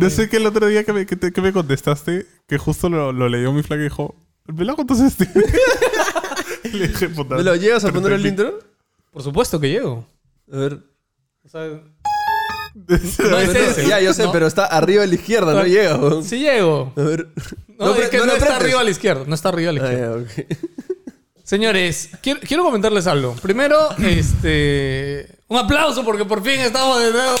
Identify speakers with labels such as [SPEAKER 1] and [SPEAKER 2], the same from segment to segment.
[SPEAKER 1] Yo sé que el otro día que me, que te- que me contestaste, que justo lo, lo leyó mi flaca y dijo, ¿me lo contestaste? Y Le dije, puta.
[SPEAKER 2] ¿Me lo llegas a poner el
[SPEAKER 1] perfecto.
[SPEAKER 2] intro?
[SPEAKER 3] Por supuesto que llego.
[SPEAKER 2] A ver.
[SPEAKER 3] O sea,
[SPEAKER 2] No,
[SPEAKER 3] es
[SPEAKER 2] pero-
[SPEAKER 3] ese.
[SPEAKER 2] Ya, yo sé,
[SPEAKER 3] No.
[SPEAKER 2] pero está arriba a la izquierda, no llega. weón.
[SPEAKER 3] sí llego.
[SPEAKER 2] A ver.
[SPEAKER 3] No, es
[SPEAKER 2] pre-
[SPEAKER 3] que no, está
[SPEAKER 2] apretes.
[SPEAKER 3] arriba a la izquierda. No está arriba a la
[SPEAKER 2] Ah,
[SPEAKER 3] izquierda.
[SPEAKER 2] ya, ok.
[SPEAKER 3] Señores, quiero, quiero comentarles algo. Primero, este. Un aplauso porque por fin estamos de nuevo.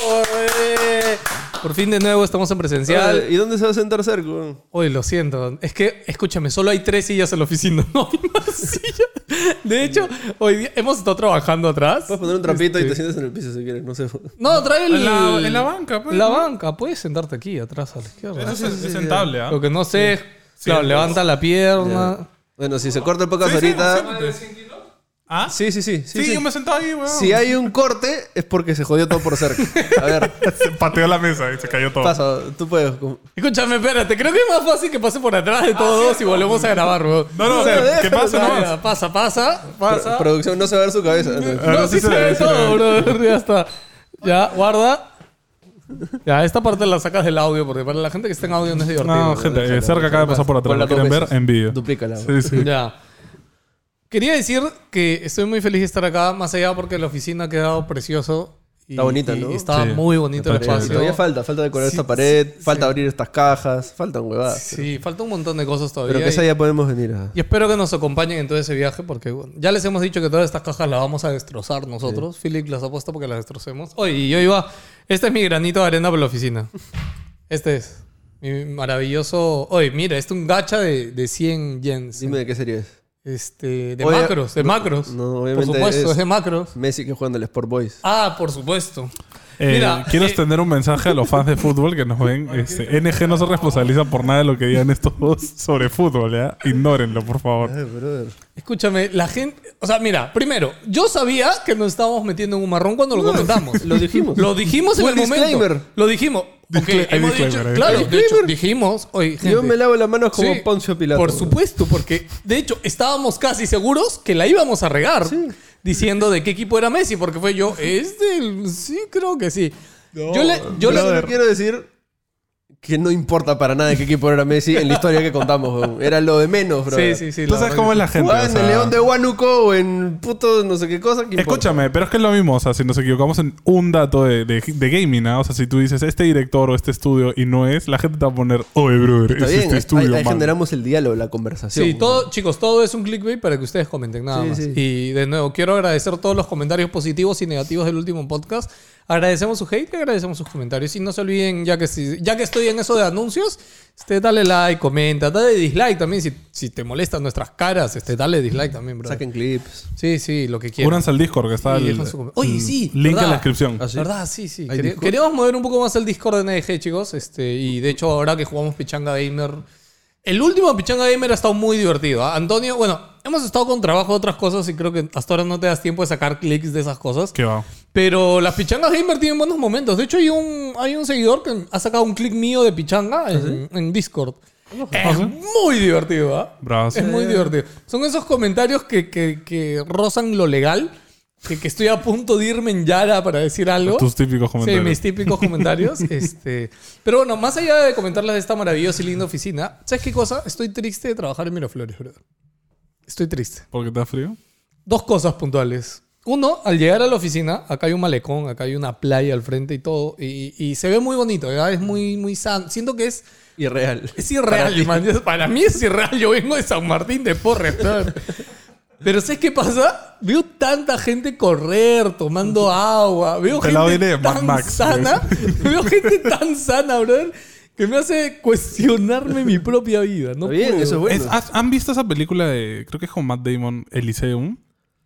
[SPEAKER 3] eh. Por fin de nuevo estamos en presencial.
[SPEAKER 2] ¿Y dónde se va a sentar cerca? weón?
[SPEAKER 3] Oye, lo siento. Es que, escúchame, solo hay tres sillas en la oficina. No hay más sillas. De hecho, hoy día hemos estado trabajando atrás.
[SPEAKER 2] Puedes poner un trapito y
[SPEAKER 3] Este,
[SPEAKER 2] te sientas en el piso si quieres, no sé.
[SPEAKER 3] No, trae el...
[SPEAKER 1] En la- en la banca, pues,
[SPEAKER 3] La
[SPEAKER 1] ¿no?
[SPEAKER 3] banca. Puedes sentarte aquí, atrás, a la izquierda.
[SPEAKER 1] Eso es, es sentable, ¿ah?
[SPEAKER 3] Lo que no sé es... claro,
[SPEAKER 1] pues.
[SPEAKER 3] levanta la pierna.
[SPEAKER 2] Bueno, si se corta el podcast
[SPEAKER 1] Sí, sí,
[SPEAKER 2] ahorita.
[SPEAKER 1] siéntate. ¿Ah? Sí,
[SPEAKER 2] Sí, sí, sí. sí, sí.
[SPEAKER 1] yo me sentaba ahí, weón.
[SPEAKER 2] Si hay un corte, es porque se jodió todo por cerca. A ver,
[SPEAKER 1] Se pateó la mesa y se cayó todo.
[SPEAKER 2] pasa, tú puedes. com-
[SPEAKER 3] Escúchame, espérate. Creo que es más fácil que pase por atrás
[SPEAKER 2] Ah,
[SPEAKER 3] de todos y volvemos a grabar, weón.
[SPEAKER 1] No, no,
[SPEAKER 2] No, no,
[SPEAKER 1] que- que
[SPEAKER 2] déjalo,
[SPEAKER 1] pasa
[SPEAKER 3] Ya,
[SPEAKER 1] nomás.
[SPEAKER 3] ya, Pasa, pasa,
[SPEAKER 2] Pro-
[SPEAKER 3] pasa.
[SPEAKER 2] producción no se va a ver su cabeza. Entonces,
[SPEAKER 1] Ah,
[SPEAKER 3] no,
[SPEAKER 1] no,
[SPEAKER 3] sí,
[SPEAKER 1] sí
[SPEAKER 3] se,
[SPEAKER 1] se ve,
[SPEAKER 3] ve
[SPEAKER 1] sí
[SPEAKER 3] todo,
[SPEAKER 1] se
[SPEAKER 3] brother. Ya está. Ya, guarda. Ya, esta parte la sacas del audio porque para la gente que está en audio no es divertido.
[SPEAKER 1] No, gente, eh, cerca acaba de pasar por atrás.
[SPEAKER 2] Ponla
[SPEAKER 1] ¿Lo
[SPEAKER 2] dos
[SPEAKER 1] quieren ver?
[SPEAKER 2] veces.
[SPEAKER 1] En vídeo.
[SPEAKER 2] Duplícala.
[SPEAKER 1] Sí, sí.
[SPEAKER 3] Ya. Quería decir que estoy muy feliz de estar acá, más allá porque la oficina ha quedado precioso. Y,
[SPEAKER 2] Está bonita, ¿no?
[SPEAKER 3] y estaba
[SPEAKER 1] Sí,
[SPEAKER 3] muy bonito el
[SPEAKER 1] está chévere.
[SPEAKER 3] espacio.
[SPEAKER 2] Todavía falta, falta decorar
[SPEAKER 3] Sí,
[SPEAKER 2] esta pared,
[SPEAKER 3] sí,
[SPEAKER 2] falta
[SPEAKER 3] sí.
[SPEAKER 2] abrir estas cajas, faltan huevadas.
[SPEAKER 3] Sí, falta un montón de cosas todavía.
[SPEAKER 2] Pero que
[SPEAKER 3] y-
[SPEAKER 2] esa ya podemos venir a.
[SPEAKER 3] Y espero que nos acompañen en todo ese viaje porque bueno, ya les hemos dicho que todas estas cajas las vamos a destrozar nosotros. Philip las ha puesto porque las destrocemos. Oye, y yo iba... Este es mi granito de arena por la oficina. Este es mi maravilloso... Oye, mira, este es un gacha de, de 100 yens.
[SPEAKER 2] Dime de qué serie es.
[SPEAKER 3] Este, de
[SPEAKER 2] Oye,
[SPEAKER 3] macros, de
[SPEAKER 2] no,
[SPEAKER 3] macros.
[SPEAKER 2] no, obviamente
[SPEAKER 3] Por supuesto, es,
[SPEAKER 2] es-
[SPEAKER 3] de macros.
[SPEAKER 2] Messi que jugando el Sport Boys.
[SPEAKER 3] Ah, por supuesto.
[SPEAKER 1] Eh,
[SPEAKER 3] Mira,
[SPEAKER 1] quiero
[SPEAKER 3] eh,
[SPEAKER 1] extender un mensaje a los fans de fútbol que nos ven. Este, NG no se responsabiliza por nada de lo que digan estos dos sobre fútbol, ¿ya? Ignórenlo, por favor.
[SPEAKER 2] Ay, brother.
[SPEAKER 3] Escúchame, la gente. O sea, mira, primero, yo sabía que nos estábamos metiendo en un marrón cuando lo comentamos.
[SPEAKER 2] lo dijimos.
[SPEAKER 3] Lo dijimos en
[SPEAKER 2] Full
[SPEAKER 3] el momento.
[SPEAKER 2] disclaimer.
[SPEAKER 3] Lo dijimos. Ok,
[SPEAKER 1] Discla- hay
[SPEAKER 3] hemos
[SPEAKER 1] disclaimer,
[SPEAKER 3] dicho-
[SPEAKER 1] hay
[SPEAKER 3] claro,
[SPEAKER 2] disclaimer.
[SPEAKER 3] de hecho, dijimos. Oye, gente,
[SPEAKER 2] Yo me lavo las manos como
[SPEAKER 3] sí,
[SPEAKER 2] Poncio Pilato.
[SPEAKER 3] Por supuesto, porque de hecho estábamos casi seguros que la íbamos a regar. Diciendo de qué equipo era Messi, porque fue yo. Es del. Sí, creo que sí. yo le.
[SPEAKER 2] Yo
[SPEAKER 3] Yo le-
[SPEAKER 2] lo que quiero decir que no importa para nada de qué equipo era Messi en la historia que contamos. weón. Era lo de menos, bro.
[SPEAKER 3] Sí, ah. sí, sí.
[SPEAKER 1] Tú
[SPEAKER 3] la
[SPEAKER 1] sabes
[SPEAKER 3] verdad
[SPEAKER 1] cómo
[SPEAKER 3] que-
[SPEAKER 1] es la gente.
[SPEAKER 2] Jugaba
[SPEAKER 1] o
[SPEAKER 2] en
[SPEAKER 1] sea.
[SPEAKER 2] el León de Huánuco o en puto no sé qué cosa. ¿qué importa?
[SPEAKER 1] Escúchame, pero es que es lo mismo. O sea, si nos equivocamos en un dato de, de- de gaming, ¿ah? o sea, si tú dices este director o este estudio y no es, la gente te va a poner, oye, brother,
[SPEAKER 2] Está
[SPEAKER 1] es
[SPEAKER 2] bien,
[SPEAKER 1] este
[SPEAKER 2] ahí-
[SPEAKER 1] estudio.
[SPEAKER 2] ahí,
[SPEAKER 1] man".
[SPEAKER 2] generamos el diálogo, la conversación.
[SPEAKER 3] Sí, todo, chicos, todo es un clickbait para que ustedes comenten nada
[SPEAKER 2] Sí,
[SPEAKER 3] más.
[SPEAKER 2] sí.
[SPEAKER 3] Y de nuevo, quiero agradecer todos los comentarios positivos y negativos del último podcast. Agradecemos su hate, agradecemos sus comentarios. Y no se olviden, ya que, si- ya que estoy en eso de anuncios, este, dale like, comenta, dale dislike también. Si, si te molestan nuestras caras, este, dale dislike también, bro.
[SPEAKER 2] Saquen clips.
[SPEAKER 3] Sí, sí, lo que quieran.
[SPEAKER 1] Únanse al Discord que está
[SPEAKER 3] Y
[SPEAKER 1] el
[SPEAKER 3] dejan su com- Oye, sí,
[SPEAKER 1] Mm. link
[SPEAKER 3] ¿verdad?
[SPEAKER 1] en la descripción.
[SPEAKER 2] Ah, sí.
[SPEAKER 3] ¿Verdad? Sí, sí.
[SPEAKER 2] ¿Hay
[SPEAKER 3] Quería-
[SPEAKER 2] Discord?
[SPEAKER 3] queríamos mover un poco más el Discord de NDG, chicos. Este, y de hecho, ahora que jugamos Pichanga Gamer. El último Pichanga Gamer ha estado muy divertido. ¿ah? Antonio, bueno, hemos estado con trabajo de otras cosas y creo que hasta ahora no te das tiempo de sacar clics de esas cosas.
[SPEAKER 1] Que va.
[SPEAKER 3] Pero las Pichangas Gamer tienen buenos momentos. De hecho, hay un, hay un seguidor que ha sacado un clic mío de
[SPEAKER 2] ¿Ah,
[SPEAKER 3] Pichanga en, en Discord. Es muy divertido, ¿ah?
[SPEAKER 1] Bravo.
[SPEAKER 3] Es muy divertido. Son esos comentarios que, que, que rozan lo legal, que, que estoy a punto de irme en Yara para decir algo.
[SPEAKER 1] Tus típicos
[SPEAKER 3] Sí,
[SPEAKER 1] comentarios.
[SPEAKER 3] mis típicos comentarios. este, pero bueno, más allá de comentarles de esta maravillosa y linda oficina, ¿sabes qué cosa? Estoy triste de trabajar en Miraflores, brother. Estoy triste.
[SPEAKER 1] ¿Por qué te da frío?
[SPEAKER 3] Dos cosas puntuales. Uno, al llegar a la oficina, acá hay un malecón, acá hay una playa al frente y todo, y, y se ve muy bonito, ¿verdad? Es muy, muy san. Siento que es
[SPEAKER 2] Irreal.
[SPEAKER 3] es irreal, man. para mí es irreal. Yo vengo de San Martín de Porres. brother. Pero ¿sabes qué pasa? Veo tanta gente correr, tomando agua. Veo
[SPEAKER 1] Te la doy
[SPEAKER 3] gente
[SPEAKER 1] de Mad
[SPEAKER 3] tan
[SPEAKER 1] Max,
[SPEAKER 3] sana. Veo gente tan sana, brother, que me hace cuestionarme mi propia vida. No
[SPEAKER 2] Está bien,
[SPEAKER 3] puedo.
[SPEAKER 2] eso es bueno.
[SPEAKER 1] Es- ¿has- ¿Han visto esa película de, creo que es con Matt Damon, Elyseum?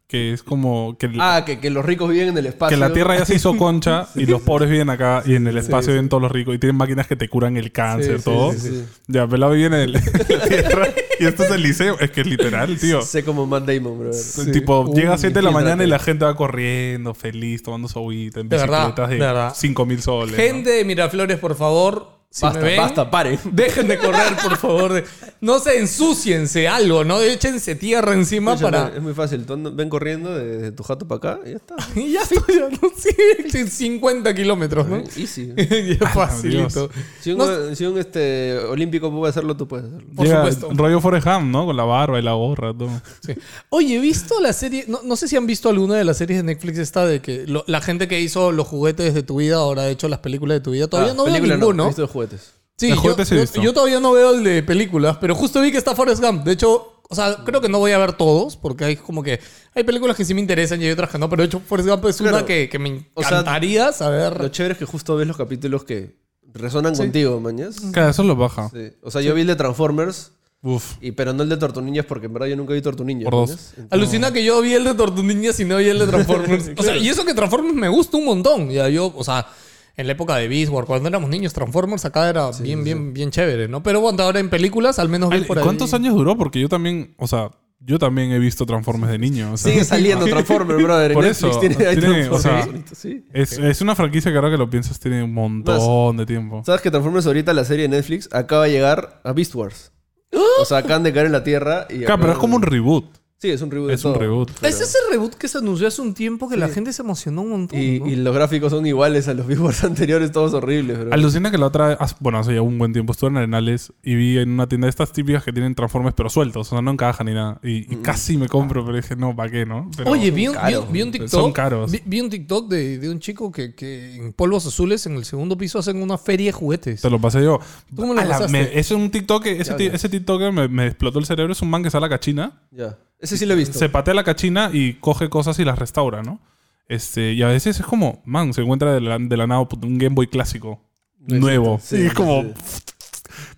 [SPEAKER 1] Que es como que, el-
[SPEAKER 2] Ah, que, que los ricos viven en el espacio.
[SPEAKER 1] que la Tierra ya se hizo concha y los pobres viven acá y en el espacio viven todos los ricos y tienen máquinas que te curan el cáncer,
[SPEAKER 3] sí,
[SPEAKER 1] todo.
[SPEAKER 3] sí,
[SPEAKER 2] sí.
[SPEAKER 1] Ya, pelado viene en el- en la Tierra y esto es Eliseo. Es que es literal, tío.
[SPEAKER 2] Sé como Matt Damon, bro.
[SPEAKER 1] Tipo,
[SPEAKER 3] Uy,
[SPEAKER 1] llega a 7 de la
[SPEAKER 2] fíjate.
[SPEAKER 1] mañana y la gente va corriendo, feliz, tomando su agüita en
[SPEAKER 3] De verdad,
[SPEAKER 1] bicicletas
[SPEAKER 3] de verdad.
[SPEAKER 1] de 5 mil soles. ¿no?
[SPEAKER 3] Gente de Miraflores, por favor, Si
[SPEAKER 2] Basta,
[SPEAKER 3] me ven,
[SPEAKER 2] basta, paren.
[SPEAKER 3] Dejen de correr, por favor. De- No se ensuciense algo, ¿no? Échense tierra encima
[SPEAKER 2] Escúchame,
[SPEAKER 3] para.
[SPEAKER 2] Es muy fácil. Tú andas- ven corriendo de, de tu jato para acá y ya está.
[SPEAKER 3] Y ya estoy a ¿no? Sí, 50 kilómetros, ¿no?
[SPEAKER 2] Easy.
[SPEAKER 3] Ya
[SPEAKER 1] Ah,
[SPEAKER 3] facilito.
[SPEAKER 2] Si un,
[SPEAKER 3] No,
[SPEAKER 2] si un, este, olímpico puede hacerlo, tú puedes hacerlo.
[SPEAKER 3] Por supuesto.
[SPEAKER 1] Rollo Forrest Gump, ¿no? Con la barba y la gorra, todo.
[SPEAKER 3] sí. Oye, he visto la serie. No, no sé si han visto alguna de las series de Netflix esta de que lo- la gente que hizo los juguetes de tu vida ahora ha hecho las películas de tu vida. Todavía
[SPEAKER 2] Ah,
[SPEAKER 3] no veo
[SPEAKER 2] película
[SPEAKER 3] ninguno.
[SPEAKER 2] he visto de juguetes.
[SPEAKER 3] Sí,
[SPEAKER 1] De
[SPEAKER 3] yo,
[SPEAKER 1] juguetes he
[SPEAKER 3] yo-
[SPEAKER 1] visto.
[SPEAKER 3] yo todavía no veo el de películas, pero justo vi que está Forrest Gump. De hecho, o sea, creo que no voy a ver todos, porque hay como que hay películas que sí me interesan y hay otras que no, pero de hecho Forrest Gump es una
[SPEAKER 2] Claro.
[SPEAKER 3] que, que me
[SPEAKER 2] O sea,
[SPEAKER 3] encantaría
[SPEAKER 2] Lo
[SPEAKER 3] saber.
[SPEAKER 2] chévere es que justo ves los capítulos que resonan contigo, mañas.
[SPEAKER 3] Mm.
[SPEAKER 1] Claro, eso lo baja.
[SPEAKER 2] Sí. O sea, yo vi el de Transformers,
[SPEAKER 1] Uf.
[SPEAKER 2] y, pero no el de Tortunillas porque en verdad yo nunca vi Tortunillas.
[SPEAKER 1] Por dos.
[SPEAKER 2] mañas. Entonces-
[SPEAKER 3] Alucina que yo vi el de Tortunillas y no vi el de Transformers. O sea, y eso que Transformers me gusta un montón. Ya yo, o sea, en la época de Beast Wars, cuando éramos niños, Transformers acá era bien, bien, bien chévere, ¿no? Pero bueno, ahora en películas al menos vi
[SPEAKER 1] Ay,
[SPEAKER 3] por ahí.
[SPEAKER 1] ¿Cuántos años duró? Porque yo también, o sea, yo también he visto Transformers de niño. o sea.
[SPEAKER 2] Sigue saliendo Transformers, brother.
[SPEAKER 1] Por
[SPEAKER 2] Netflix
[SPEAKER 1] eso,
[SPEAKER 2] tiene, hay
[SPEAKER 1] tiene, o sea-
[SPEAKER 2] Transformers. Sí.
[SPEAKER 1] Es, es una franquicia que ahora que lo piensas tiene un montón de tiempo.
[SPEAKER 2] ¿Sabes que Transformers ahorita la serie de Netflix acaba de llegar a Beast Wars? O sea, acaban de caer en la Tierra y...
[SPEAKER 1] Claro, pero es como un reboot.
[SPEAKER 2] Sí, es un reboot de
[SPEAKER 1] Es un
[SPEAKER 2] todo.
[SPEAKER 1] reboot.
[SPEAKER 3] Es ese reboot que se anunció hace un tiempo que la gente se emocionó un montón.
[SPEAKER 2] Y,
[SPEAKER 3] ¿no?
[SPEAKER 2] y los gráficos son iguales a los Beast Wars anteriores, todos horribles, bro.
[SPEAKER 1] Alucina que la otra vez, hace- bueno, hace ya un buen tiempo estuve en Arenales y vi en una tienda de estas típicas que tienen Transformers pero sueltos, o sea, no en caja ni nada. Y, y casi me compro, pero dije, no, ¿para qué, no? Pero-
[SPEAKER 3] Mm. Oye, vi un, vi un- vi un
[SPEAKER 1] Son
[SPEAKER 3] TikTok.
[SPEAKER 1] caros.
[SPEAKER 3] Vi, vi un TikTok de, de un chico que, que en polvos azules en el segundo piso hacen una feria de juguetes.
[SPEAKER 1] Te lo pasé yo.
[SPEAKER 3] ¿Tú me lo
[SPEAKER 1] A la-
[SPEAKER 3] pasaste?
[SPEAKER 1] me- es un TikTok, que- ese, ti- ese TikTok que me, me explotó el cerebro. Es un man que sale a la cachina,
[SPEAKER 2] Ya. Ese sí lo he visto.
[SPEAKER 1] se patea la cachina y coge cosas y las restaura, ¿no? Este, y a veces es como, man, se encuentra de la, de la nada un Game Boy clásico, nuevo.
[SPEAKER 2] sí,
[SPEAKER 1] y es
[SPEAKER 2] sí,
[SPEAKER 1] como.
[SPEAKER 2] sí.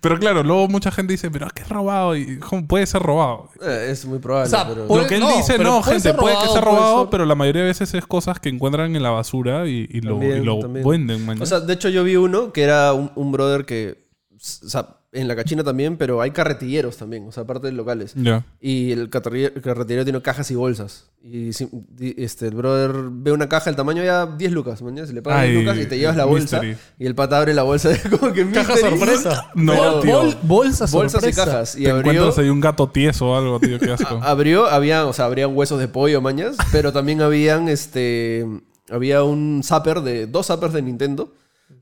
[SPEAKER 1] Pero claro, luego mucha gente dice, pero es que es robado. Y, ¿Cómo puede ser robado?
[SPEAKER 2] Eh, es muy probable,
[SPEAKER 3] O sea,
[SPEAKER 2] pero...
[SPEAKER 3] por- Puede-
[SPEAKER 1] Lo que él
[SPEAKER 3] no,
[SPEAKER 1] dice,
[SPEAKER 3] pero
[SPEAKER 1] no,
[SPEAKER 3] puede
[SPEAKER 1] gente,
[SPEAKER 3] ser
[SPEAKER 1] puede que
[SPEAKER 3] robado,
[SPEAKER 1] sea
[SPEAKER 3] puede
[SPEAKER 1] robado,
[SPEAKER 3] ser-
[SPEAKER 1] pero la mayoría de veces es cosas que encuentran en la basura y, y lo,
[SPEAKER 2] También,
[SPEAKER 1] y lo
[SPEAKER 2] también.
[SPEAKER 1] venden, man.
[SPEAKER 2] O sea, de hecho yo vi uno que era un, un brother que... O sea, en la cachina también, pero hay carretilleros también, o sea, aparte de locales.
[SPEAKER 1] Ya.
[SPEAKER 2] Y el carretillero, el carretillero tiene cajas y bolsas. Y si- di- este, el brother ve una caja del tamaño ya 10 lucas, mañana. Se le pagan
[SPEAKER 1] Ay,
[SPEAKER 2] 10 lucas y te llevas la bolsa.
[SPEAKER 1] mystery.
[SPEAKER 2] Y el pata abre la bolsa. como que
[SPEAKER 3] Caja
[SPEAKER 2] mystery.
[SPEAKER 3] sorpresa.
[SPEAKER 1] No,
[SPEAKER 3] Bol-
[SPEAKER 1] tío.
[SPEAKER 3] bol- bolsa
[SPEAKER 2] Bolsas y
[SPEAKER 3] sorpresa.
[SPEAKER 2] cajas. Y
[SPEAKER 1] Te
[SPEAKER 2] abrió, Ah,
[SPEAKER 1] encuentras ahí un gato tieso o algo, tío, qué asco.
[SPEAKER 2] abrió, había, o sea, habrían huesos de pollo, mañas. pero también habían, este, había un zapper de, dos zappers de Nintendo.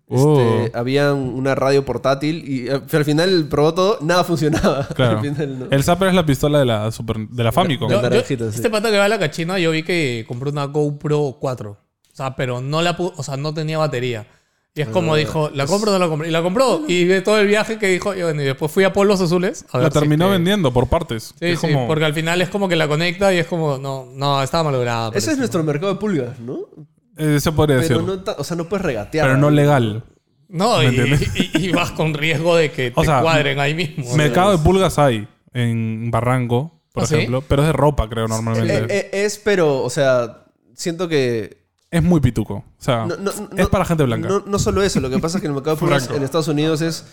[SPEAKER 1] Oh.
[SPEAKER 2] Este, habían una radio portátil y eh, al final probó todo, nada funcionaba.
[SPEAKER 1] Claro.
[SPEAKER 2] Al final, no.
[SPEAKER 1] El Zapper es la pistola de la, super, de la Famicom.
[SPEAKER 3] Yo- yo-
[SPEAKER 2] naranjita, sí.
[SPEAKER 3] Este pata que va a la cachina, yo vi que compró una GoPro 4. O sea, pero no la pu- o sea, no tenía batería. Y es como dijo, ¿la compro o no la compro? Y la compró. Y ve todo el viaje que dijo, y, bueno, y después fui a Polos Azules. A
[SPEAKER 1] la
[SPEAKER 3] ver si
[SPEAKER 1] terminó
[SPEAKER 3] es que-
[SPEAKER 1] vendiendo por partes.
[SPEAKER 3] Sí,
[SPEAKER 1] Es
[SPEAKER 3] sí,
[SPEAKER 1] como-
[SPEAKER 3] porque al final es como que la conecta y es como, no, no, estaba malograda.
[SPEAKER 2] Ese
[SPEAKER 3] parece.
[SPEAKER 2] es nuestro mercado de pulgas, ¿no?
[SPEAKER 1] eh, se podría
[SPEAKER 2] Pero
[SPEAKER 1] decir.
[SPEAKER 2] no, ta- o sea, no Eh, puedes regatear.
[SPEAKER 1] pero no legal.
[SPEAKER 3] No,
[SPEAKER 1] ¿Me
[SPEAKER 3] y,
[SPEAKER 1] entiendes?
[SPEAKER 3] y- y vas con riesgo de que te
[SPEAKER 1] O sea,
[SPEAKER 3] cuadren ahí mismo.
[SPEAKER 1] Mercado de pulgas hay en Barranco, por
[SPEAKER 3] ¿Ah, sí?
[SPEAKER 1] ejemplo. Pero es de ropa, creo,
[SPEAKER 2] Eh,
[SPEAKER 1] normalmente.
[SPEAKER 2] eh, es, pero, o sea, siento que.
[SPEAKER 1] es muy pituco. O sea,
[SPEAKER 2] no- no-
[SPEAKER 1] es
[SPEAKER 2] no-
[SPEAKER 1] para gente blanca.
[SPEAKER 2] No, no solo eso, lo que pasa es que el mercado de pulgas
[SPEAKER 1] Franco.
[SPEAKER 2] en Estados Unidos es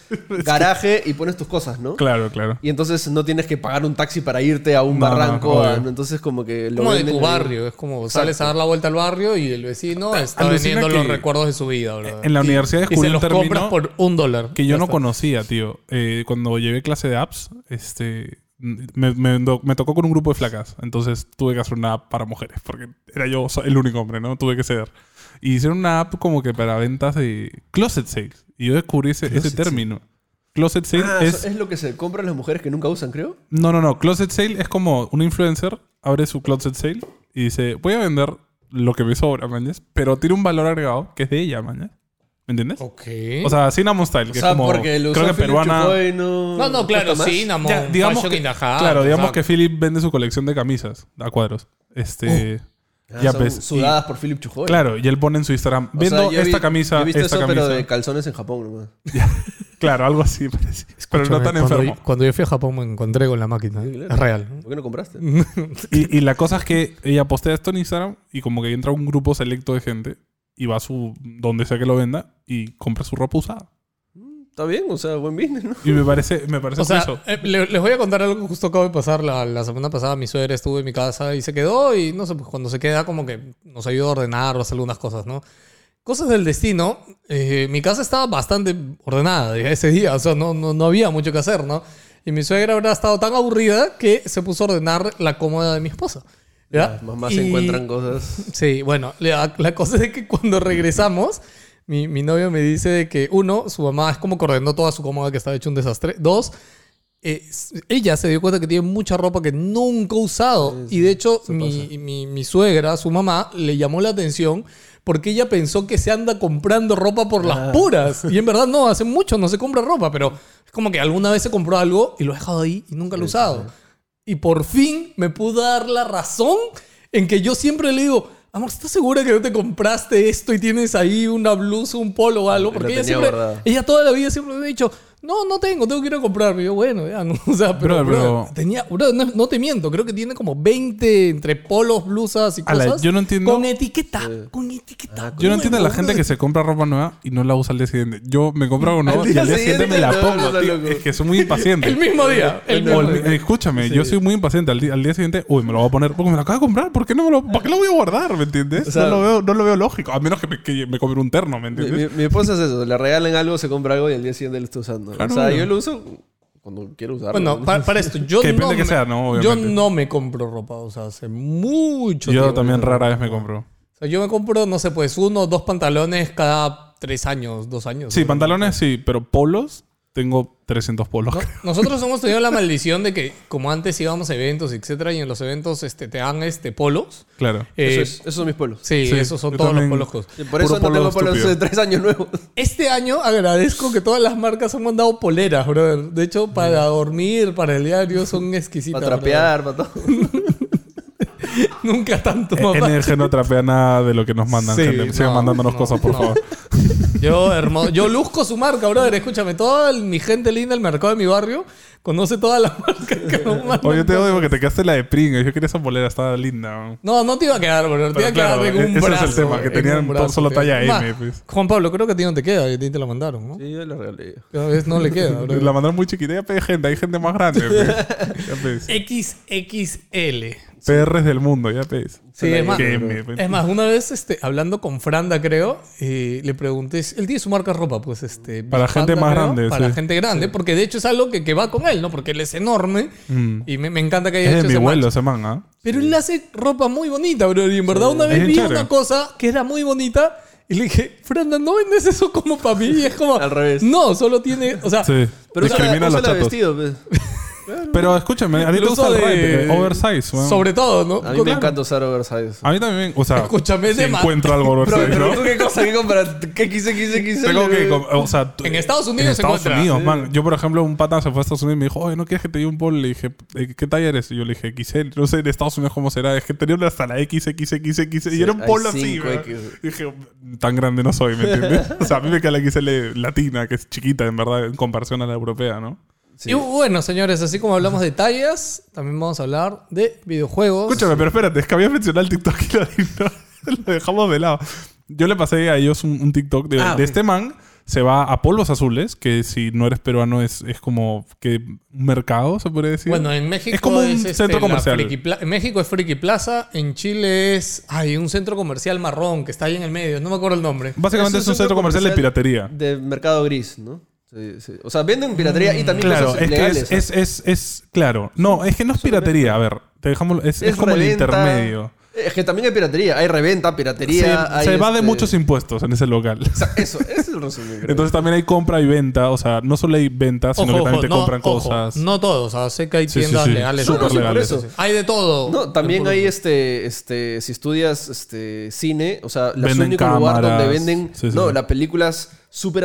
[SPEAKER 2] garaje y pones tus cosas, ¿no?
[SPEAKER 1] Claro, claro.
[SPEAKER 2] Y entonces no tienes que pagar un taxi para irte a un
[SPEAKER 1] No, no,
[SPEAKER 2] barranco.
[SPEAKER 1] obvio.
[SPEAKER 2] a- entonces, como que lo
[SPEAKER 3] como de
[SPEAKER 2] venden
[SPEAKER 3] tu
[SPEAKER 2] ahí.
[SPEAKER 3] barrio. Es como sales a dar la vuelta al barrio y el vecino está
[SPEAKER 1] Alucina
[SPEAKER 3] vendiendo
[SPEAKER 1] que
[SPEAKER 3] los recuerdos de su vida, bro.
[SPEAKER 1] En la universidad
[SPEAKER 3] y se
[SPEAKER 1] descubrí un
[SPEAKER 3] los compras
[SPEAKER 1] término
[SPEAKER 3] por un dólar.
[SPEAKER 1] que yo
[SPEAKER 3] Ya
[SPEAKER 1] no
[SPEAKER 3] está.
[SPEAKER 1] conocía, tío. Eh, cuando llevé clase de apps, este. Me, me- me tocó con un grupo de flacas, entonces tuve que hacer una app para mujeres, porque era yo so- el único hombre, ¿no? Tuve que ceder. Y hicieron una app como que para ventas de closet sales. Y yo descubrí ese, ese término. Closet sale
[SPEAKER 2] Ah,
[SPEAKER 1] es,
[SPEAKER 2] es... lo que se compran las mujeres que nunca usan, creo.
[SPEAKER 1] No, no, no. Closet sale es como un influencer abre su closet sale y dice, voy a vender lo que me sobra, mañas, pero tiene un valor agregado que es de ella, mañas. ¿Me entiendes?
[SPEAKER 3] Ok.
[SPEAKER 1] O sea, Cinnamon Style, que
[SPEAKER 2] O sea,
[SPEAKER 1] es como
[SPEAKER 2] porque lo
[SPEAKER 1] creo
[SPEAKER 2] usó
[SPEAKER 1] que
[SPEAKER 2] Philip
[SPEAKER 1] peruana.
[SPEAKER 2] Chupoy, no,
[SPEAKER 3] no, no, claro,
[SPEAKER 2] cuesta más.
[SPEAKER 3] Cinnamon,
[SPEAKER 1] Ya, digamos
[SPEAKER 3] Fashion
[SPEAKER 1] que,
[SPEAKER 3] in the House,
[SPEAKER 1] claro,
[SPEAKER 3] o
[SPEAKER 1] digamos
[SPEAKER 3] sea,
[SPEAKER 1] que Philip vende su colección de camisas a cuadros. Este,
[SPEAKER 2] Ah,
[SPEAKER 1] ya
[SPEAKER 2] son
[SPEAKER 1] pues,
[SPEAKER 2] Sudadas por Philip Chujoy.
[SPEAKER 1] y- claro, y él pone en su Instagram,
[SPEAKER 2] Oh. O sea,
[SPEAKER 1] vendo
[SPEAKER 2] yo he vi-
[SPEAKER 1] esta camisa,
[SPEAKER 2] yo he visto
[SPEAKER 1] esta
[SPEAKER 2] eso,
[SPEAKER 1] camisa.
[SPEAKER 2] pero de calzones en Japón nomás.
[SPEAKER 1] Claro, algo así parece. Pero no tan
[SPEAKER 3] cuando
[SPEAKER 1] enfermo.
[SPEAKER 3] Yo, cuando yo fui a Japón me encontré con la máquina. Es real.
[SPEAKER 2] ¿Por qué no compraste?
[SPEAKER 1] Y, y la cosa es que ella postea esto en Instagram y como que entra un grupo selecto de gente y va a su donde sea que lo venda y compra su ropa usada.
[SPEAKER 2] Está bien, o sea, buen business, ¿no?
[SPEAKER 1] Y me parece, me parece
[SPEAKER 3] O sea,
[SPEAKER 1] curioso.
[SPEAKER 3] eh, le- les voy a contar algo que justo acabo de pasar. La, la semana pasada mi suegra estuvo en mi casa y se quedó y no sé, pues cuando se queda como que nos ayudó a ordenar o hacer algunas cosas, ¿no? Cosas del destino, eh, mi casa estaba bastante ordenada ese día, o sea, no, no, no había mucho que hacer, ¿no? Y mi suegra habrá estado tan aburrida que se puso a ordenar la cómoda de mi esposa. ¿ya?
[SPEAKER 2] Las mamás
[SPEAKER 3] Y-
[SPEAKER 2] encuentran cosas.
[SPEAKER 3] Sí, bueno, la, la cosa es que cuando regresamos, mi, mi novio me dice de que, uno, su mamá es como que ordenó toda su cómoda que estaba hecho un desastre. Dos, eh, s- ella se dio cuenta que tiene mucha ropa que nunca ha usado. y de hecho, mi, mi- mi suegra, su mamá, le llamó la atención porque ella pensó que se anda comprando ropa por las puras. Y en verdad no, hace mucho no se compra ropa, pero es como que alguna vez se compró algo y lo ha dejado ahí y nunca lo ha usado. Y por fin me pudo dar la razón en que yo siempre le digo, amor, ¿estás segura que no te compraste esto y tienes ahí una blusa, un polo o algo?
[SPEAKER 2] Lo
[SPEAKER 3] Porque ella,
[SPEAKER 2] tenía
[SPEAKER 3] siempre,
[SPEAKER 2] guardado.
[SPEAKER 3] ella toda la vida siempre me ha dicho, no, no tengo, tengo que ir a comprarme. Y yo, bueno, ya, no, o sea, pero,
[SPEAKER 1] Brother,
[SPEAKER 3] brother,
[SPEAKER 1] pero-
[SPEAKER 3] tenía, brother, no, no te miento, creo que tiene como 20 entre polos, blusas y
[SPEAKER 1] Ala,
[SPEAKER 3] cosas.
[SPEAKER 1] yo no entiendo-
[SPEAKER 3] Con etiqueta, con etiqueta.
[SPEAKER 1] Yo no entiendo a la gente que se compra ropa nueva y no la usa al día siguiente. Yo me compro algo nuevo
[SPEAKER 2] Al
[SPEAKER 1] y
[SPEAKER 2] día
[SPEAKER 1] al día siguiente me la
[SPEAKER 2] siguiente, no,
[SPEAKER 1] pongo.
[SPEAKER 2] no,
[SPEAKER 1] tío.
[SPEAKER 2] loco.
[SPEAKER 1] Es que soy muy impaciente.
[SPEAKER 3] El mismo día. El
[SPEAKER 1] O
[SPEAKER 3] mismo
[SPEAKER 1] el-
[SPEAKER 3] día.
[SPEAKER 1] eh, escúchame, yo soy muy impaciente. Al, di- al día siguiente, uy, me lo voy a poner porque me lo acabo de comprar. ¿Por qué no me lo, ¿para qué lo voy a guardar? ¿Me entiendes?
[SPEAKER 2] O sea-
[SPEAKER 1] no, lo veo, no lo veo lógico. A menos que me, que me compre un terno, ¿me
[SPEAKER 2] Mi,
[SPEAKER 1] entiendes?
[SPEAKER 2] mi- mi esposa es eso, le regalan algo, se compra algo y al día siguiente lo está usando.
[SPEAKER 1] Claro.
[SPEAKER 2] o sea, yo lo uso cuando quiero usarlo.
[SPEAKER 3] Bueno, para, para esto, yo,
[SPEAKER 1] Que depende
[SPEAKER 3] no
[SPEAKER 1] que
[SPEAKER 3] me,
[SPEAKER 1] sea, ¿no?
[SPEAKER 3] yo
[SPEAKER 1] Obviamente.
[SPEAKER 3] no me compro ropa, o sea, hace mucho
[SPEAKER 1] yo
[SPEAKER 3] tiempo.
[SPEAKER 1] también rara vez me compro.
[SPEAKER 3] O sea, yo me compro, no sé, pues uno o dos pantalones cada tres años, dos años.
[SPEAKER 1] Sí,
[SPEAKER 3] ¿no?
[SPEAKER 1] pantalones sí, pero polos, tengo 300 polos. creo.
[SPEAKER 3] Nosotros hemos tenido la maldición de que, como antes íbamos a eventos, etcétera, y en los eventos este, te dan este, polos.
[SPEAKER 1] Claro.
[SPEAKER 3] Eh,
[SPEAKER 2] Eso es- esos son mis pueblos.
[SPEAKER 3] sí,
[SPEAKER 1] Sí,
[SPEAKER 3] esos son
[SPEAKER 1] yo
[SPEAKER 3] todos
[SPEAKER 1] también.
[SPEAKER 3] los polos. que uso.
[SPEAKER 2] Por eso
[SPEAKER 1] Puro
[SPEAKER 2] no tengo
[SPEAKER 1] polo
[SPEAKER 2] polos de
[SPEAKER 1] estúpido.
[SPEAKER 2] tres años nuevos.
[SPEAKER 3] Este año agradezco que todas las marcas han mandado poleras, brother. De hecho, para dormir, para el diario, son exquisitas.
[SPEAKER 2] Para trapear, para todo.
[SPEAKER 3] brother. Nunca tanto,
[SPEAKER 1] Eh,
[SPEAKER 3] papá.
[SPEAKER 1] NG no trapea nada de lo que nos mandan,
[SPEAKER 3] Sí,
[SPEAKER 1] gente. Sigan
[SPEAKER 3] no,
[SPEAKER 1] mandándonos
[SPEAKER 3] no,
[SPEAKER 1] cosas, por
[SPEAKER 3] no.
[SPEAKER 1] favor.
[SPEAKER 3] Yo, hermoso. Yo luzco su marca, brother. Escúchame, toda el- mi gente linda del mercado de mi barrio conoce todas las marcas que nos mandan.
[SPEAKER 1] Oye, te odio porque te quedaste la de Pringa. Yo quería esa polera, estaba linda. ¿no?
[SPEAKER 3] No, no te iba a quedar, brother. Te
[SPEAKER 1] Pero
[SPEAKER 3] iba a quedar
[SPEAKER 1] claro, e-,
[SPEAKER 3] en un
[SPEAKER 1] ese es el
[SPEAKER 3] brazo.
[SPEAKER 1] tema, que
[SPEAKER 3] en
[SPEAKER 1] tenían
[SPEAKER 3] un brazo,
[SPEAKER 1] solo
[SPEAKER 3] te-
[SPEAKER 1] talla M,
[SPEAKER 3] Ma,
[SPEAKER 1] pues.
[SPEAKER 3] Juan Pablo, creo que a ti no te queda. y A ti te la mandaron, ¿no?
[SPEAKER 2] Sí, yo lo regalé.
[SPEAKER 3] Cada vez no le queda, brother.
[SPEAKER 1] La mandaron muy chiquita. Ya pedí gente, hay gente más grande. pues. Ya pedí.
[SPEAKER 3] XXL.
[SPEAKER 1] PRs del mundo, ya pedís.
[SPEAKER 3] Sí, es más,
[SPEAKER 1] Que me-
[SPEAKER 3] Ah, es más, una vez este, hablando con Franda, creo, eh, le pregunté, él tiene su marca de ropa, pues este...
[SPEAKER 1] Para
[SPEAKER 3] Big
[SPEAKER 1] gente más grande,
[SPEAKER 3] Para
[SPEAKER 1] sí.
[SPEAKER 3] gente grande, porque de hecho es algo que, que va con él, ¿no? Porque él es enorme
[SPEAKER 1] Mm.
[SPEAKER 3] y me, me encanta que haya
[SPEAKER 1] Es
[SPEAKER 3] hecho
[SPEAKER 1] de mi
[SPEAKER 3] ese match.
[SPEAKER 1] abuelo ese man, ¿ah?
[SPEAKER 3] Pero él hace ropa muy bonita, bro. Y en verdad una
[SPEAKER 1] Es
[SPEAKER 3] vez
[SPEAKER 1] bien
[SPEAKER 3] vi
[SPEAKER 1] chévere.
[SPEAKER 3] una cosa que era muy bonita y le dije, Franda, ¿no vendes eso como para mí? Y es como...
[SPEAKER 2] Al revés.
[SPEAKER 3] No, solo tiene... O sea...
[SPEAKER 1] Sí.
[SPEAKER 2] Pero usa
[SPEAKER 1] discrimina a
[SPEAKER 2] usa
[SPEAKER 1] los
[SPEAKER 2] la
[SPEAKER 1] chatos.
[SPEAKER 2] vestido, pues.
[SPEAKER 1] Pero escúchame, a mí te
[SPEAKER 3] incluso
[SPEAKER 1] gusta el
[SPEAKER 3] de-
[SPEAKER 1] rape, eh, oversize, weón.
[SPEAKER 3] Sobre todo, ¿no?
[SPEAKER 2] A mí me
[SPEAKER 3] Claro.
[SPEAKER 2] encanta usar oversize.
[SPEAKER 1] A mí también, o sea,
[SPEAKER 3] Escúchame, es
[SPEAKER 1] si
[SPEAKER 3] de ma-
[SPEAKER 1] encuentro algo
[SPEAKER 2] Pero,
[SPEAKER 1] Ah, oversize,
[SPEAKER 2] pero
[SPEAKER 1] ¿no?
[SPEAKER 2] tú qué cosa, qué compras, qué quise, quise, quise.
[SPEAKER 1] Tengo que, com- o sea, tú-
[SPEAKER 3] En Estados Unidos
[SPEAKER 1] en
[SPEAKER 3] se
[SPEAKER 1] Estados
[SPEAKER 3] encuentra.
[SPEAKER 1] Unidos, man. Yo, por ejemplo, un pata se fue a Estados Unidos y me dijo, oye, ¿no quieres que te dé un bol? Le dije, "Eh, ¿qué talla eres? Y yo le dije, XL. No sé en Estados Unidos cómo será. Es que tenían hasta la XXXX. Y
[SPEAKER 2] Sí,
[SPEAKER 1] era un
[SPEAKER 2] hay
[SPEAKER 1] polo así,
[SPEAKER 2] cinco
[SPEAKER 1] weón.
[SPEAKER 2] X.
[SPEAKER 1] Y Dije, tan grande no soy, ¿me entiendes? o sea, a mí me queda la XL latina, que es chiquita, en verdad, en comparación a la europea, ¿no?
[SPEAKER 2] Sí.
[SPEAKER 3] Y bueno, señores, así como hablamos de tallas, también vamos a hablar de videojuegos.
[SPEAKER 1] Escúchame, pero espérate, es que habías mencionado el TikTok y lo, lo dejamos de lado. Yo le pasé a ellos un, un TikTok de,
[SPEAKER 2] Ah,
[SPEAKER 1] de
[SPEAKER 2] ok.
[SPEAKER 1] este man. Se va a polvos azules, que si no eres peruano es, es como que un mercado, se podría decir.
[SPEAKER 3] Bueno, en México
[SPEAKER 1] Es como un
[SPEAKER 3] este,
[SPEAKER 1] centro
[SPEAKER 3] la
[SPEAKER 1] comercial.
[SPEAKER 3] Friki Pla- en México es Friki Plaza, en Chile es hay un centro comercial marrón que está ahí en el medio, no me acuerdo el nombre.
[SPEAKER 1] Básicamente es un centro comercial, de piratería.
[SPEAKER 2] De mercado gris, ¿no? Sí, sí. O sea, venden piratería y también
[SPEAKER 1] Mm, Claro,
[SPEAKER 2] cosas
[SPEAKER 1] es que
[SPEAKER 2] legales.
[SPEAKER 1] es, es, es, es- claro. No, es que no es piratería. A ver, te dejamos, es, es como
[SPEAKER 2] reventa.
[SPEAKER 1] el intermedio.
[SPEAKER 2] Es que también hay piratería. Hay reventa,
[SPEAKER 1] Se,
[SPEAKER 2] piratería. hay
[SPEAKER 1] se va de
[SPEAKER 2] este-
[SPEAKER 1] muchos impuestos en ese local.
[SPEAKER 2] O sea, eso, ese es el resumen. creo.
[SPEAKER 1] Entonces también hay compra y venta. O sea, no solo hay venta, sino
[SPEAKER 3] Ojo,
[SPEAKER 1] que también
[SPEAKER 3] ojo,
[SPEAKER 1] te compran
[SPEAKER 3] ojo,
[SPEAKER 1] cosas.
[SPEAKER 3] No todos, o sea, sé que hay
[SPEAKER 1] Sí, sí,
[SPEAKER 3] tiendas
[SPEAKER 1] sí.
[SPEAKER 3] legales.
[SPEAKER 1] Súper
[SPEAKER 3] No, no, sí, por
[SPEAKER 1] legales.
[SPEAKER 3] eso. Hay de todo.
[SPEAKER 2] No, también
[SPEAKER 3] Por-
[SPEAKER 2] hay este, este, si estudias este cine, o sea, los
[SPEAKER 1] Venden
[SPEAKER 2] únicos lugares donde
[SPEAKER 1] cámaras.
[SPEAKER 2] venden,
[SPEAKER 1] Sí, sí,
[SPEAKER 2] no,
[SPEAKER 1] sí.
[SPEAKER 2] las películas súper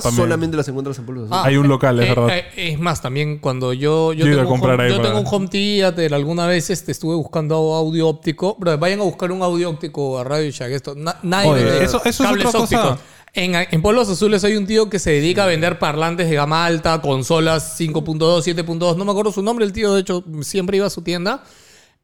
[SPEAKER 1] Ah, también.
[SPEAKER 2] solamente las encuentras en pueblos.
[SPEAKER 3] Ah,
[SPEAKER 1] hay un local, es
[SPEAKER 3] eh,
[SPEAKER 1] verdad.
[SPEAKER 3] eh, es más, también cuando yo,
[SPEAKER 1] Yo
[SPEAKER 3] yo,
[SPEAKER 1] iba a
[SPEAKER 3] tengo,
[SPEAKER 1] comprar
[SPEAKER 3] un home,
[SPEAKER 1] ahí
[SPEAKER 3] yo
[SPEAKER 1] para-
[SPEAKER 3] tengo un home theater, alguna vez este, estuve buscando audio óptico. Bro, vayan a buscar un audio óptico a Radio Shack. Esto, na- nadie
[SPEAKER 1] Oye,
[SPEAKER 3] vende
[SPEAKER 1] eso- eso es otra cosa.
[SPEAKER 3] En, en Pueblos Azules hay un tío que se dedica a vender parlantes de gama alta, consolas 5.2, 7.2. No me acuerdo su nombre, el tío, de hecho, siempre iba a su tienda.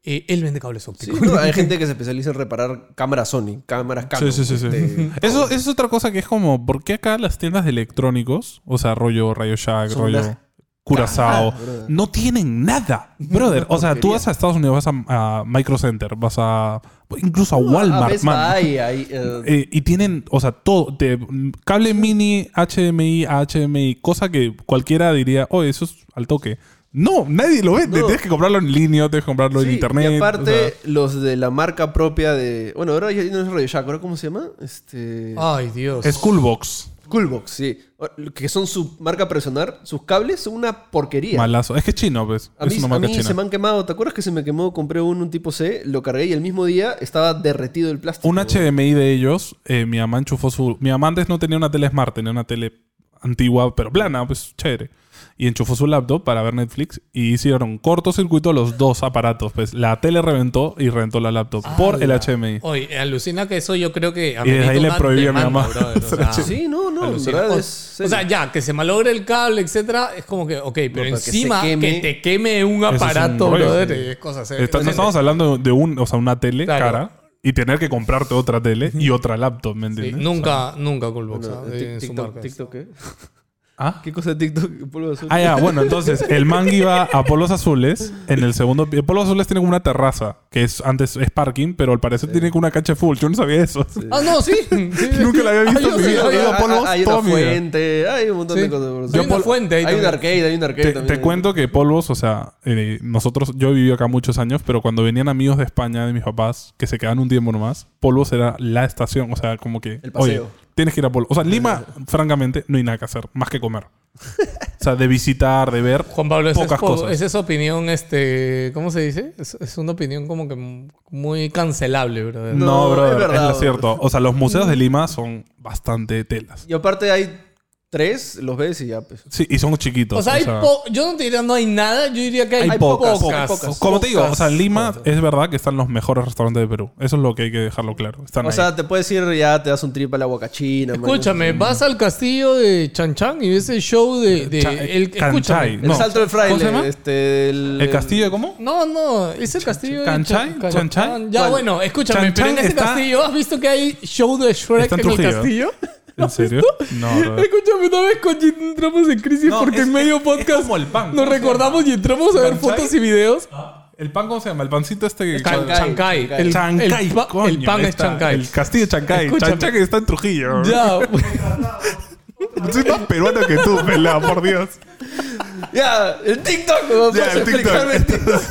[SPEAKER 3] Eh, él vende cables
[SPEAKER 2] Sí,
[SPEAKER 3] ópticos.
[SPEAKER 2] no, hay gente que se especializa en reparar cámaras Sony, cámaras Canon.
[SPEAKER 1] Sí, sí, sí. sí.
[SPEAKER 2] este,
[SPEAKER 1] Eso, eso es otra cosa que es como, ¿por qué acá las tiendas de electrónicos, o sea, rollo Rayo Shack,
[SPEAKER 2] Son
[SPEAKER 1] rollo
[SPEAKER 2] unas
[SPEAKER 1] Curazao,
[SPEAKER 2] cagadas, brother.
[SPEAKER 1] no tienen nada, brother? O sea, tú vas a Estados Unidos, vas a, a Micro Center, vas a incluso a
[SPEAKER 2] Ah,
[SPEAKER 1] Walmart,
[SPEAKER 2] Best
[SPEAKER 1] man.
[SPEAKER 2] Buy, ahí, eh,
[SPEAKER 1] Eh, y tienen, o sea, todo, de- mm, cable mini, HDMI, a HDMI, cosa que cualquiera diría, oye, eso es al toque. No, nadie lo vende,
[SPEAKER 2] No.
[SPEAKER 1] tienes que comprarlo en línea, tienes que comprarlo en
[SPEAKER 2] sí,
[SPEAKER 1] internet.
[SPEAKER 2] Y aparte,
[SPEAKER 1] o sea,
[SPEAKER 2] los de la marca propia de. Bueno, ahora ya no es Radio Shack, ¿ahora cómo se llama? Este.
[SPEAKER 3] Ay, Dios.
[SPEAKER 1] es Coolbox,
[SPEAKER 2] Coolbox, sí. Que son su marca personal. Sus cables son una porquería.
[SPEAKER 1] malazo. Es que es chino, pues.
[SPEAKER 2] A mí,
[SPEAKER 1] es una
[SPEAKER 2] a
[SPEAKER 1] marca
[SPEAKER 2] mí
[SPEAKER 1] china.
[SPEAKER 2] se me han quemado. ¿Te acuerdas que se me quemó? Compré uno, un tipo C, lo cargué y el mismo día estaba derretido el plástico.
[SPEAKER 1] Un HDMI de ellos, eh, mi mamá enchufó su. Mi mamá antes no tenía una tele smart, tenía una tele antigua, pero plana, pues chévere. Y enchufó su laptop para ver Netflix y hicieron cortocircuito los dos aparatos. Pues la tele reventó y reventó la laptop
[SPEAKER 2] Ah,
[SPEAKER 1] por el
[SPEAKER 3] Ala.
[SPEAKER 1] HDMI.
[SPEAKER 3] Oye, alucina que eso yo creo que.
[SPEAKER 1] Y desde ahí le prohibí
[SPEAKER 3] prohibía
[SPEAKER 1] a mi mamá.
[SPEAKER 2] Ah. Sí, no, no, en
[SPEAKER 3] Alucina.
[SPEAKER 2] verdad
[SPEAKER 3] O,
[SPEAKER 2] es
[SPEAKER 3] o sea, ya, que se malogre el cable, etcétera, es como que, ok, pero
[SPEAKER 2] pero que se
[SPEAKER 3] encima que,
[SPEAKER 2] queme.
[SPEAKER 3] te queme un
[SPEAKER 1] es un
[SPEAKER 3] aparato,
[SPEAKER 1] rollo,
[SPEAKER 3] brother,
[SPEAKER 1] sí.
[SPEAKER 3] es cosa seria.
[SPEAKER 1] Está- no
[SPEAKER 3] Entonces,
[SPEAKER 1] estamos hablando de un, o sea, una tele
[SPEAKER 3] Claro.
[SPEAKER 1] cara y tener que comprarte otra tele y otra laptop, ¿me
[SPEAKER 3] sí,
[SPEAKER 1] entiendes?
[SPEAKER 3] nunca, nunca Coolbox.
[SPEAKER 2] No,
[SPEAKER 3] ¿ah?
[SPEAKER 2] tic-
[SPEAKER 3] en su
[SPEAKER 2] TikTok,
[SPEAKER 3] marca.
[SPEAKER 2] TikTok, ¿qué?
[SPEAKER 1] ¿Ah?
[SPEAKER 2] ¿Qué cosa de TikTok? Polvo azul.
[SPEAKER 1] Ah, ya, bueno, entonces el man iba a Polos Azules en el segundo pi- Polos Azules tiene como una terraza, que es antes es parking, pero al parecer tiene como una cancha de fútbol. Yo no sabía eso.
[SPEAKER 3] Ah, no, sí. sí.
[SPEAKER 1] Nunca la había visto
[SPEAKER 3] yo
[SPEAKER 1] en mi
[SPEAKER 3] sí
[SPEAKER 1] vida.
[SPEAKER 3] la
[SPEAKER 1] He ido
[SPEAKER 3] había-
[SPEAKER 1] a Polvos
[SPEAKER 2] hay
[SPEAKER 1] toda
[SPEAKER 2] una
[SPEAKER 1] mi vida.
[SPEAKER 2] fuente, hay un montón
[SPEAKER 3] Sí.
[SPEAKER 2] de cosas.
[SPEAKER 3] Hay una fuente ahí
[SPEAKER 2] Hay un
[SPEAKER 3] también.
[SPEAKER 2] arcade, hay un arcade
[SPEAKER 1] Te, te
[SPEAKER 2] también.
[SPEAKER 1] cuento que Polvos, o sea, eh, nosotros, yo he vivido acá muchos años, pero cuando venían amigos de España, de mis papás, que se quedaban un tiempo nomás, Polvos era la estación, o sea, como que.
[SPEAKER 2] El paseo.
[SPEAKER 1] Oye, tienes que ir a Polvos. O sea, en Lima, francamente, no hay nada que hacer, más que comer. O sea, de visitar, de ver.
[SPEAKER 3] Juan Pablo, esa es,
[SPEAKER 1] Pocas
[SPEAKER 3] po-
[SPEAKER 1] cosas.
[SPEAKER 3] esa es opinión, este, ¿cómo se dice? Es, es una opinión como que m- muy cancelable, brother.
[SPEAKER 1] No,
[SPEAKER 2] No, es
[SPEAKER 1] brother, es,
[SPEAKER 2] verdad,
[SPEAKER 1] lo
[SPEAKER 2] brother.
[SPEAKER 1] cierto. O sea, los museos de Lima son bastante telas.
[SPEAKER 2] Y aparte hay tres, los ves y ya, pues.
[SPEAKER 1] Sí, y son chiquitos.
[SPEAKER 3] O sea, hay po- yo no te diría no hay nada, yo diría que hay,
[SPEAKER 1] hay
[SPEAKER 3] pocas.
[SPEAKER 1] pocas.
[SPEAKER 2] pocas,
[SPEAKER 1] Como te digo, o sea, en Lima es verdad que están los mejores restaurantes de Perú. Eso es lo que hay que dejarlo claro. Están
[SPEAKER 2] O
[SPEAKER 1] ahí.
[SPEAKER 2] sea, te puedes ir ya, te das un trip a la guacachina. man.
[SPEAKER 3] Escúchame, vas al castillo de Chan Chan y ves el show de. de
[SPEAKER 1] Eh, Cha-
[SPEAKER 3] el,
[SPEAKER 1] Canchai,
[SPEAKER 3] escúchame.
[SPEAKER 2] El
[SPEAKER 1] no.
[SPEAKER 2] salto del
[SPEAKER 1] ¿Cómo se
[SPEAKER 2] fraile.
[SPEAKER 1] llama?
[SPEAKER 2] Este, el,
[SPEAKER 1] ¿El castillo de cómo?
[SPEAKER 3] No, no, es el castillo de.
[SPEAKER 1] ¿Canchai?
[SPEAKER 3] Chan- Chan-
[SPEAKER 1] ¿Chanchai?
[SPEAKER 3] Ya,
[SPEAKER 2] ¿Cuál?
[SPEAKER 3] bueno,
[SPEAKER 1] Chan
[SPEAKER 3] escúchame, pero en
[SPEAKER 1] Chan
[SPEAKER 3] ese
[SPEAKER 1] está-
[SPEAKER 3] castillo, ¿has visto que hay show de Shrek
[SPEAKER 1] Está
[SPEAKER 3] en,
[SPEAKER 1] en
[SPEAKER 3] el
[SPEAKER 1] Trujillo.
[SPEAKER 3] castillo?
[SPEAKER 1] ¿En serio? No, brother.
[SPEAKER 3] Escúchame, una vez con Jin entramos en crisis
[SPEAKER 1] No,
[SPEAKER 3] porque
[SPEAKER 1] es-
[SPEAKER 3] en medio
[SPEAKER 1] es- es
[SPEAKER 3] podcast
[SPEAKER 1] como el pan, ¿no?
[SPEAKER 3] nos recordamos y entramos a ver
[SPEAKER 1] ¿Canchai?
[SPEAKER 3] fotos y videos.
[SPEAKER 1] ¿El pan cómo se llama? El pancito este. que-
[SPEAKER 2] Chancay.
[SPEAKER 3] Chancay.
[SPEAKER 2] Chancay.
[SPEAKER 3] El, el
[SPEAKER 1] Chancay,
[SPEAKER 3] pa-
[SPEAKER 1] coño,
[SPEAKER 3] el pan
[SPEAKER 1] ahí
[SPEAKER 3] es
[SPEAKER 1] está.
[SPEAKER 3] Chancay.
[SPEAKER 1] El castillo de Chancay.
[SPEAKER 3] Escúchame.
[SPEAKER 1] Chancay está en Trujillo.
[SPEAKER 3] Ya.
[SPEAKER 1] Soy más peruano que tú, pelado, por Dios.
[SPEAKER 2] Ya, el TikTok. ¿no?
[SPEAKER 1] Ya,
[SPEAKER 2] Puedes
[SPEAKER 1] el TikTok.
[SPEAKER 2] explicarme el TikTok.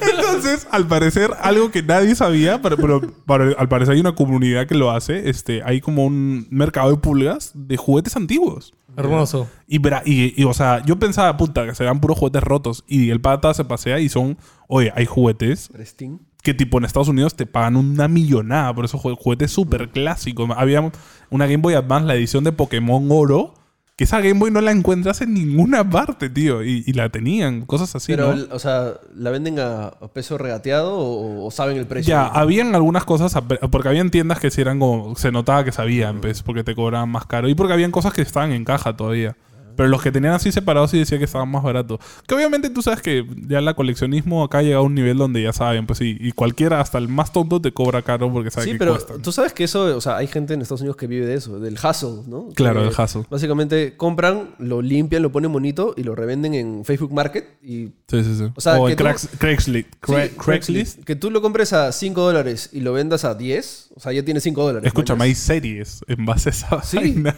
[SPEAKER 1] Entonces, al parecer, algo que nadie sabía, pero, pero para- al parecer hay una comunidad que lo hace, este, hay como un mercado de pulgas de juguetes antiguos.
[SPEAKER 3] Hermoso.
[SPEAKER 1] Y, verá- y, y, o sea, yo pensaba, puta, que serán puros juguetes rotos. Y el pata se pasea y son, oye, hay juguetes
[SPEAKER 2] Prestín.
[SPEAKER 1] que tipo en Estados Unidos te pagan una millonada por esos jue- juguetes súper clásicos. Había una Game Boy Advance, la edición de Pokémon Oro, que esa Game Boy no la encuentras en ninguna parte, tío. Y, y la tenían, cosas así.
[SPEAKER 2] Pero,
[SPEAKER 1] ¿no?
[SPEAKER 2] el- o sea, ¿la venden a a peso regateado o, o saben el precio?
[SPEAKER 1] Ya, ah, habían algunas cosas, apre- porque habían tiendas que sí eran como, se notaba que sabían, pues, porque te cobraban más caro. Y porque habían cosas que estaban en caja todavía. Pero los que tenían así separados sí decía que estaban más baratos. Que obviamente tú sabes que ya el coleccionismo acá ha llegado a un nivel donde ya saben, pues sí. Y cualquiera, hasta el más tonto, te cobra caro porque sabe
[SPEAKER 2] Sí,
[SPEAKER 1] que
[SPEAKER 2] pero
[SPEAKER 1] cuestan.
[SPEAKER 2] tú sabes que eso, o sea, hay gente en Estados Unidos que vive de eso, del hustle, ¿no?
[SPEAKER 1] Claro,
[SPEAKER 2] Que
[SPEAKER 1] del hustle.
[SPEAKER 2] Básicamente compran, lo limpian, lo ponen bonito y lo revenden en Facebook Market y...
[SPEAKER 1] Sí, sí, sí.
[SPEAKER 2] O sea,
[SPEAKER 1] O
[SPEAKER 2] que
[SPEAKER 1] en
[SPEAKER 2] tú-
[SPEAKER 1] Cracks- Craigslist. Cra-
[SPEAKER 2] Sí,
[SPEAKER 1] Craigslist.
[SPEAKER 2] Que tú lo compres a 5 dólares y lo vendas a 10, o sea, ya tienes 5 dólares.
[SPEAKER 1] Escúchame, hay
[SPEAKER 2] mañas.
[SPEAKER 1] series en base a esa
[SPEAKER 2] Sí.
[SPEAKER 1] vaina.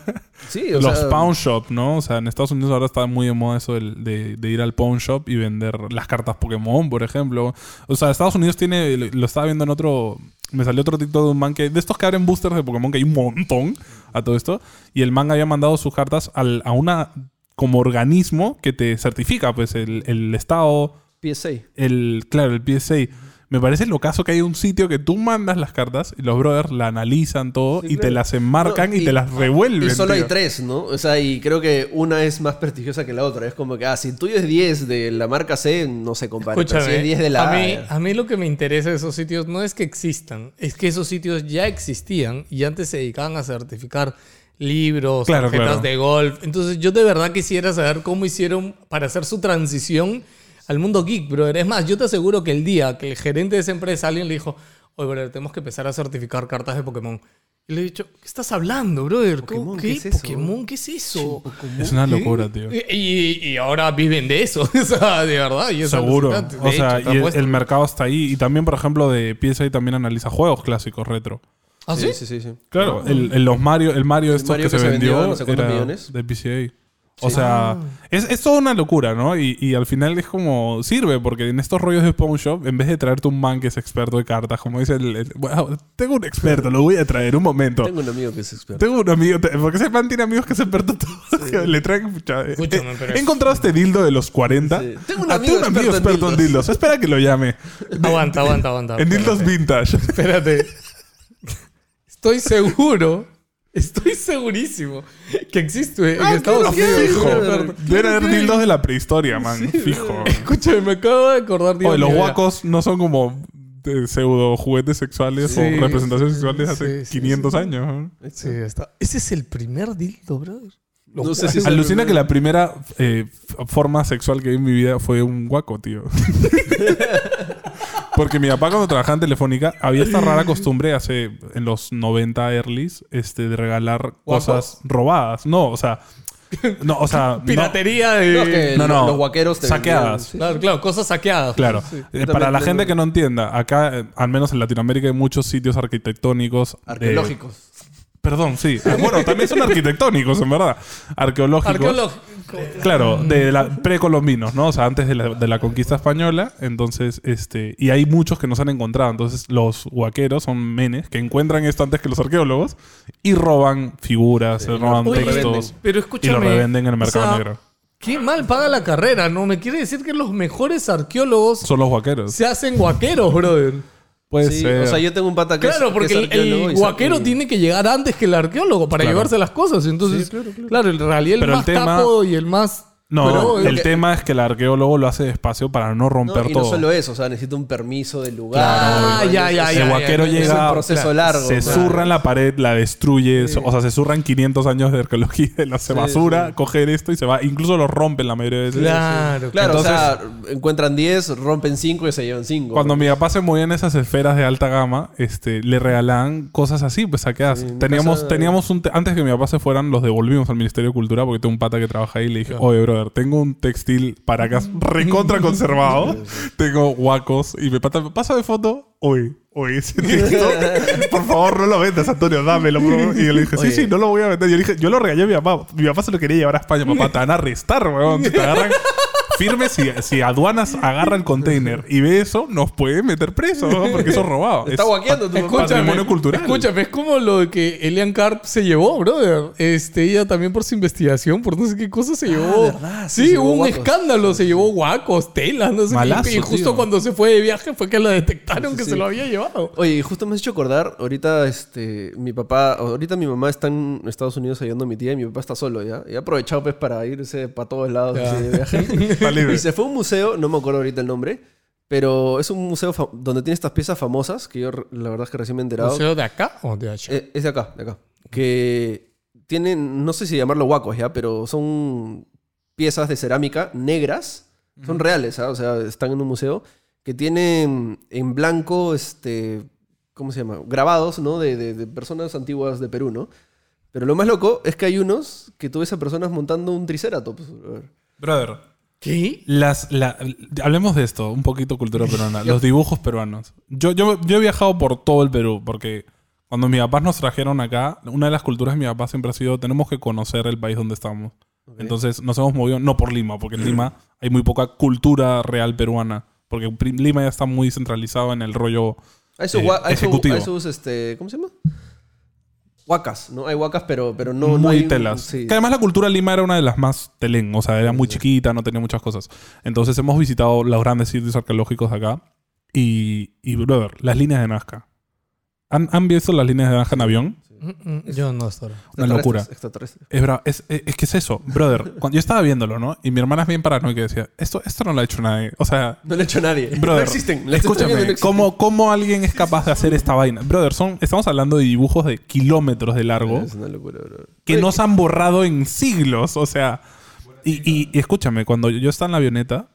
[SPEAKER 2] Sí, o
[SPEAKER 1] Los
[SPEAKER 2] sea,
[SPEAKER 1] pawn shop, ¿no? O sea, en Estados Unidos ahora está muy de moda eso del- de, de ir al pawn shop y vender las cartas Pokémon, por ejemplo. O sea, Estados Unidos tiene, lo estaba viendo en otro, me salió otro TikTok de un man que, de estos que abren boosters de Pokémon, que hay un montón a todo esto, y el man había mandado sus cartas al- a una, como organismo que te certifica, pues, el, el estado,
[SPEAKER 2] PSA.
[SPEAKER 1] el, claro, el PSA. Me parece lo caso que hay un sitio que tú mandas las cartas y los brothers la analizan todo
[SPEAKER 2] Sí,
[SPEAKER 1] y te
[SPEAKER 2] claro.
[SPEAKER 1] las enmarcan
[SPEAKER 2] No,
[SPEAKER 1] y,
[SPEAKER 2] y-
[SPEAKER 1] te las revuelven.
[SPEAKER 2] Y solo hay
[SPEAKER 1] tío.
[SPEAKER 2] tres, ¿no? O sea, y creo que una es más prestigiosa que la otra. Es como que, ah, si el tuyo es 10 de la marca C, no se compara. pero
[SPEAKER 3] Escúchame,
[SPEAKER 2] si es 10 de la
[SPEAKER 3] a, mí,
[SPEAKER 2] A,
[SPEAKER 3] a mí lo que me interesa de esos sitios no es que existan, es que esos sitios ya existían y antes se dedicaban a certificar libros,
[SPEAKER 1] Claro,
[SPEAKER 3] tarjetas
[SPEAKER 1] claro.
[SPEAKER 3] de golf. Entonces yo de verdad quisiera saber cómo hicieron para hacer su transición al mundo geek, brother. Es más, yo te aseguro que el día que el gerente de esa empresa alguien le dijo, oye, brother, tenemos que empezar a certificar cartas de Pokémon. Y le he dicho, ¿qué estás hablando, brother? ¿Cómo-
[SPEAKER 2] Pokémon,
[SPEAKER 3] ¿qué?
[SPEAKER 2] ¿qué es eso?
[SPEAKER 3] ¿Pokémon? ¿Qué es eso?
[SPEAKER 1] Es una locura, tío.
[SPEAKER 3] Y, y- y ahora viven de eso, o sea, de verdad. Y es
[SPEAKER 1] Seguro.
[SPEAKER 3] alucinante. De
[SPEAKER 1] O sea,
[SPEAKER 3] hecho,
[SPEAKER 1] y
[SPEAKER 3] te
[SPEAKER 1] el,
[SPEAKER 3] apuesto.
[SPEAKER 1] el mercado está ahí. Y también, por ejemplo, de PSI también analiza juegos clásicos retro.
[SPEAKER 3] ¿Ah, sí?
[SPEAKER 2] Sí, sí, sí. sí.
[SPEAKER 1] Claro, el, el- los Mario, el Mario estos
[SPEAKER 2] Mario
[SPEAKER 1] que, se vendió,
[SPEAKER 2] a no sé cuántos
[SPEAKER 1] era
[SPEAKER 2] millones.
[SPEAKER 1] de PCA. O sea,
[SPEAKER 3] Ah.
[SPEAKER 1] es, es toda una locura, ¿no? Y, y al final es como, sirve, porque en estos rollos de Spawn Shop, en vez de traerte un man que es experto de cartas, como dice el... el- bueno, tengo un experto, lo voy a traer, un momento.
[SPEAKER 2] Tengo un amigo que es experto.
[SPEAKER 1] Tengo un amigo, te- porque ese man tiene amigos que se experto todo. Le traen. pucha, eh,
[SPEAKER 3] Escúchame,
[SPEAKER 1] eh,
[SPEAKER 3] pero
[SPEAKER 1] he
[SPEAKER 3] es-
[SPEAKER 1] encontrado este dildo de los 40.
[SPEAKER 2] Sí. Tengo un
[SPEAKER 1] Ah,
[SPEAKER 2] amigo experto en
[SPEAKER 1] experto en
[SPEAKER 2] dildos.
[SPEAKER 1] dildos. Espera que lo llame.
[SPEAKER 3] Aguanta, aguanta, aguanta.
[SPEAKER 1] En dildos
[SPEAKER 3] espérate.
[SPEAKER 1] vintage.
[SPEAKER 3] Espérate. Estoy seguro, estoy segurísimo que existe en
[SPEAKER 2] Ah,
[SPEAKER 3] Estados
[SPEAKER 2] claro que
[SPEAKER 3] Unidos.
[SPEAKER 2] hay,
[SPEAKER 1] Fijo.
[SPEAKER 2] brother.
[SPEAKER 1] Deben haber dildos de la prehistoria, man. Fijo.
[SPEAKER 3] Escúchame, me acabo de acordar. Dios
[SPEAKER 1] Oye, los
[SPEAKER 3] mío, ya.
[SPEAKER 1] guacos no son como eh, pseudo juguetes sexuales
[SPEAKER 3] Sí,
[SPEAKER 1] o representaciones sexuales hace
[SPEAKER 3] sí, sí,
[SPEAKER 1] 500 años. ¿no?
[SPEAKER 3] Sí, este, está. Ese es el primer dildo, brother. Lo
[SPEAKER 2] No sé
[SPEAKER 3] cual-
[SPEAKER 2] si es el
[SPEAKER 1] Alucina que
[SPEAKER 2] primero.
[SPEAKER 1] la primera eh, f- forma sexual que vi en mi vida fue un guaco, tío. Porque mi papá cuando trabajaba en Telefónica había esta rara costumbre hace en los 90 earlys este, de regalar
[SPEAKER 3] ¿Guacos?
[SPEAKER 1] cosas robadas. No, o sea, no, o sea, no.
[SPEAKER 3] Piratería de.
[SPEAKER 2] No, es que
[SPEAKER 1] No, no.
[SPEAKER 2] los guaqueros te
[SPEAKER 1] Saqueadas.
[SPEAKER 2] vendían-
[SPEAKER 3] Claro, claro, cosas saqueadas.
[SPEAKER 1] Claro. Eh, para
[SPEAKER 2] también
[SPEAKER 1] la
[SPEAKER 2] tengo-
[SPEAKER 1] gente que no entienda, acá, eh, al menos en Latinoamérica, hay muchos sitios arquitectónicos. eh,
[SPEAKER 2] Arqueológicos.
[SPEAKER 1] perdón, sí. Ah, Bueno, también son arquitectónicos, en verdad. Arqueológicos.
[SPEAKER 3] Arqueológico.
[SPEAKER 1] Claro, de la precolombinos, ¿no? O sea, antes de la, de la conquista española. Entonces, este. Y hay muchos que nos han encontrado. Entonces, los huaqueros son menes que encuentran esto antes que los arqueólogos y roban figuras, eh, roban
[SPEAKER 2] Oye,
[SPEAKER 1] textos.
[SPEAKER 2] revenden.
[SPEAKER 3] Pero
[SPEAKER 1] Y
[SPEAKER 3] escúchame.
[SPEAKER 1] lo revenden en el mercado
[SPEAKER 3] o sea,
[SPEAKER 1] negro.
[SPEAKER 3] Qué mal paga la carrera, ¿no? Me quiere decir que los mejores arqueólogos
[SPEAKER 1] Son los huaqueros.
[SPEAKER 3] se hacen guaqueros, brother.
[SPEAKER 1] Puede
[SPEAKER 2] Sí,
[SPEAKER 1] ser.
[SPEAKER 2] o sea, yo tengo un pata que es-
[SPEAKER 3] Claro,
[SPEAKER 2] que
[SPEAKER 3] porque
[SPEAKER 2] es
[SPEAKER 3] el, el
[SPEAKER 2] arqueólogo y sa-
[SPEAKER 3] guaquero
[SPEAKER 2] y-
[SPEAKER 3] tiene que llegar antes que el arqueólogo para
[SPEAKER 1] Claro.
[SPEAKER 3] llevarse las cosas. Entonces, claro, en realidad el
[SPEAKER 1] Pero el
[SPEAKER 3] más
[SPEAKER 1] tema-
[SPEAKER 3] capo y el más.
[SPEAKER 1] No,
[SPEAKER 3] pero,
[SPEAKER 1] el
[SPEAKER 3] eh,
[SPEAKER 1] tema es que el arqueólogo lo hace despacio para no
[SPEAKER 2] No,
[SPEAKER 1] romper
[SPEAKER 2] y no
[SPEAKER 1] todo.
[SPEAKER 2] solo eso, o sea, necesita un permiso del lugar.
[SPEAKER 3] Ah,
[SPEAKER 2] ¿no?
[SPEAKER 3] ya,
[SPEAKER 2] Es-
[SPEAKER 3] ya,
[SPEAKER 1] el
[SPEAKER 3] ya. ya,
[SPEAKER 1] guaquero
[SPEAKER 3] ya.
[SPEAKER 1] llega-
[SPEAKER 2] Es un
[SPEAKER 1] Claro.
[SPEAKER 2] proceso largo.
[SPEAKER 1] se
[SPEAKER 2] ¿no?
[SPEAKER 1] zurra en la pared, la destruye, so- o sea, se zurran 500 años de arqueología, la hace basura, coge esto y se va. Incluso lo rompen la mayoría de veces.
[SPEAKER 3] Claro,
[SPEAKER 2] Claro,
[SPEAKER 3] claro.
[SPEAKER 2] o sea, encuentran 10, rompen 5 y se llevan 5.
[SPEAKER 1] Cuando mi papá se movía en esas esferas de alta gama, este, le regalaban cosas así, pues saqueadas. teníamos, teníamos un te- antes que mi papá se fueran, los devolvimos al Ministerio de Cultura porque tengo un pata que trabaja ahí y le dije, oye, brother, tengo un textil para acá recontra conservado, tengo guacos y mi pata, pasa de foto, oye, oye, ese texto, por favor, no lo vendas, Antonio, dámelo. por favor". Y yo le dije, sí, sí, no lo voy a vender. Yo le dije, yo lo regalé a mi papá, mi papá se lo quería llevar a España, papá, te van a arrestar, weón, si te agarran firme si, si aduanas agarra el container y ve eso, nos puede meter preso, ¿no? porque eso es robado.
[SPEAKER 2] Está
[SPEAKER 1] Es
[SPEAKER 2] guaqueando tu papá.
[SPEAKER 1] Escucha, patrimonio cultural.
[SPEAKER 3] Escúchame, es como lo que Elian Carp se llevó, brother. Este, ella también por su investigación, por no sé qué cosa se llevó.
[SPEAKER 2] Ah, ¿verdad?
[SPEAKER 3] Sí,
[SPEAKER 2] Sí, se
[SPEAKER 3] hubo
[SPEAKER 2] llevó
[SPEAKER 3] un
[SPEAKER 2] guacos.
[SPEAKER 3] escándalo, se llevó guacos, telas, no sé
[SPEAKER 1] Malazo,
[SPEAKER 3] qué. Y justo
[SPEAKER 1] tío.
[SPEAKER 3] cuando se fue de viaje fue que lo detectaron que
[SPEAKER 2] sí.
[SPEAKER 3] se lo había llevado.
[SPEAKER 2] Oye, y justo me has hecho acordar, ahorita este, mi papá, ahorita mi mamá está en Estados Unidos ayudando a mi tía y mi papá está solo, ¿ya? Y ha aprovechado pues para irse para todos lados
[SPEAKER 3] Ya.
[SPEAKER 2] así, de viaje.
[SPEAKER 1] Está libre.
[SPEAKER 2] y se fue a un museo, no me acuerdo ahorita el nombre, pero es un museo fa- donde tiene estas piezas famosas que yo re- la verdad es que recién me he enterado.
[SPEAKER 3] ¿Museo de acá o de allá?
[SPEAKER 2] Eh, es de acá, de acá. Que tienen, no sé si llamarlo guacos ya, pero son piezas de cerámica negras. Son reales, ¿ah? o sea, están en un museo que tienen en blanco, este, ¿cómo se llama? Grabados, ¿no? De, de- de personas antiguas de Perú, ¿no? Pero lo más loco es que hay unos que tú ves a personas montando un triceratops. A ver.
[SPEAKER 1] Brother,
[SPEAKER 3] ¿Qué?
[SPEAKER 1] las, la- hablemos de esto, un poquito cultura peruana, los dibujos peruanos. Yo, yo, yo he viajado por todo el Perú porque cuando mis papás nos trajeron acá, una de las culturas de mi papá siempre ha sido tenemos que conocer el país donde estamos. Entonces nos hemos movido, no por Lima, porque en Lima hay muy poca cultura real peruana. Porque pri- Lima ya está muy centralizado en el rollo
[SPEAKER 2] Hay sus,
[SPEAKER 1] Eh,
[SPEAKER 2] gua- hay sus-
[SPEAKER 1] ejecutivo.
[SPEAKER 2] hay sus, este, ¿cómo se llama? Huacas, ¿no? Hay huacas, pero, pero no... no
[SPEAKER 1] muy
[SPEAKER 2] hay un-
[SPEAKER 1] telas.
[SPEAKER 2] sí.
[SPEAKER 1] Que además la cultura Lima era una de las más telén, o sea, era muy chiquita, no tenía muchas cosas. Entonces hemos visitado los grandes sitios arqueológicos de acá y, y brother, las líneas de Nazca. ¿Han, han visto las líneas de Nazca en avión?
[SPEAKER 3] Mm, mm, Yo no estoy.
[SPEAKER 1] Una locura.
[SPEAKER 2] Extraterrestres.
[SPEAKER 1] Es, bra- es, es- es que es eso, brother. Cuando yo estaba viéndolo, ¿no? Y mi hermana es bien paranoica y decía, esto, esto no lo ha hecho nadie. O sea,
[SPEAKER 2] No lo ha hecho nadie.
[SPEAKER 1] Brother,
[SPEAKER 2] no existen. Las estoy
[SPEAKER 1] escúchame,
[SPEAKER 2] viendo, no existen.
[SPEAKER 1] ¿cómo, ¿cómo alguien es capaz de hacer esta vaina? Brother, son, estamos hablando de dibujos de kilómetros de largo.
[SPEAKER 2] Es una locura, bro.
[SPEAKER 1] que no se han borrado en siglos. O sea, y, y- y escúchame, cuando yo estaba en la avioneta,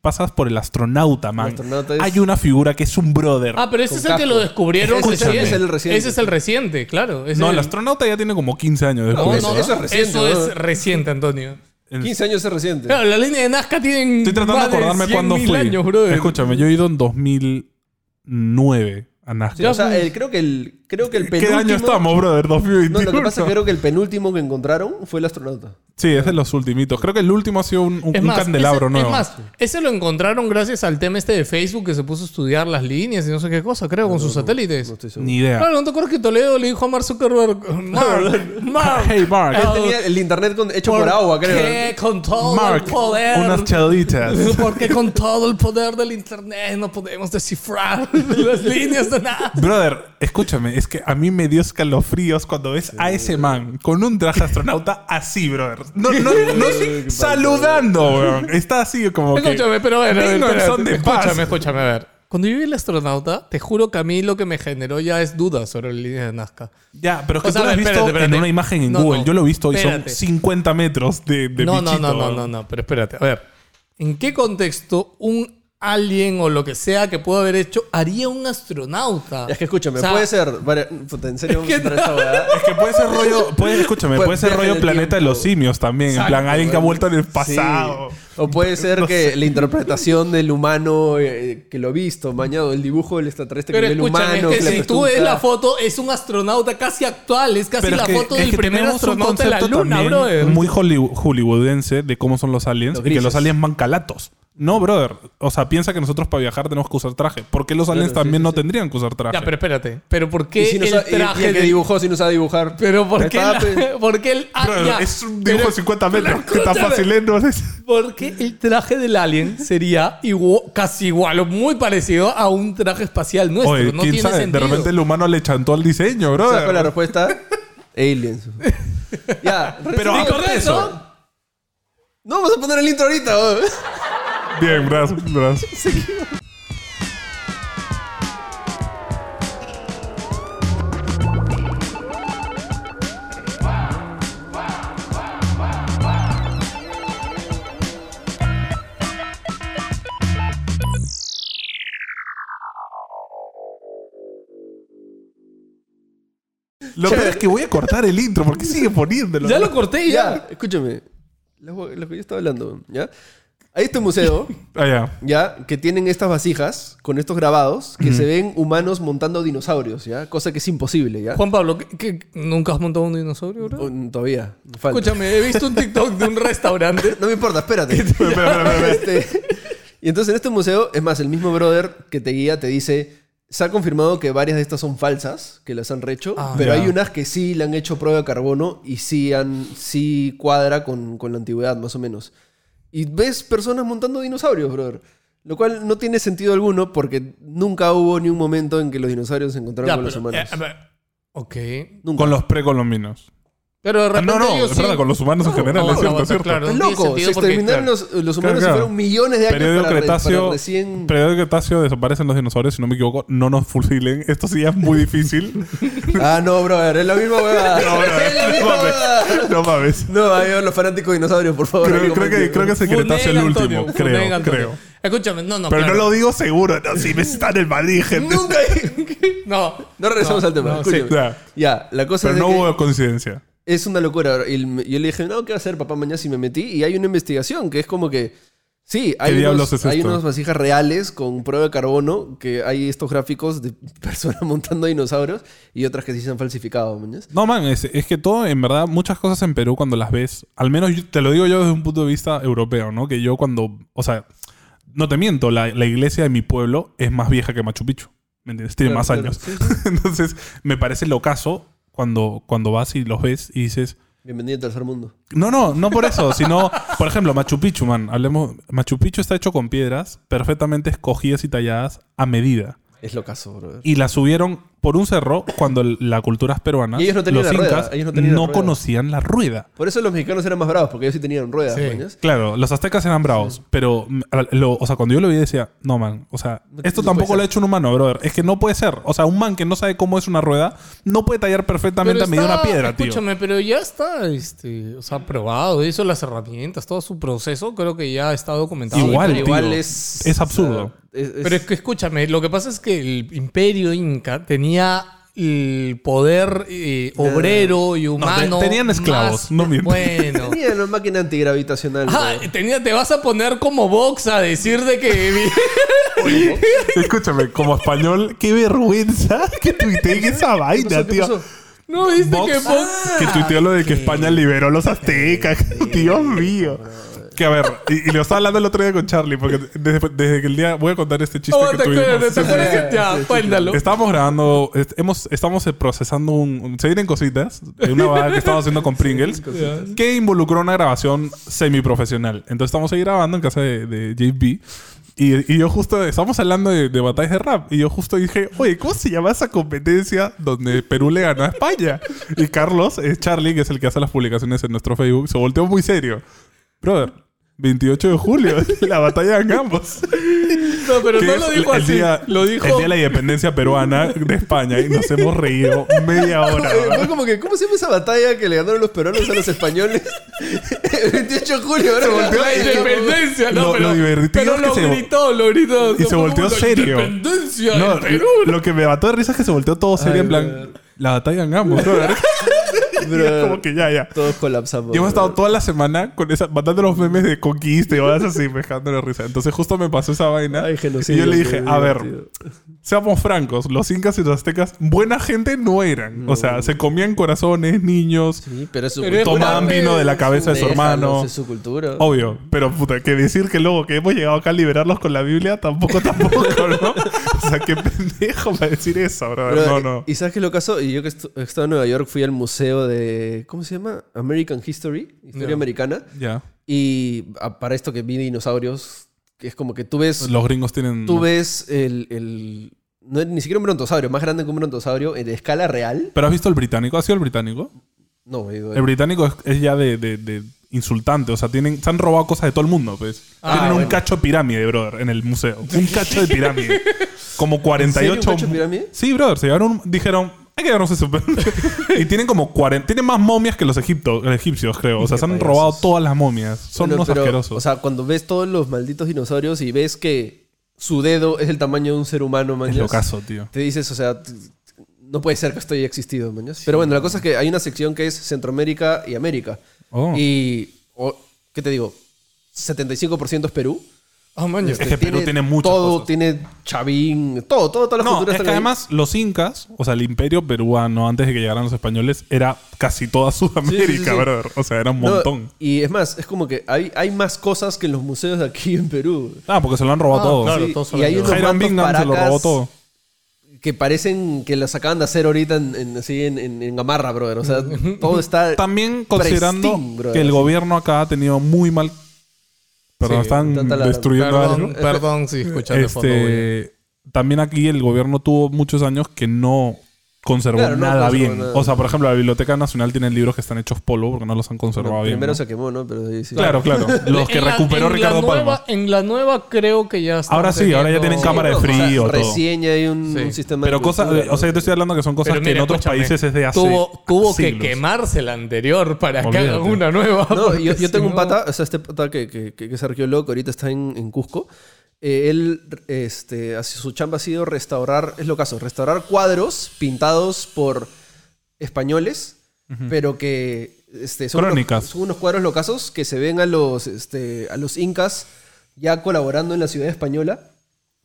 [SPEAKER 1] pasas por el astronauta, man.
[SPEAKER 2] El astronauta es-
[SPEAKER 1] Hay una figura que es un brother.
[SPEAKER 3] Ah, pero ese
[SPEAKER 2] Con
[SPEAKER 3] es el que
[SPEAKER 2] casco.
[SPEAKER 3] lo descubrieron
[SPEAKER 2] Ese es el-
[SPEAKER 3] recién.
[SPEAKER 2] ese es el reciente.
[SPEAKER 3] Ese es el reciente, claro. Ese
[SPEAKER 1] no,
[SPEAKER 3] es
[SPEAKER 1] el astronauta ya tiene como 15 años de
[SPEAKER 3] No,
[SPEAKER 1] juego.
[SPEAKER 3] no,
[SPEAKER 2] Eso es reciente,
[SPEAKER 3] Eso
[SPEAKER 2] ¿no?
[SPEAKER 3] es reciente, Antonio.
[SPEAKER 1] El-
[SPEAKER 2] 15 años es reciente.
[SPEAKER 3] Claro, la línea de Nazca tienen
[SPEAKER 1] Estoy tratando de
[SPEAKER 3] más
[SPEAKER 1] acordarme
[SPEAKER 3] 100.000
[SPEAKER 1] cuándo fui.
[SPEAKER 3] años, brother.
[SPEAKER 1] Escúchame, yo he ido en 2009 a Nazca.
[SPEAKER 2] Sí, o sea, el- creo que el, creo que el
[SPEAKER 1] ¿Qué
[SPEAKER 2] penúltimo.
[SPEAKER 1] año estamos, brother? 2021.
[SPEAKER 2] No, lo que pasa es que creo que el penúltimo que encontraron fue el astronauta.
[SPEAKER 1] Sí, es de los ultimitos. Creo que el último ha sido un, un-
[SPEAKER 3] Es
[SPEAKER 1] un
[SPEAKER 3] más,
[SPEAKER 1] candelabro
[SPEAKER 3] ese,
[SPEAKER 1] nuevo.
[SPEAKER 3] Es más, ese lo encontraron gracias al tema este de Facebook que se puso a estudiar las líneas y no sé qué cosa, creo, con sus satélites.
[SPEAKER 2] No estoy seguro.
[SPEAKER 1] Ni idea.
[SPEAKER 3] Claro, ¿no te acuerdas que Toledo le dijo a Mark Zuckerberg? Mark, Mark,
[SPEAKER 1] Hey, Mark.
[SPEAKER 2] Él tenía el internet con- hecho por, agua, creo.
[SPEAKER 3] ¿Qué? Con todo
[SPEAKER 1] Mark,
[SPEAKER 3] el poder.
[SPEAKER 1] unas chaditas.
[SPEAKER 3] Porque con todo el poder del internet no podemos descifrar las líneas de nada.
[SPEAKER 1] Brother, escúchame, es que a mí me dio escalofríos cuando ves a ese man con un traje astronauta así, brother. No, no, no, saludando, weón. Está así como que...
[SPEAKER 3] Escúchame, pero bueno,
[SPEAKER 1] Vengo en son de paz.
[SPEAKER 3] escúchame, escúchame, a ver. Cuando yo vi el astronauta, te juro que a mí lo que me generó ya es dudas sobre la línea de Nazca.
[SPEAKER 1] Ya, pero es que
[SPEAKER 3] O sea,
[SPEAKER 1] tú lo
[SPEAKER 3] a
[SPEAKER 1] has
[SPEAKER 3] ver,
[SPEAKER 1] visto
[SPEAKER 3] espérate,
[SPEAKER 1] en
[SPEAKER 3] espérate.
[SPEAKER 1] una imagen en
[SPEAKER 3] No,
[SPEAKER 1] Google.
[SPEAKER 3] no,
[SPEAKER 1] Yo lo he visto y
[SPEAKER 3] espérate.
[SPEAKER 1] son 50 metros de, de
[SPEAKER 3] no,
[SPEAKER 1] bichito.
[SPEAKER 3] no, no, no,
[SPEAKER 1] weón.
[SPEAKER 3] no, no, pero espérate. A ver, ¿en qué contexto un alien o lo que sea que pudo haber hecho haría un astronauta?
[SPEAKER 2] Es que escúchame,
[SPEAKER 3] O sea,
[SPEAKER 2] puede ser. vari- Puta, en serio, vamos a entrar a esta weá.
[SPEAKER 1] Es que puede ser rollo, puede, escúchame,
[SPEAKER 2] Puede-
[SPEAKER 1] puede ser
[SPEAKER 2] Pues viaje
[SPEAKER 1] rollo
[SPEAKER 2] en el
[SPEAKER 1] planeta de
[SPEAKER 2] tiempo.
[SPEAKER 1] los simios también. en plan, alguien que ha vuelto en el pasado.
[SPEAKER 2] Sí. O puede ser que la interpretación del humano eh, que lo ha visto, mañado, el dibujo del extraterrestre
[SPEAKER 3] Pero
[SPEAKER 2] que ve el
[SPEAKER 3] escúchame,
[SPEAKER 2] humano.
[SPEAKER 3] es que
[SPEAKER 2] la
[SPEAKER 3] si tú
[SPEAKER 2] prostituta.
[SPEAKER 3] ves la foto, es un astronauta casi actual. Es casi
[SPEAKER 1] Pero
[SPEAKER 3] la
[SPEAKER 1] es que-
[SPEAKER 3] foto
[SPEAKER 1] es
[SPEAKER 3] del
[SPEAKER 1] que
[SPEAKER 3] primer
[SPEAKER 1] tenemos un
[SPEAKER 3] astronauta de la
[SPEAKER 1] concepto
[SPEAKER 3] luna,
[SPEAKER 1] también
[SPEAKER 3] brother.
[SPEAKER 1] Muy hollywo- hollywoodense de cómo son los aliens
[SPEAKER 2] Los
[SPEAKER 1] y que los
[SPEAKER 2] grises.
[SPEAKER 1] aliens van calatos. No, brother. O sea, piensa que nosotros para viajar tenemos que usar traje. ¿Por qué los aliens también no tendrían que usar traje?
[SPEAKER 3] Ya, pero espérate. ¿Pero por qué
[SPEAKER 2] Y si no
[SPEAKER 3] el
[SPEAKER 2] sabe- y- y el
[SPEAKER 3] traje
[SPEAKER 2] que
[SPEAKER 3] de-
[SPEAKER 2] dibujó si no sabe dibujar.
[SPEAKER 3] Pero ¿por
[SPEAKER 2] Ahí
[SPEAKER 3] qué,
[SPEAKER 2] está,
[SPEAKER 3] la-
[SPEAKER 2] pe.
[SPEAKER 3] ¿por qué el... ah,
[SPEAKER 1] Brother,
[SPEAKER 3] ya.
[SPEAKER 1] es un dibujo de 50 metros.
[SPEAKER 3] pero
[SPEAKER 1] Que está
[SPEAKER 3] escúchame.
[SPEAKER 1] fácil, ¿eh? ¿no? Es-
[SPEAKER 3] Porque el traje del alien sería igua- casi igual o muy parecido a un traje espacial nuestro.
[SPEAKER 1] Oye,
[SPEAKER 3] no
[SPEAKER 1] quién
[SPEAKER 3] tiene
[SPEAKER 1] sabe.
[SPEAKER 3] sentido.
[SPEAKER 1] De repente el humano le chantó al diseño,
[SPEAKER 2] ¿Sabes cuál es la
[SPEAKER 1] brother.
[SPEAKER 2] respuesta? Aliens. ya.
[SPEAKER 1] Pero
[SPEAKER 2] sí,
[SPEAKER 1] aparte de eso.
[SPEAKER 2] No, vamos a poner el intro ahorita. weón.
[SPEAKER 1] Bien, gracias. gracias. Lo peor es que voy a cortar el intro porque sigue poniéndolo.
[SPEAKER 3] Ya lo corté ya.
[SPEAKER 2] ya, escúchame. Lo, lo que yo estaba hablando, ¿ya? Hay este museo,
[SPEAKER 1] Ah, ya.
[SPEAKER 2] ¿ya? Que tienen estas vasijas con estos grabados que se ven humanos montando dinosaurios, ¿ya? Cosa que es imposible, ¿ya?
[SPEAKER 3] Juan Pablo, ¿qué- qué- ¿nunca has montado un dinosaurio, bro?
[SPEAKER 2] Oh, mm, todavía. Falta.
[SPEAKER 3] Escúchame, he visto un TikTok de un restaurante.
[SPEAKER 2] No me importa, espérate.
[SPEAKER 1] Espera, espera, espera, espera.
[SPEAKER 2] Este, y entonces en este museo, es más, el mismo brother que te guía te dice, se ha confirmado que varias de estas son falsas, que las han recho,
[SPEAKER 3] Ah.
[SPEAKER 2] pero
[SPEAKER 1] Ya.
[SPEAKER 2] hay unas que sí le han hecho prueba de carbono y sí, han, sí cuadra con, con la antigüedad, más o menos. Y ves personas montando dinosaurios, brother. Lo cual no tiene sentido alguno porque nunca hubo ni un momento en que los dinosaurios se encontraron
[SPEAKER 3] Ya,
[SPEAKER 2] con los
[SPEAKER 3] pero,
[SPEAKER 2] humanos.
[SPEAKER 3] eh, a ver. ok.
[SPEAKER 2] nunca.
[SPEAKER 1] Con los precolombinos.
[SPEAKER 3] Pero de
[SPEAKER 1] Ah,
[SPEAKER 3] repente
[SPEAKER 1] no, no,
[SPEAKER 3] ellos
[SPEAKER 1] es verdad,
[SPEAKER 3] sí-
[SPEAKER 1] con los humanos en general,
[SPEAKER 3] no,
[SPEAKER 1] es cierto,
[SPEAKER 3] no,
[SPEAKER 1] es cierto.
[SPEAKER 3] claro, no
[SPEAKER 2] Es
[SPEAKER 3] tiene
[SPEAKER 2] loco, se
[SPEAKER 3] sentido porque,
[SPEAKER 2] exterminaron
[SPEAKER 3] claro.
[SPEAKER 2] los, los humanos
[SPEAKER 1] claro.
[SPEAKER 2] y fueron millones de años
[SPEAKER 1] Periodo
[SPEAKER 2] Este para, re- para
[SPEAKER 1] Cretáceo,
[SPEAKER 2] recién...
[SPEAKER 1] periodo Cretáceo desaparecen los dinosaurios, si no me equivoco, no nos fusilen. Esto sí ya es muy difícil.
[SPEAKER 2] Ah, no, brother, es la misma huevada.
[SPEAKER 1] No, brother,
[SPEAKER 2] es la
[SPEAKER 1] no
[SPEAKER 2] misma
[SPEAKER 1] mames.
[SPEAKER 2] huevada.
[SPEAKER 1] No mames.
[SPEAKER 2] No, ahí los fanáticos dinosaurios, por favor. ahí
[SPEAKER 1] Creo, creo que,
[SPEAKER 2] comenten.
[SPEAKER 1] creo que es el
[SPEAKER 3] Funen,
[SPEAKER 1] Cretáceo el
[SPEAKER 3] Antonio,
[SPEAKER 1] último,
[SPEAKER 3] funen,
[SPEAKER 1] creo,
[SPEAKER 3] Antonio.
[SPEAKER 1] creo.
[SPEAKER 3] Escúchame, no, no.
[SPEAKER 1] Pero no
[SPEAKER 3] claro.
[SPEAKER 1] lo digo seguro, no, si me está en el Madrid, gente.
[SPEAKER 2] Nunca.
[SPEAKER 3] No.
[SPEAKER 2] No regresamos al tema.
[SPEAKER 3] no, sí.
[SPEAKER 2] escúchame.
[SPEAKER 1] Ya.
[SPEAKER 2] Ya, la cosa
[SPEAKER 1] Pero
[SPEAKER 2] es
[SPEAKER 1] no
[SPEAKER 2] de que
[SPEAKER 1] hubo coincidencia.
[SPEAKER 2] es una locura. Y el- yo le dije, no, ¿qué va a hacer papá mañana si me metí? Y hay una investigación que es como que. Sí, hay,
[SPEAKER 1] diablos
[SPEAKER 2] unos,
[SPEAKER 1] es
[SPEAKER 2] hay
[SPEAKER 1] esto?
[SPEAKER 2] unas vasijas reales con prueba de carbono, que hay estos gráficos de personas montando dinosaurios y otras que sí se han falsificado, mañas.
[SPEAKER 1] No, man, es, es que todo, en verdad, muchas cosas en Perú cuando las ves, al menos yo- te lo digo yo desde un punto de vista europeo, ¿no? Que yo cuando, o sea, no te miento, la, la iglesia de mi pueblo es más vieja que Machu Picchu, ¿me entiendes? Tiene
[SPEAKER 2] Claro,
[SPEAKER 1] más
[SPEAKER 2] claro,
[SPEAKER 1] años.
[SPEAKER 2] sí,
[SPEAKER 1] Entonces, me parece locazo cuando, cuando vas y los ves y dices,
[SPEAKER 2] Bienvenido al tercer mundo.
[SPEAKER 1] no, no, no por eso, sino, por ejemplo, Machu Picchu, man, hablemos, Machu Picchu está hecho con piedras perfectamente escogidas y talladas a medida.
[SPEAKER 2] Es lo caso, brother.
[SPEAKER 1] Y la subieron por un cerro cuando el- la cultura es peruana.
[SPEAKER 2] Y ellos no tenían
[SPEAKER 1] los
[SPEAKER 2] la rueda,
[SPEAKER 1] incas
[SPEAKER 2] ellos no tenían la rueda.
[SPEAKER 1] conocían la rueda.
[SPEAKER 2] Por eso los mexicanos eran más bravos, porque ellos sí tenían ruedas,
[SPEAKER 3] Sí.
[SPEAKER 2] coñas.
[SPEAKER 1] Claro, los aztecas eran bravos, pero mm, al- lo- o sea, cuando yo lo vi decía, no man, o sea,
[SPEAKER 2] No-
[SPEAKER 1] esto
[SPEAKER 2] no
[SPEAKER 1] tampoco
[SPEAKER 2] puede
[SPEAKER 1] lo ha
[SPEAKER 2] ser.
[SPEAKER 1] hecho un humano, brother. Es que no puede ser. O sea, un man que no sabe cómo es una rueda no puede tallar perfectamente a
[SPEAKER 3] Pero
[SPEAKER 1] medir una
[SPEAKER 3] está-
[SPEAKER 1] piedra, tío.
[SPEAKER 3] Escúchame, pero ya está, este, o sea, probado, hizo las herramientas, todo su proceso, creo que ya está documentado.
[SPEAKER 1] Igual,
[SPEAKER 2] pero
[SPEAKER 1] tío.
[SPEAKER 2] es.
[SPEAKER 1] Es absurdo.
[SPEAKER 2] o sea, es- es-
[SPEAKER 3] Pero es que escúchame, lo que pasa es que el imperio inca tenía el poder eh, obrero y humano.
[SPEAKER 1] te- tenían esclavos,
[SPEAKER 3] más-
[SPEAKER 1] no mientas.
[SPEAKER 3] Bueno.
[SPEAKER 2] Tenía una máquina antigravitacional.
[SPEAKER 3] Ah,
[SPEAKER 1] eh,
[SPEAKER 2] ¿no?
[SPEAKER 3] tenía, te vas a poner como Vox a decir de que.
[SPEAKER 1] Escúchame, como español, qué vergüenza que tuiteen esa vaina,
[SPEAKER 2] pasó? ¿Qué
[SPEAKER 1] tío.
[SPEAKER 2] pasó?
[SPEAKER 3] no, viste
[SPEAKER 1] Vox,
[SPEAKER 3] que Vox.
[SPEAKER 1] que tuiteó lo de que España liberó a los aztecas. Dios mío. Que a ver, y, y lo estaba hablando el otro día con Charlie, porque desde, desde que el día voy a contar este chiste
[SPEAKER 3] Oh,
[SPEAKER 1] que
[SPEAKER 3] ¿Te acuerdas?
[SPEAKER 1] tuvimos.
[SPEAKER 3] ¿Te acuerdas que- Ya, cuéntalo.
[SPEAKER 1] Estábamos grabando, est- hemos, estamos eh, procesando un, un- Se vienen cositas de una vaga que estamos haciendo con Pringles que involucró una grabación semiprofesional. Entonces estamos ahí grabando en casa de, de JB. Y, y yo justo, estábamos hablando de, de batallas de rap. Y yo justo dije, oye, ¿cómo se llama esa competencia donde Perú le ganó a España? Y Carlos, eh, Charlie, que es el que hace las publicaciones en nuestro Facebook, se volteó muy serio. Brother, 28 de julio, la batalla de ambos.
[SPEAKER 3] No, pero
[SPEAKER 1] Que
[SPEAKER 3] no
[SPEAKER 1] es
[SPEAKER 3] lo dijo
[SPEAKER 1] el
[SPEAKER 3] así.
[SPEAKER 1] día-
[SPEAKER 3] lo dijo.
[SPEAKER 1] El día de la independencia peruana de España y nos hemos reído media hora.
[SPEAKER 2] Eh, Fue como que, ¿cómo se llama esa batalla que le ganaron los peruanos a los españoles? El 28 de julio, ahora
[SPEAKER 3] La independencia, no,
[SPEAKER 1] Lo-
[SPEAKER 3] pero.
[SPEAKER 1] lo divertido
[SPEAKER 3] pero
[SPEAKER 1] es que
[SPEAKER 3] lo
[SPEAKER 1] se-
[SPEAKER 3] gritó, lo gritó.
[SPEAKER 1] y se volteó
[SPEAKER 3] La
[SPEAKER 1] serio.
[SPEAKER 3] Independencia,
[SPEAKER 1] No,
[SPEAKER 3] en Perú.
[SPEAKER 1] Lo que me mató de risa es que se volteó todo serio en plan. La batalla en ambos, brother. Y es como que ya, ya.
[SPEAKER 2] Todos colapsamos.
[SPEAKER 1] Y hemos estado
[SPEAKER 2] bro.
[SPEAKER 1] toda la semana con esa, mandando los memes de conquista y cosas así, dejando la risa. Entonces justo me pasó esa vaina.
[SPEAKER 2] Ay,
[SPEAKER 1] y
[SPEAKER 2] genocidio,
[SPEAKER 1] yo le dije,
[SPEAKER 2] qué
[SPEAKER 1] a ver,
[SPEAKER 2] divertido.
[SPEAKER 1] seamos francos, los incas y los aztecas, buena gente no eran. O sea, se comían corazones, niños,
[SPEAKER 2] Sí, pero es su
[SPEAKER 3] Pero es
[SPEAKER 2] cultura.
[SPEAKER 1] tomaban
[SPEAKER 3] Déjalo,
[SPEAKER 1] vino de la cabeza de su
[SPEAKER 2] Déjalos,
[SPEAKER 1] hermano.
[SPEAKER 2] Es su cultura.
[SPEAKER 1] Obvio, pero puta, que decir que luego que hemos llegado acá a liberarlos con la Biblia, tampoco, tampoco, ¿no? O sea, qué pendejo para decir eso, brother.
[SPEAKER 2] Pero,
[SPEAKER 1] no,
[SPEAKER 2] eh,
[SPEAKER 1] no.
[SPEAKER 2] ¿Y sabes qué es lo caso? Y yo que estu- estaba en Nueva York fui al museo de. ¿Cómo se llama? American History, Historia
[SPEAKER 3] Ya.
[SPEAKER 2] Americana.
[SPEAKER 1] Ya.
[SPEAKER 2] Y ah, para esto que vi dinosaurios, que es como que tú ves.
[SPEAKER 1] Los gringos tienen.
[SPEAKER 2] Tú ves el. el- no, ni siquiera un brontosaurio, más grande que un brontosaurio, eh, de escala real.
[SPEAKER 1] Pero has visto el británico, ¿has sido el británico?
[SPEAKER 2] No, digo,
[SPEAKER 1] El británico es, es ya de, de- de insultante, o sea, tienen, se han robado cosas de todo el mundo, pues.
[SPEAKER 3] Ah,
[SPEAKER 1] tienen un
[SPEAKER 3] bueno.
[SPEAKER 1] cacho de pirámide, brother, en el museo. Un cacho de pirámide. Como 48.
[SPEAKER 2] ¿En serio, un cacho de pirámide?
[SPEAKER 1] Sí, brother, se llevaron, un- dijeron, hay que llevarnos eso. y tienen como 40, tienen más momias que los egipto- egipcios, creo. O sea,
[SPEAKER 2] Qué
[SPEAKER 1] se han
[SPEAKER 2] payasos.
[SPEAKER 1] robado todas las momias. Son
[SPEAKER 2] Bueno,
[SPEAKER 1] unos
[SPEAKER 2] pero,
[SPEAKER 1] asquerosos.
[SPEAKER 2] O sea, cuando ves todos los malditos dinosaurios y ves que su dedo es el tamaño de un ser humano,
[SPEAKER 1] Es
[SPEAKER 2] mañana.
[SPEAKER 1] lo caso, tío.
[SPEAKER 2] Te dices, o sea, t- t- no puede ser que esto haya existido, mañas. Pero bueno, la cosa es que hay una sección que es Centroamérica y América.
[SPEAKER 1] Oh.
[SPEAKER 2] Y, o- ¿qué te digo? 75% es Perú. Este,
[SPEAKER 3] Ah, man, ya.
[SPEAKER 1] Es que Perú tiene muchas
[SPEAKER 2] Todo,
[SPEAKER 1] cosas.
[SPEAKER 2] tiene Chavín, todo, todo, todas las
[SPEAKER 1] No,
[SPEAKER 2] culturas
[SPEAKER 1] es que
[SPEAKER 2] están ahí.
[SPEAKER 1] además los incas, o sea, el imperio peruano antes de que llegaran los españoles, era casi toda Sudamérica,
[SPEAKER 2] Sí, sí, sí, sí.
[SPEAKER 1] brother. O sea, era un
[SPEAKER 2] No,
[SPEAKER 1] montón.
[SPEAKER 2] y es más, es como que hay, hay más cosas que en los museos de aquí en Perú.
[SPEAKER 1] Ah, porque se lo han robado
[SPEAKER 3] Ah,
[SPEAKER 1] todo.
[SPEAKER 3] claro.
[SPEAKER 2] Sí,
[SPEAKER 3] todos son
[SPEAKER 2] y hay unos
[SPEAKER 1] Jairo
[SPEAKER 2] mantos
[SPEAKER 1] Bingham se lo robó
[SPEAKER 2] paracas
[SPEAKER 1] todo.
[SPEAKER 2] que parecen que las acaban de hacer ahorita en, en- así en, en, en Gamarra, brother. O sea, todo está.
[SPEAKER 1] También
[SPEAKER 2] pristine,
[SPEAKER 1] considerando
[SPEAKER 2] brother.
[SPEAKER 1] que el gobierno acá ha tenido muy mal. Perdón,
[SPEAKER 3] Sí,
[SPEAKER 1] están
[SPEAKER 2] tanta la-
[SPEAKER 1] destruyendo
[SPEAKER 3] Perdón,
[SPEAKER 1] algo.
[SPEAKER 3] perdón si escuchaste fondo, güey.
[SPEAKER 1] Este, también aquí el gobierno tuvo muchos años que no conservó
[SPEAKER 2] Claro, no
[SPEAKER 1] nada
[SPEAKER 2] conservó
[SPEAKER 1] bien.
[SPEAKER 2] nada.
[SPEAKER 1] O sea, por ejemplo, la Biblioteca Nacional tiene libros que están hechos polvo porque no los han conservado
[SPEAKER 2] Bueno,
[SPEAKER 1] bien.
[SPEAKER 2] primero
[SPEAKER 1] ¿no?
[SPEAKER 2] se quemó, ¿no? Pero sí, sí.
[SPEAKER 1] Claro, claro. Los que
[SPEAKER 3] En la-
[SPEAKER 1] recuperó
[SPEAKER 3] en la
[SPEAKER 1] Ricardo
[SPEAKER 3] nueva-
[SPEAKER 1] Palma.
[SPEAKER 3] En la nueva creo que ya están
[SPEAKER 1] Ahora sí, ahora ya
[SPEAKER 3] teniendo-
[SPEAKER 1] tienen cámara de
[SPEAKER 2] O sea,
[SPEAKER 1] frío, todo.
[SPEAKER 2] recién ya hay un,
[SPEAKER 3] Sí.
[SPEAKER 2] un sistema de
[SPEAKER 1] Pero cosas,
[SPEAKER 2] cultura, ¿no?
[SPEAKER 1] o sea, yo te estoy hablando que son cosas
[SPEAKER 3] Pero
[SPEAKER 1] que en
[SPEAKER 3] mira,
[SPEAKER 1] otros
[SPEAKER 3] escúchame,
[SPEAKER 1] países es de hace
[SPEAKER 3] Tuvo, tuvo que
[SPEAKER 1] siglos.
[SPEAKER 3] quemarse la anterior para que
[SPEAKER 1] Olvídate.
[SPEAKER 3] hagan una nueva.
[SPEAKER 2] No, yo,
[SPEAKER 3] porque
[SPEAKER 2] yo tengo un
[SPEAKER 3] si no-
[SPEAKER 2] pata, o sea, este pata que, que, que- que es arqueólogo, que ahorita está en, en Cusco. eh, él, este, hace- su chamba ha sido restaurar, es lo caso, restaurar cuadros pintados por españoles, pero que este, son,
[SPEAKER 1] Crónicas.
[SPEAKER 2] Unos, son unos cuadros locasos que se ven a los, este, a los incas ya colaborando en la ciudad española.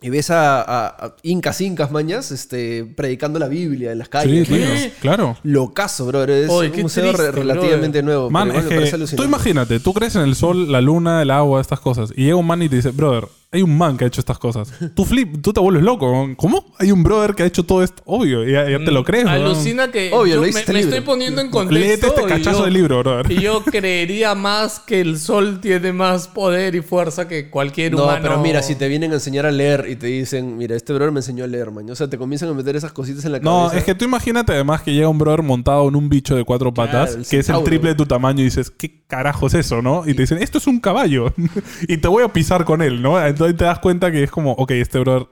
[SPEAKER 2] Y ves a, a- a incas, incas, mañas, este, predicando la Biblia en las
[SPEAKER 1] Sí,
[SPEAKER 2] calles.
[SPEAKER 1] tío,
[SPEAKER 2] mañas.
[SPEAKER 1] claro.
[SPEAKER 2] Locazo, bro. Es
[SPEAKER 3] Oye,
[SPEAKER 2] un
[SPEAKER 3] qué
[SPEAKER 2] museo re-
[SPEAKER 3] triste, brother. eh,
[SPEAKER 2] relativamente nuevo.
[SPEAKER 1] Man,
[SPEAKER 2] pero
[SPEAKER 1] es
[SPEAKER 2] igual me
[SPEAKER 1] que
[SPEAKER 2] parece
[SPEAKER 1] tú
[SPEAKER 2] alucinante.
[SPEAKER 1] imagínate, tú crees en el sol, la luna, el agua, estas cosas. Y llega un man y te dice, brother, hay un man que ha hecho estas cosas. Tú flip, tú te vuelves loco. ¿no? ¿Cómo? Hay un brother que ha hecho todo esto. Obvio, ya, ya te
[SPEAKER 2] Mm,
[SPEAKER 1] lo crees. ¿no?
[SPEAKER 3] Alucina que
[SPEAKER 2] Obvio,
[SPEAKER 3] yo
[SPEAKER 2] lo
[SPEAKER 3] me,
[SPEAKER 2] hice
[SPEAKER 3] me
[SPEAKER 2] libre.
[SPEAKER 3] estoy poniendo en
[SPEAKER 1] Léete
[SPEAKER 3] contexto.
[SPEAKER 1] este
[SPEAKER 3] y
[SPEAKER 1] cachazo
[SPEAKER 3] yo-
[SPEAKER 1] de libro, brother.
[SPEAKER 3] Y yo creería más que el sol tiene más poder y fuerza que cualquier
[SPEAKER 2] No,
[SPEAKER 3] humano.
[SPEAKER 2] pero mira, si te vienen a enseñar a leer y te dicen, mira, este brother me enseñó a leer, man. O sea, te comienzan a meter esas cositas en la
[SPEAKER 1] No,
[SPEAKER 2] cabeza.
[SPEAKER 1] es que tú imagínate además que llega un brother montado en un bicho de cuatro
[SPEAKER 2] Claro,
[SPEAKER 1] patas,
[SPEAKER 2] el
[SPEAKER 1] que es el
[SPEAKER 2] centauro.
[SPEAKER 1] triple de tu tamaño, y dices, ¿qué carajo es eso, no? Y te dicen, esto es un caballo, y te voy a pisar con él, ¿no? Entonces te das cuenta que es como, ok, este brother...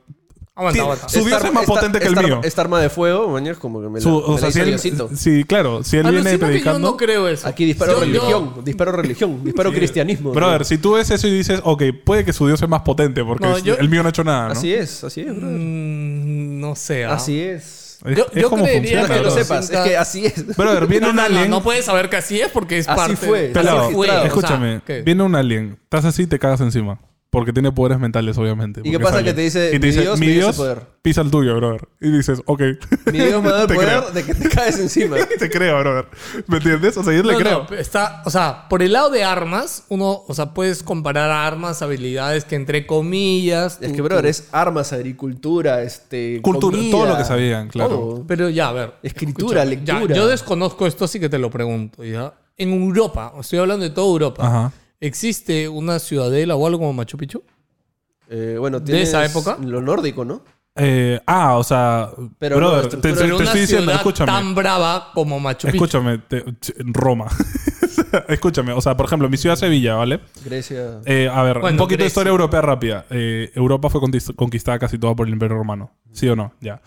[SPEAKER 3] Aguanta,
[SPEAKER 1] Tiene-
[SPEAKER 3] aguanta.
[SPEAKER 1] su- Subiese más potente que el
[SPEAKER 2] esta,
[SPEAKER 1] mío.
[SPEAKER 2] Esta arma de fuego, man, es como que me la,
[SPEAKER 1] su-
[SPEAKER 2] me
[SPEAKER 1] o
[SPEAKER 2] la
[SPEAKER 1] sea, si
[SPEAKER 2] hizo
[SPEAKER 1] él-
[SPEAKER 2] Diosito.
[SPEAKER 1] sí, claro, si él
[SPEAKER 3] Alucina
[SPEAKER 1] viene
[SPEAKER 3] que yo
[SPEAKER 1] predicando...
[SPEAKER 3] Ah, no creo eso.
[SPEAKER 2] Aquí disparo
[SPEAKER 3] Yo- yo-
[SPEAKER 2] religión, disparo religión, disparo cristianismo.
[SPEAKER 1] Brother,
[SPEAKER 2] ¿no?
[SPEAKER 1] si tú ves eso y dices, ok, puede que su dios es más potente, porque
[SPEAKER 3] No,
[SPEAKER 1] es-
[SPEAKER 3] yo-
[SPEAKER 1] el mío no ha hecho nada, ¿no?
[SPEAKER 2] Así es, así es, brother.
[SPEAKER 3] Mm, no sé. ¿ah?
[SPEAKER 2] Así es.
[SPEAKER 1] Es,
[SPEAKER 3] Yo-
[SPEAKER 1] es
[SPEAKER 3] yo
[SPEAKER 1] como
[SPEAKER 3] creería
[SPEAKER 1] funciona,
[SPEAKER 2] Es que lo
[SPEAKER 3] claro.
[SPEAKER 1] brother.
[SPEAKER 2] sepas, es que así es.
[SPEAKER 1] Brother, viene
[SPEAKER 3] No,
[SPEAKER 1] un
[SPEAKER 3] no, no,
[SPEAKER 1] alien...
[SPEAKER 3] no puedes saber que así es porque es
[SPEAKER 2] Así
[SPEAKER 3] parte.
[SPEAKER 2] fue.
[SPEAKER 3] Así
[SPEAKER 1] Pelado,
[SPEAKER 3] fue, o sea,
[SPEAKER 1] escúchame,
[SPEAKER 3] ¿qué?
[SPEAKER 1] viene un alien, estás así y te cagas encima. Porque tiene poderes mentales, obviamente.
[SPEAKER 2] ¿Y qué
[SPEAKER 1] porque
[SPEAKER 2] pasa
[SPEAKER 1] es alien.
[SPEAKER 2] que te dice,
[SPEAKER 1] Y
[SPEAKER 2] "Mi Dios me dio ese poder"?
[SPEAKER 1] pisa el tuyo, brother? Y dices, ok.
[SPEAKER 2] Mi Dios me da el
[SPEAKER 1] Te
[SPEAKER 2] poder
[SPEAKER 1] creo.
[SPEAKER 2] de que te caes encima.
[SPEAKER 1] te creo, brother. ¿Me entiendes? O sea, yo le
[SPEAKER 3] No,
[SPEAKER 1] creo.
[SPEAKER 3] no, está, o sea, por el lado de armas, uno, o sea, puedes comparar armas, habilidades que entre comillas.
[SPEAKER 2] Es
[SPEAKER 3] tú-
[SPEAKER 2] que, brother, es armas, agricultura, este.
[SPEAKER 1] Cultura,
[SPEAKER 2] comida,
[SPEAKER 1] todo lo que sabían, claro.
[SPEAKER 2] todo.
[SPEAKER 3] Pero ya, a ver.
[SPEAKER 2] Escritura,
[SPEAKER 3] escúchame, ya,
[SPEAKER 2] lectura.
[SPEAKER 3] yo desconozco esto, así que te lo pregunto, ¿ya? En Europa, estoy hablando de toda Europa,
[SPEAKER 1] Ajá.
[SPEAKER 3] ¿existe una ciudadela o algo como Machu Picchu?
[SPEAKER 2] Eh, bueno,
[SPEAKER 3] ¿De esa
[SPEAKER 2] tienes
[SPEAKER 3] época?
[SPEAKER 2] Lo nórdico, ¿no?
[SPEAKER 1] Eh, ah, o sea,
[SPEAKER 2] Pero no,
[SPEAKER 1] brother,
[SPEAKER 2] estructura
[SPEAKER 1] te,
[SPEAKER 3] Pero
[SPEAKER 1] te
[SPEAKER 3] en una
[SPEAKER 1] estoy diciendo,
[SPEAKER 3] ciudad
[SPEAKER 1] escúchame.
[SPEAKER 3] tan brava como Machu Picchu.
[SPEAKER 1] Escúchame, te- ch- Roma. escúchame, o sea, por ejemplo, mi ciudad Sevilla, ¿vale?
[SPEAKER 2] Grecia.
[SPEAKER 1] Eh, a ver, un
[SPEAKER 3] Bueno,
[SPEAKER 1] poquito de
[SPEAKER 3] Grecia.
[SPEAKER 1] historia europea rápida. Eh, Europa fue conquist- conquistada casi toda por el Imperio Romano. ¿Sí o no? Ya.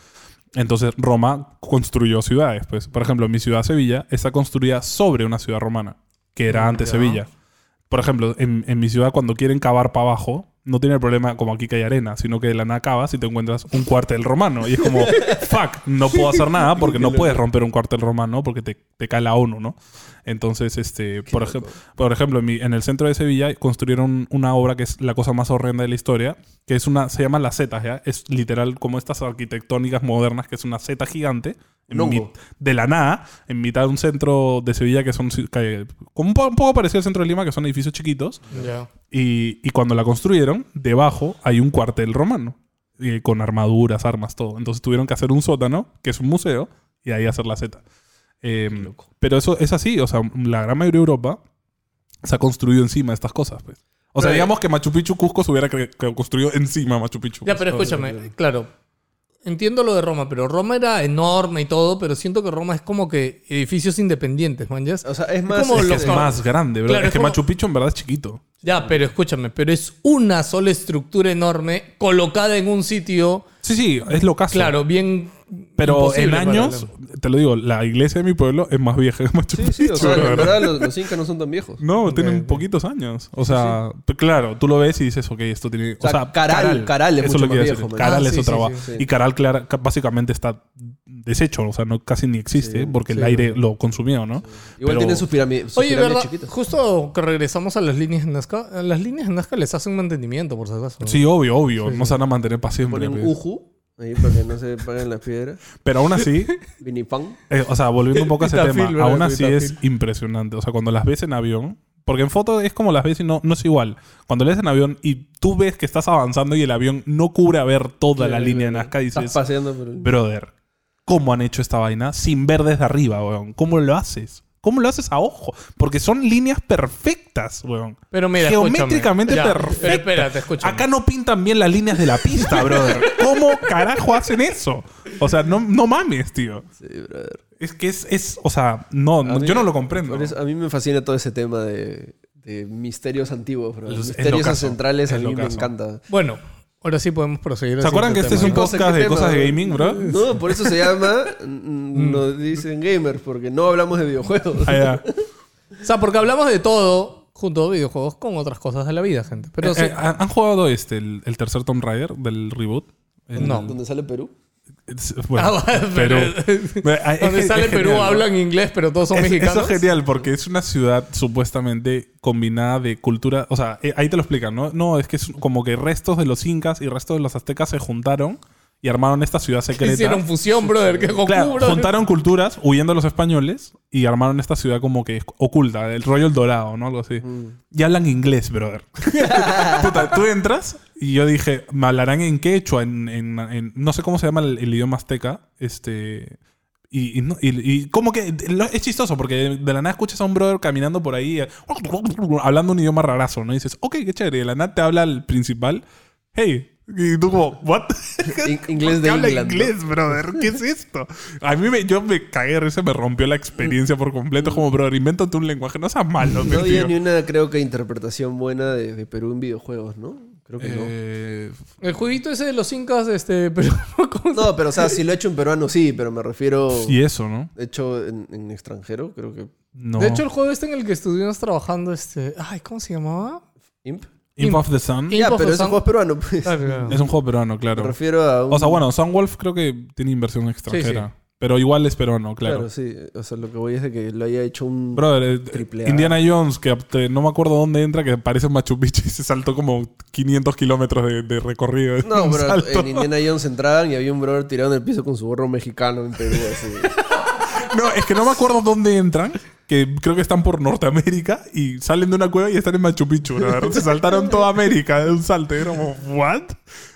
[SPEAKER 1] Entonces Roma construyó ciudades. Pues. Por ejemplo, mi ciudad Sevilla está construida sobre una ciudad romana, que era antes
[SPEAKER 3] Mm, Ya.
[SPEAKER 1] Sevilla. Por ejemplo, en, en mi ciudad cuando quieren cavar para abajo, no tiene el problema como aquí que hay arena, sino que de la nada cavas y te encuentras un cuartel romano. Y es como, fuck, no puedo hacer nada porque no puedes romper un cuartel romano porque te, te cae la ONU, ¿no? Entonces, este, por, ejemplo por ejemplo, en, mi- en el centro de Sevilla construyeron una obra que es la cosa más horrenda de la historia, que es una, se llama las setas, ¿ya? Es literal como estas arquitectónicas modernas, que es una seta gigante, en
[SPEAKER 2] Longo.
[SPEAKER 1] mi- de la nada, en mitad de un centro de Sevilla que son, ci- que- como un, po- un poco parecido al centro de Lima, que son edificios chiquitos,
[SPEAKER 3] Ya.
[SPEAKER 1] y, y cuando la construyeron, debajo hay un cuartel romano, eh, con armaduras, armas, todo. Entonces tuvieron que hacer un sótano, que es un museo, y ahí hacer la seta. Eh, pero eso es así, o sea, la gran mayoría de Europa se ha construido encima de estas cosas, pues. O sea,
[SPEAKER 2] Pero-
[SPEAKER 1] digamos que Machu Picchu Cusco se hubiera cre- cre- construido encima de Machu Picchu.
[SPEAKER 3] Ya, pero escúchame, claro. Entiendo lo de Roma, pero Roma era enorme y todo, pero siento que Roma es como que edificios independientes, man. ¿ya?
[SPEAKER 2] O sea, es más.
[SPEAKER 3] como
[SPEAKER 1] Es que
[SPEAKER 3] lo-
[SPEAKER 1] es
[SPEAKER 2] este,
[SPEAKER 1] más grande, bro.
[SPEAKER 3] Claro,
[SPEAKER 1] es que
[SPEAKER 3] es como-
[SPEAKER 1] Machu Picchu en verdad es chiquito.
[SPEAKER 3] Ya, pero escúchame, pero es una sola estructura enorme colocada en un sitio,
[SPEAKER 1] Sí, sí, es lo caso.
[SPEAKER 3] claro, bien.
[SPEAKER 1] Pero en
[SPEAKER 3] imposible para
[SPEAKER 1] años,
[SPEAKER 3] la-
[SPEAKER 1] te lo digo, la iglesia de mi pueblo es más vieja que Machu
[SPEAKER 2] Sí,
[SPEAKER 1] Picchu.
[SPEAKER 2] sí, o sea,
[SPEAKER 1] la
[SPEAKER 2] en
[SPEAKER 1] verdad.
[SPEAKER 2] verdad los, los incas no son tan viejos.
[SPEAKER 1] No, tienen poquitos años. O sea, p- claro, tú lo ves y dices, ok, esto tiene. O sea,
[SPEAKER 2] sea, Caral- Caral es
[SPEAKER 1] eso
[SPEAKER 2] mucho
[SPEAKER 1] lo que iba a
[SPEAKER 2] más
[SPEAKER 1] decir.
[SPEAKER 2] viejo, man.
[SPEAKER 1] Caral
[SPEAKER 3] Ah,
[SPEAKER 1] es
[SPEAKER 3] sí,
[SPEAKER 1] otra
[SPEAKER 3] sí,
[SPEAKER 1] va-
[SPEAKER 3] sí,
[SPEAKER 2] sí.
[SPEAKER 1] Y Caral clara- ca- básicamente está deshecho, o sea, no, casi ni existe
[SPEAKER 2] Sí,
[SPEAKER 1] porque el
[SPEAKER 2] sí,
[SPEAKER 1] aire lo consumió, ¿no?
[SPEAKER 2] Igual
[SPEAKER 1] Pero-
[SPEAKER 2] tienen sus pirámides. Sus
[SPEAKER 3] Oye,
[SPEAKER 2] pirámides
[SPEAKER 3] ¿verdad?
[SPEAKER 2] chiquitas.
[SPEAKER 3] Justo que regresamos a las líneas de Nazca, a las líneas de Nazca les hacen mantenimiento, por si acaso. ¿no?
[SPEAKER 1] Sí, obvio, obvio. no se van a mantener para siempre.
[SPEAKER 2] Ponen
[SPEAKER 1] pues.
[SPEAKER 2] uju ahí para que no se paguen las piedras.
[SPEAKER 1] Pero aún así,
[SPEAKER 2] Vinipán.
[SPEAKER 1] eh, o sea, volviendo un poco a ese
[SPEAKER 3] Pitafil,
[SPEAKER 1] tema,
[SPEAKER 3] ¿verdad?
[SPEAKER 1] aún así es
[SPEAKER 3] Pitafil.
[SPEAKER 1] impresionante. O sea, cuando las ves en avión. Porque en foto es como las ves y no, no es igual. Cuando lees en avión y tú ves que estás avanzando y el avión no cubre ver toda la línea de Nazca,
[SPEAKER 2] Estás
[SPEAKER 1] dices,
[SPEAKER 2] paseando por el.
[SPEAKER 1] Brother, ¿cómo han hecho esta vaina sin ver desde arriba, weón? ¿Cómo lo haces? ¿Cómo lo haces a ojo? Porque son líneas perfectas, weón.
[SPEAKER 3] Pero mira,
[SPEAKER 1] Geométricamente
[SPEAKER 3] escúchame. Ya,
[SPEAKER 1] perfectas.
[SPEAKER 3] pero espérate, escúchame.
[SPEAKER 1] Acá no pintan bien las líneas de la pista, brother. ¿Cómo carajo hacen eso? O sea, no, no mames, tío.
[SPEAKER 2] Sí, brother.
[SPEAKER 1] Es que es, es o sea, no, no,
[SPEAKER 2] mí-
[SPEAKER 1] yo no lo comprendo.
[SPEAKER 2] Por eso, a mí me fascina todo ese tema de, de misterios antiguos, bro.
[SPEAKER 1] Es- es
[SPEAKER 2] misterios
[SPEAKER 1] locazo,
[SPEAKER 2] ancestrales a
[SPEAKER 1] es
[SPEAKER 2] mí me
[SPEAKER 1] locazo.
[SPEAKER 2] encanta.
[SPEAKER 3] Bueno, ahora sí podemos proseguir. al
[SPEAKER 1] ¿Se acuerdan que
[SPEAKER 3] siguiente
[SPEAKER 1] este es un
[SPEAKER 3] tema,
[SPEAKER 2] ¿no?
[SPEAKER 1] podcast
[SPEAKER 2] ¿Qué
[SPEAKER 1] de
[SPEAKER 2] tema,
[SPEAKER 1] cosas de
[SPEAKER 2] bro?
[SPEAKER 1] gaming, bro?
[SPEAKER 2] No, por eso se llama mm, Nos dicen gamers, porque no hablamos de videojuegos.
[SPEAKER 1] Ah, ya.
[SPEAKER 3] ¿no? O sea, porque hablamos de todo, junto a videojuegos, con otras cosas de la vida, gente. Pero
[SPEAKER 1] Eh,
[SPEAKER 3] sí,
[SPEAKER 1] eh, ¿Han han jugado este, el, el tercer Tomb Raider del reboot? El-
[SPEAKER 3] no.
[SPEAKER 2] Donde sale Perú.
[SPEAKER 1] Es- Bueno,
[SPEAKER 3] Ah, bueno,
[SPEAKER 1] Perú. Bueno, es
[SPEAKER 3] Donde
[SPEAKER 1] que-
[SPEAKER 3] sale
[SPEAKER 1] es
[SPEAKER 3] Perú
[SPEAKER 1] eh, genial, ¿no?
[SPEAKER 3] hablan inglés, pero todos son
[SPEAKER 1] Es-
[SPEAKER 3] mexicanos.
[SPEAKER 1] Eso es genial porque es una ciudad supuestamente combinada de cultura. O sea, eh, ahí te lo explican, ¿no? No, es que es como que restos de los incas y restos de los aztecas se juntaron y armaron esta ciudad secreta.
[SPEAKER 3] Hicieron fusión, brother. Que Goku,
[SPEAKER 1] Claro,
[SPEAKER 3] brother.
[SPEAKER 1] juntaron culturas huyendo de los españoles y armaron esta ciudad como que oculta, el rollo el dorado, ¿no? Algo así. Y hablan inglés, brother. Puta, tú entras y y yo dije, me hablarán en quechua, en, en- en- no sé cómo se llama el, el idioma azteca, este... Y, y, no- y- y como que lo- es chistoso porque de la nada escuchas a un brother caminando por ahí eh, hablando un idioma rarazo, ¿no? Y dices, ok, qué chévere. Y de la nada te habla el principal, hey. Y tú como, what?
[SPEAKER 2] In- inglés de
[SPEAKER 1] ¿Qué habla
[SPEAKER 2] England, ¿no?
[SPEAKER 1] inglés, brother. ¿Qué es esto? A mí me, yo me cagué de risa, me rompió la experiencia por completo. Es Como, brother, invéntate un lenguaje, no seas malo.
[SPEAKER 2] No había
[SPEAKER 1] tío".
[SPEAKER 2] ni una, creo que, interpretación buena de, de Perú en videojuegos, ¿no? Creo que
[SPEAKER 1] Eh,
[SPEAKER 3] El jueguito ese de los incas, este, pero
[SPEAKER 2] no. No, pero o sea, si lo he hecho en peruano, sí, pero me refiero
[SPEAKER 1] y eso, ¿no?
[SPEAKER 2] hecho en, en extranjero, creo que.
[SPEAKER 1] No.
[SPEAKER 3] De hecho, el juego este en el que estuvimos trabajando, este. Ay, ¿cómo se llamaba?
[SPEAKER 2] Imp.
[SPEAKER 1] Imp of the Sun
[SPEAKER 3] Imp
[SPEAKER 2] Ya,
[SPEAKER 3] of
[SPEAKER 2] pero
[SPEAKER 3] the
[SPEAKER 2] ese
[SPEAKER 3] Sun.
[SPEAKER 2] juego es peruano, pues.
[SPEAKER 3] Claro, claro.
[SPEAKER 1] es un juego peruano,
[SPEAKER 2] Me
[SPEAKER 1] claro.
[SPEAKER 2] refiero a un.
[SPEAKER 1] O sea, bueno, Sunwolf creo que tiene inversión extranjera. Pero igual es peruano,
[SPEAKER 2] claro.
[SPEAKER 1] claro.
[SPEAKER 2] sí. O sea, lo que voy es de que lo haya hecho un.
[SPEAKER 1] Brother, eh,
[SPEAKER 2] Triple A.
[SPEAKER 1] Indiana Jones, que eh, no me acuerdo dónde entra, que parece Machu Picchu y se saltó como 500 kilómetros de, de recorrido.
[SPEAKER 2] No,
[SPEAKER 1] Un
[SPEAKER 2] pero
[SPEAKER 1] salto.
[SPEAKER 2] en Indiana Jones entraban y había un brother tirado en el piso con su gorro mexicano en Perú, así.
[SPEAKER 1] No, es que no me acuerdo dónde entran, que creo que están por Norteamérica y salen de una cueva y están en Machu Picchu, la verdad. Se saltaron toda América de un salto. Y era como, ¿what?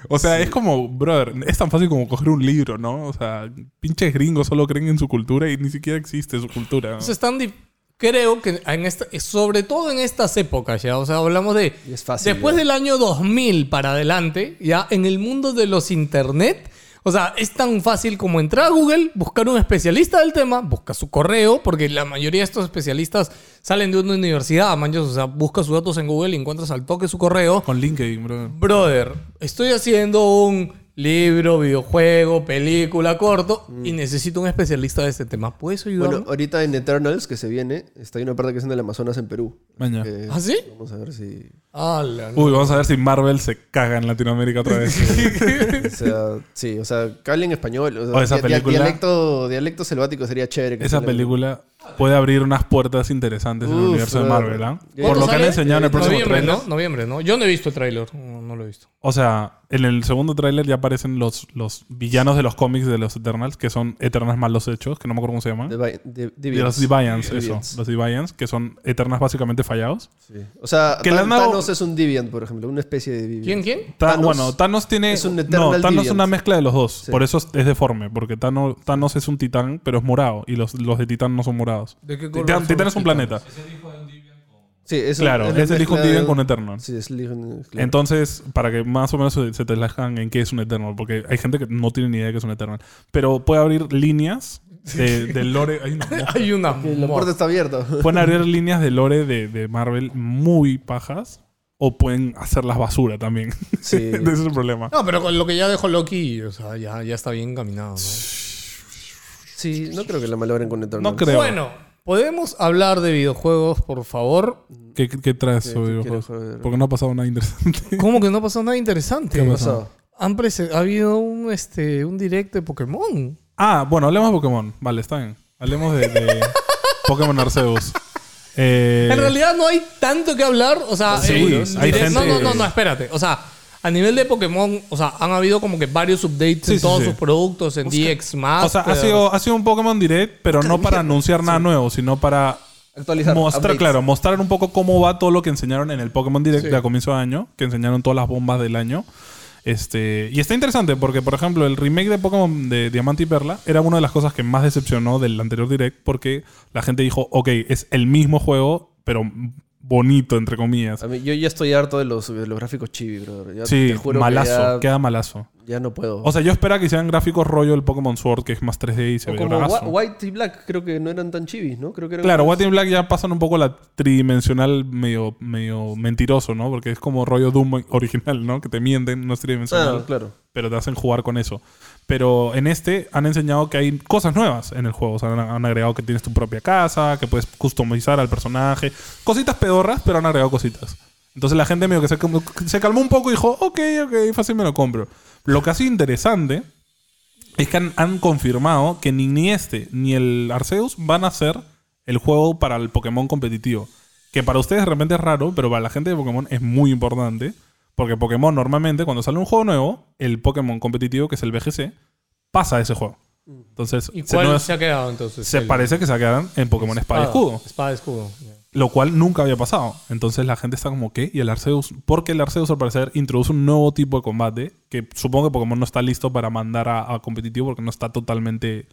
[SPEAKER 1] O sea, es como, brother, es tan fácil como coger un libro, ¿no? O sea, pinches gringos solo creen en su cultura y ni siquiera existe su cultura. ¿no?
[SPEAKER 3] Entonces, están di- creo que en esta, sobre todo en estas épocas ya, o sea, hablamos de
[SPEAKER 2] Y es fácil,
[SPEAKER 3] después
[SPEAKER 2] ya.
[SPEAKER 3] del año 2000 para adelante, ya en el mundo de los internet, o sea, es tan fácil como entrar a Google, buscar un especialista del tema, busca su correo, porque la mayoría de estos especialistas salen de una universidad, manches, o sea, busca sus datos en Google y encuentras al toque su correo.
[SPEAKER 1] Con LinkedIn, brother.
[SPEAKER 3] Brother, estoy haciendo un libro, videojuego, película corto y necesito un especialista de este tema. ¿Puedes ayudarme?
[SPEAKER 2] Mm. Bueno, ahorita en Eternals, que se viene, está hay una parte que es en el Amazonas en Perú.
[SPEAKER 1] Maña.
[SPEAKER 2] Que-
[SPEAKER 3] ¿Ah, sí?
[SPEAKER 2] Vamos a ver si.
[SPEAKER 3] Ala, no.
[SPEAKER 1] Uy, vamos a ver si Marvel se caga en Latinoamérica otra vez.
[SPEAKER 2] O sea, sí, o sea, que hable en español. O sea,
[SPEAKER 1] O esa
[SPEAKER 2] dia- dia-
[SPEAKER 1] película-
[SPEAKER 2] Dialecto, dialecto selvático sería chévere. que
[SPEAKER 1] Esa
[SPEAKER 2] salga.
[SPEAKER 1] película puede abrir unas puertas interesantes en el
[SPEAKER 2] Uf,
[SPEAKER 1] universo de
[SPEAKER 2] brother. Eh,
[SPEAKER 1] Marvel, ¿ah?
[SPEAKER 2] ¿Y
[SPEAKER 1] Por
[SPEAKER 3] cuándo
[SPEAKER 1] lo que han
[SPEAKER 3] sale?
[SPEAKER 1] enseñado en el próximo
[SPEAKER 3] Noviembre,
[SPEAKER 1] trailer.
[SPEAKER 3] ¿no? Noviembre, ¿no? Yo no he visto el tráiler. No, no lo he visto.
[SPEAKER 1] O sea, en el segundo tráiler ya aparecen los, los villanos de los cómics de los Eternals, que son Eternas malos hechos, que no me acuerdo cómo se llaman.
[SPEAKER 2] De Vi- de-
[SPEAKER 1] Y
[SPEAKER 2] Deviants.
[SPEAKER 1] los Deviants, eso.
[SPEAKER 2] Deviants.
[SPEAKER 1] Los Deviants, que son Eternas básicamente fallados.
[SPEAKER 2] Sí. O sea,
[SPEAKER 1] Que
[SPEAKER 2] Tan-
[SPEAKER 1] le han dado-
[SPEAKER 2] Thanos es un Deviant, por ejemplo, una especie de Deviant.
[SPEAKER 3] ¿Quién, quién?
[SPEAKER 1] Ta-
[SPEAKER 2] Thanos
[SPEAKER 1] bueno, Thanos tiene.
[SPEAKER 2] es un
[SPEAKER 1] no,
[SPEAKER 2] Eternal
[SPEAKER 1] Thanos es
[SPEAKER 2] Deviant.
[SPEAKER 1] una mezcla de los dos.
[SPEAKER 2] Sí.
[SPEAKER 1] Por eso es, es deforme, porque Thanos, Thanos es un titán, pero es morado. Y los, los de titán no son morados.
[SPEAKER 3] ¿De qué color
[SPEAKER 1] Titán,
[SPEAKER 3] son
[SPEAKER 1] titán
[SPEAKER 3] los
[SPEAKER 1] es un
[SPEAKER 3] titanes?
[SPEAKER 1] planeta.
[SPEAKER 2] Sí, es un-
[SPEAKER 1] Claro,
[SPEAKER 2] la
[SPEAKER 1] es el hijo
[SPEAKER 2] mezcla
[SPEAKER 1] de
[SPEAKER 2] de
[SPEAKER 1] Deviant
[SPEAKER 2] un-
[SPEAKER 1] con Eternals.
[SPEAKER 2] Sí, es el hijo de- claro.
[SPEAKER 1] Entonces, para que más o menos se se te lajan en qué es un Eternal, porque hay gente que no tiene ni idea de qué es un Eternal. Pero puede abrir líneas de, de lore. Hay una mosca.
[SPEAKER 3] Hay una.
[SPEAKER 2] La puerta está abierta.
[SPEAKER 1] pueden abrir líneas de lore de, de Marvel muy pajas o pueden hacerlas basura también.
[SPEAKER 2] Sí.
[SPEAKER 1] Ese es el problema.
[SPEAKER 3] No, pero con lo que ya dejó Loki, o sea, ya, ya está bien encaminado, ¿no?
[SPEAKER 2] Sí, no creo que la malogren con Eternals.
[SPEAKER 1] No creo.
[SPEAKER 3] Bueno, ¿podemos hablar de videojuegos, por favor?
[SPEAKER 1] ¿Qué, qué- qué traes
[SPEAKER 2] ¿Qué-
[SPEAKER 1] sobre
[SPEAKER 2] qué
[SPEAKER 1] videojuegos?
[SPEAKER 2] quieres joder?
[SPEAKER 1] Porque no ha pasado nada interesante.
[SPEAKER 3] ¿Cómo que no pasó nada interesante?
[SPEAKER 1] ¿Qué
[SPEAKER 2] ¿Qué
[SPEAKER 1] pasó?
[SPEAKER 2] pasó?
[SPEAKER 3] Han prese- ha habido un, este, un directo de Pokémon.
[SPEAKER 1] Ah, bueno, hablemos de Pokémon. Vale, está bien. Hablemos de, de Pokémon Arceus. Eh,
[SPEAKER 3] En realidad no hay tanto que hablar. O sea,
[SPEAKER 1] Sí, hay
[SPEAKER 3] direct-
[SPEAKER 1] gente-
[SPEAKER 3] no, no, no, no, espérate. O sea, a nivel de Pokémon, o sea, han habido como que varios updates
[SPEAKER 1] Sí,
[SPEAKER 3] en
[SPEAKER 1] sí,
[SPEAKER 3] todos
[SPEAKER 1] sí.
[SPEAKER 3] sus productos, en DX más.
[SPEAKER 1] O sea, ha sido, ha sido un Pokémon Direct, pero no para anunciar nada nuevo, sino para
[SPEAKER 2] Actualizar.
[SPEAKER 1] mostrar,
[SPEAKER 2] updates.
[SPEAKER 1] claro, mostrar un poco cómo va todo lo que enseñaron en el Pokémon Direct de a comienzo de año, que enseñaron todas las bombas del año. Este, y está interesante porque, por ejemplo, el remake de Pokémon de Diamante y Perla era una de las cosas que más decepcionó del anterior Direct porque la gente dijo, ok, es el mismo juego, pero bonito, entre comillas.
[SPEAKER 2] A mí- yo ya estoy harto de los, de los gráficos chibi, brother. Ya
[SPEAKER 1] Sí,
[SPEAKER 2] te juro
[SPEAKER 1] malazo,
[SPEAKER 2] que ya,
[SPEAKER 1] queda malazo.
[SPEAKER 2] ya no puedo.
[SPEAKER 1] O sea, yo esperaba que hicieran gráficos rollo el Pokémon Sword, que es más 3D y se
[SPEAKER 2] O
[SPEAKER 1] ve
[SPEAKER 2] como
[SPEAKER 1] bravazo.
[SPEAKER 2] Wha- White y Black creo que no eran tan chibis, ¿no? Creo que eran
[SPEAKER 1] Claro,
[SPEAKER 2] más-
[SPEAKER 1] White and Black ya pasan un poco la tridimensional medio, medio mentiroso, ¿no? Porque es como rollo Doom original, ¿no? Que te mienten, no es tridimensional,
[SPEAKER 2] Ah, claro.
[SPEAKER 1] pero te hacen jugar con eso. Pero en este han enseñado que hay cosas nuevas en el juego. O sea, han, han agregado que tienes tu propia casa, que puedes customizar al personaje. Cositas pedorras, pero han agregado cositas. Entonces la gente medio que se, calmó- se calmó un poco y dijo, ok, ok, fácil me lo compro. Lo que ha sido interesante es que han, han confirmado que ni, ni este ni el Arceus van a ser el juego para el Pokémon competitivo. Que para ustedes de repente es raro, pero para la gente de Pokémon es muy importante. Porque Pokémon normalmente, cuando sale un juego nuevo, el Pokémon competitivo, que es el BGC, pasa a ese juego. Entonces,
[SPEAKER 3] ¿Y
[SPEAKER 1] se,
[SPEAKER 3] cuál
[SPEAKER 1] no
[SPEAKER 3] se,
[SPEAKER 1] es-
[SPEAKER 3] ha quedado entonces?
[SPEAKER 1] se
[SPEAKER 3] El- Ah.
[SPEAKER 1] parece que se quedaran en Pokémon Espada y Escudo.
[SPEAKER 3] Espada y escudo. ya.
[SPEAKER 1] Lo cual nunca había pasado. Entonces la gente está como, ¿qué? Y el Arceus. Porque el Arceus, al parecer, introduce un nuevo tipo de combate que supongo que Pokémon no está listo para mandar a, a competitivo porque no está totalmente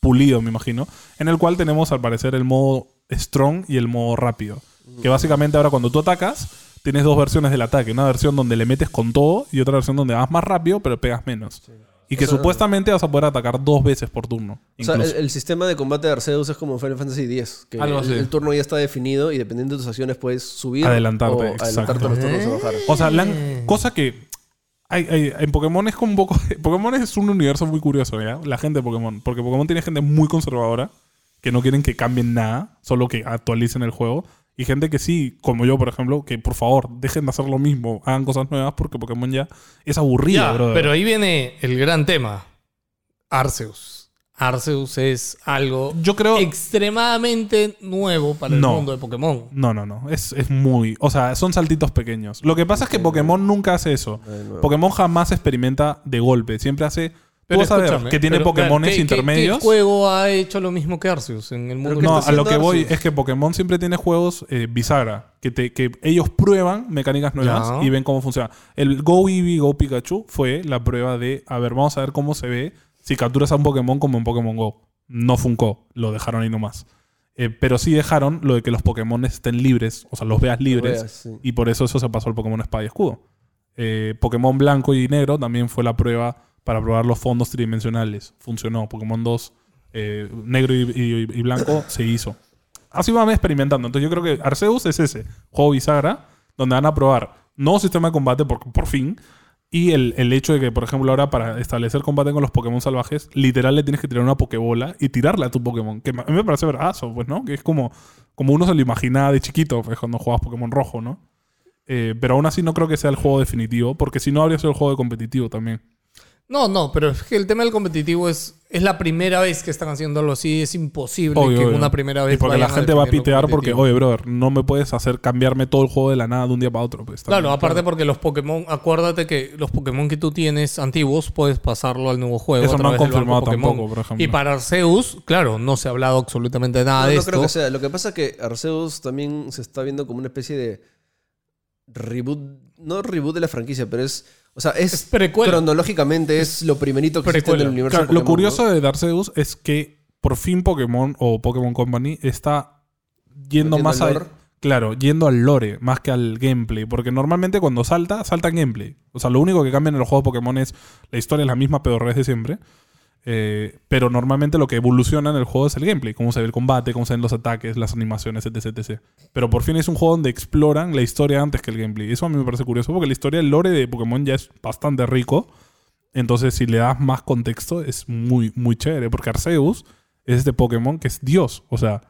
[SPEAKER 1] pulido, me imagino. En el cual tenemos, al parecer, el modo strong y el modo rápido. Que básicamente ahora cuando tú atacas, tienes dos versiones del ataque. Una versión donde le metes con todo y otra versión donde vas más rápido, pero pegas menos. Y que
[SPEAKER 2] Eso-
[SPEAKER 1] supuestamente vas a poder atacar dos veces por turno.
[SPEAKER 2] O sea, el,
[SPEAKER 1] incluso.
[SPEAKER 2] el sistema de combate de Arceus es como Final Fantasy X, que
[SPEAKER 1] Algo
[SPEAKER 2] el,
[SPEAKER 1] así.
[SPEAKER 2] el turno ya está definido y dependiendo de tus acciones puedes subir
[SPEAKER 1] Adelantarte,
[SPEAKER 2] o
[SPEAKER 1] exacto.
[SPEAKER 2] adelantarte los turnos o bajar.
[SPEAKER 1] O sea, la han- cosa que. hay- hay- en Pokémon es como un poco. Pokémon es un universo muy curioso, ¿ya? La gente de Pokémon. Porque Pokémon tiene gente muy conservadora que no quieren que cambien nada, solo que actualicen el juego. Y gente que sí, como yo, por ejemplo, que por favor, dejen de hacer lo mismo, hagan cosas nuevas porque Pokémon ya es aburrido,
[SPEAKER 3] Ya,
[SPEAKER 1] brother.
[SPEAKER 3] pero ahí viene el gran tema. Arceus. Arceus es algo
[SPEAKER 1] Yo creo.
[SPEAKER 3] extremadamente nuevo para el
[SPEAKER 1] No.
[SPEAKER 3] mundo de Pokémon.
[SPEAKER 1] No, no, no. Es, es muy. O sea, son saltitos pequeños. Lo que pasa es que Pokémon nunca hace eso.
[SPEAKER 2] De nuevo.
[SPEAKER 1] Pokémon jamás experimenta de golpe. Siempre hace. Tú vas a ver
[SPEAKER 3] escúchame,
[SPEAKER 1] que tiene
[SPEAKER 3] pero,
[SPEAKER 1] Pokémones
[SPEAKER 3] ¿qué- qué-
[SPEAKER 1] intermedios.
[SPEAKER 3] ¿qué, juego ha hecho lo mismo que Arceus en el mundo?
[SPEAKER 2] ¿qué
[SPEAKER 1] No,
[SPEAKER 2] está
[SPEAKER 1] a lo
[SPEAKER 2] haciendo
[SPEAKER 1] que voy
[SPEAKER 2] Arceus?
[SPEAKER 1] es que Pokémon siempre tiene juegos eh, bisagra, que, te, que ellos prueban mecánicas nuevas
[SPEAKER 3] Ya.
[SPEAKER 1] y ven cómo funciona. El Go Eevee, Go Pikachu fue la prueba de, a ver, vamos a ver cómo se ve si capturas a un Pokémon como en Pokémon Go. No funcó, lo dejaron ahí nomás. Eh, pero sí dejaron lo de que los Pokémon estén libres, o sea, los veas libres.
[SPEAKER 2] veas, sí.
[SPEAKER 1] Y por eso eso se pasó al Pokémon Espada y Escudo. Eh, Pokémon Blanco y Negro también fue la prueba para probar los fondos tridimensionales. Funcionó. Pokémon 2, eh, Negro y, y- y Blanco, se hizo. Así van experimentando. Entonces yo creo que Arceus es ese juego bisagra donde van a probar nuevo sistema de combate por, por fin. Y el, el hecho de que, por ejemplo, ahora para establecer combate con los Pokémon salvajes, literal le tienes que tirar una Pokébola y tirarla a tu Pokémon. Que a mí me parece bravazo, pues, ¿no? Que es como, como uno se lo imaginaba de chiquito, pues, cuando jugabas Pokémon rojo, ¿no? Eh, pero aún así no creo que sea el juego definitivo, porque si no habría sido el juego de competitivo también.
[SPEAKER 3] No, no, pero es que el tema del competitivo es, es la primera vez que están haciendo algo así. Es imposible
[SPEAKER 1] Obvio,
[SPEAKER 3] que
[SPEAKER 1] obvio.
[SPEAKER 3] una primera vez.
[SPEAKER 1] Y porque la
[SPEAKER 3] vayan a
[SPEAKER 1] gente va a
[SPEAKER 3] definir lo
[SPEAKER 1] pitear porque,
[SPEAKER 3] competitivo.
[SPEAKER 1] oye, brother, no me puedes hacer cambiarme todo el juego de la nada de un día para otro. Pues, también.
[SPEAKER 3] Claro, aparte porque los Pokémon, acuérdate que los Pokémon que tú tienes antiguos puedes pasarlo al nuevo juego.
[SPEAKER 1] Eso
[SPEAKER 3] a
[SPEAKER 1] no han
[SPEAKER 3] través del
[SPEAKER 1] confirmado
[SPEAKER 3] banco Pokémon.
[SPEAKER 1] tampoco, por ejemplo.
[SPEAKER 3] Y para Arceus, claro, no se ha hablado absolutamente
[SPEAKER 1] Ah,
[SPEAKER 3] nada
[SPEAKER 2] No,
[SPEAKER 3] de
[SPEAKER 2] no
[SPEAKER 3] esto.
[SPEAKER 2] creo que sea. Lo que pasa es que Arceus también se está viendo como una especie de reboot. No reboot de la franquicia, pero es. O sea, es.
[SPEAKER 3] Es precuela.
[SPEAKER 2] Cronológicamente es lo primerito que existe en
[SPEAKER 3] Precuela.
[SPEAKER 2] el universo.
[SPEAKER 1] Claro, lo
[SPEAKER 2] Pokémon,
[SPEAKER 1] curioso
[SPEAKER 2] ¿no?
[SPEAKER 1] de Dark Zeus es que por fin Pokémon o Pokémon Company está yendo
[SPEAKER 2] Metiendo
[SPEAKER 1] más
[SPEAKER 2] al
[SPEAKER 1] allá.
[SPEAKER 2] lore.
[SPEAKER 1] Claro, yendo al lore más que al gameplay. Porque normalmente cuando salta, salta en gameplay. O sea, lo único que cambian en los juegos Pokémon es la historia es la misma, pero de siempre. Eh, pero normalmente lo que evoluciona en el juego es el gameplay, cómo se ve el combate, cómo se ven los ataques, las animaciones, etc. etc. Pero por fin es un juego donde exploran la historia antes que el gameplay. Eso a mí me parece curioso porque la historia, el lore de Pokémon ya es bastante rico. Entonces, si le das más contexto, es muy, muy chévere. Porque Arceus es este Pokémon que es Dios. O sea,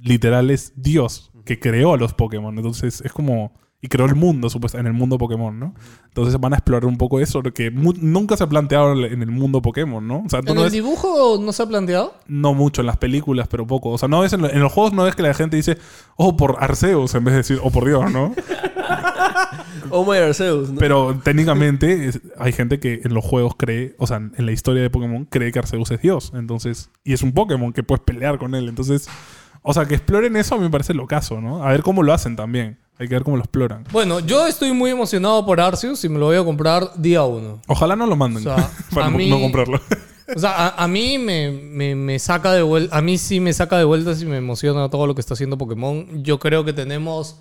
[SPEAKER 1] literal es Dios que creó a los Pokémon. Entonces, es como. Y creó el mundo, supuestamente, en el mundo Pokémon, ¿no? Entonces van a explorar un poco eso, lo que mu- nunca se ha planteado en el mundo Pokémon, ¿no? O sea, tú
[SPEAKER 3] ¿En
[SPEAKER 1] no
[SPEAKER 3] el
[SPEAKER 1] ves-
[SPEAKER 3] dibujo no se ha planteado?
[SPEAKER 1] no mucho en las películas, pero poco. O sea, no ves en, lo- en los juegos no ves que la gente dice, oh, por Arceus, en vez de decir, oh, por Dios, ¿no?
[SPEAKER 2] Oh my Arceus, ¿no?
[SPEAKER 1] Pero técnicamente es- hay gente que en los juegos cree, o sea, en la historia de Pokémon cree que Arceus es Dios. Entonces, y es un Pokémon que puedes pelear con él. Entonces, o sea, que exploren eso a mí me parece locazo, ¿no? A ver cómo lo hacen también. Hay que ver cómo lo exploran.
[SPEAKER 3] Bueno, yo estoy muy emocionado por Arceus y me lo voy a comprar día uno.
[SPEAKER 1] Ojalá no lo manden
[SPEAKER 3] O sea,
[SPEAKER 1] para
[SPEAKER 3] a
[SPEAKER 1] no-
[SPEAKER 3] mí-
[SPEAKER 1] no comprarlo.
[SPEAKER 3] O sea, a, a mí me, me- me saca de vuelta. A mí sí me saca de vueltas y me emociona todo lo que está haciendo Pokémon. Yo creo que tenemos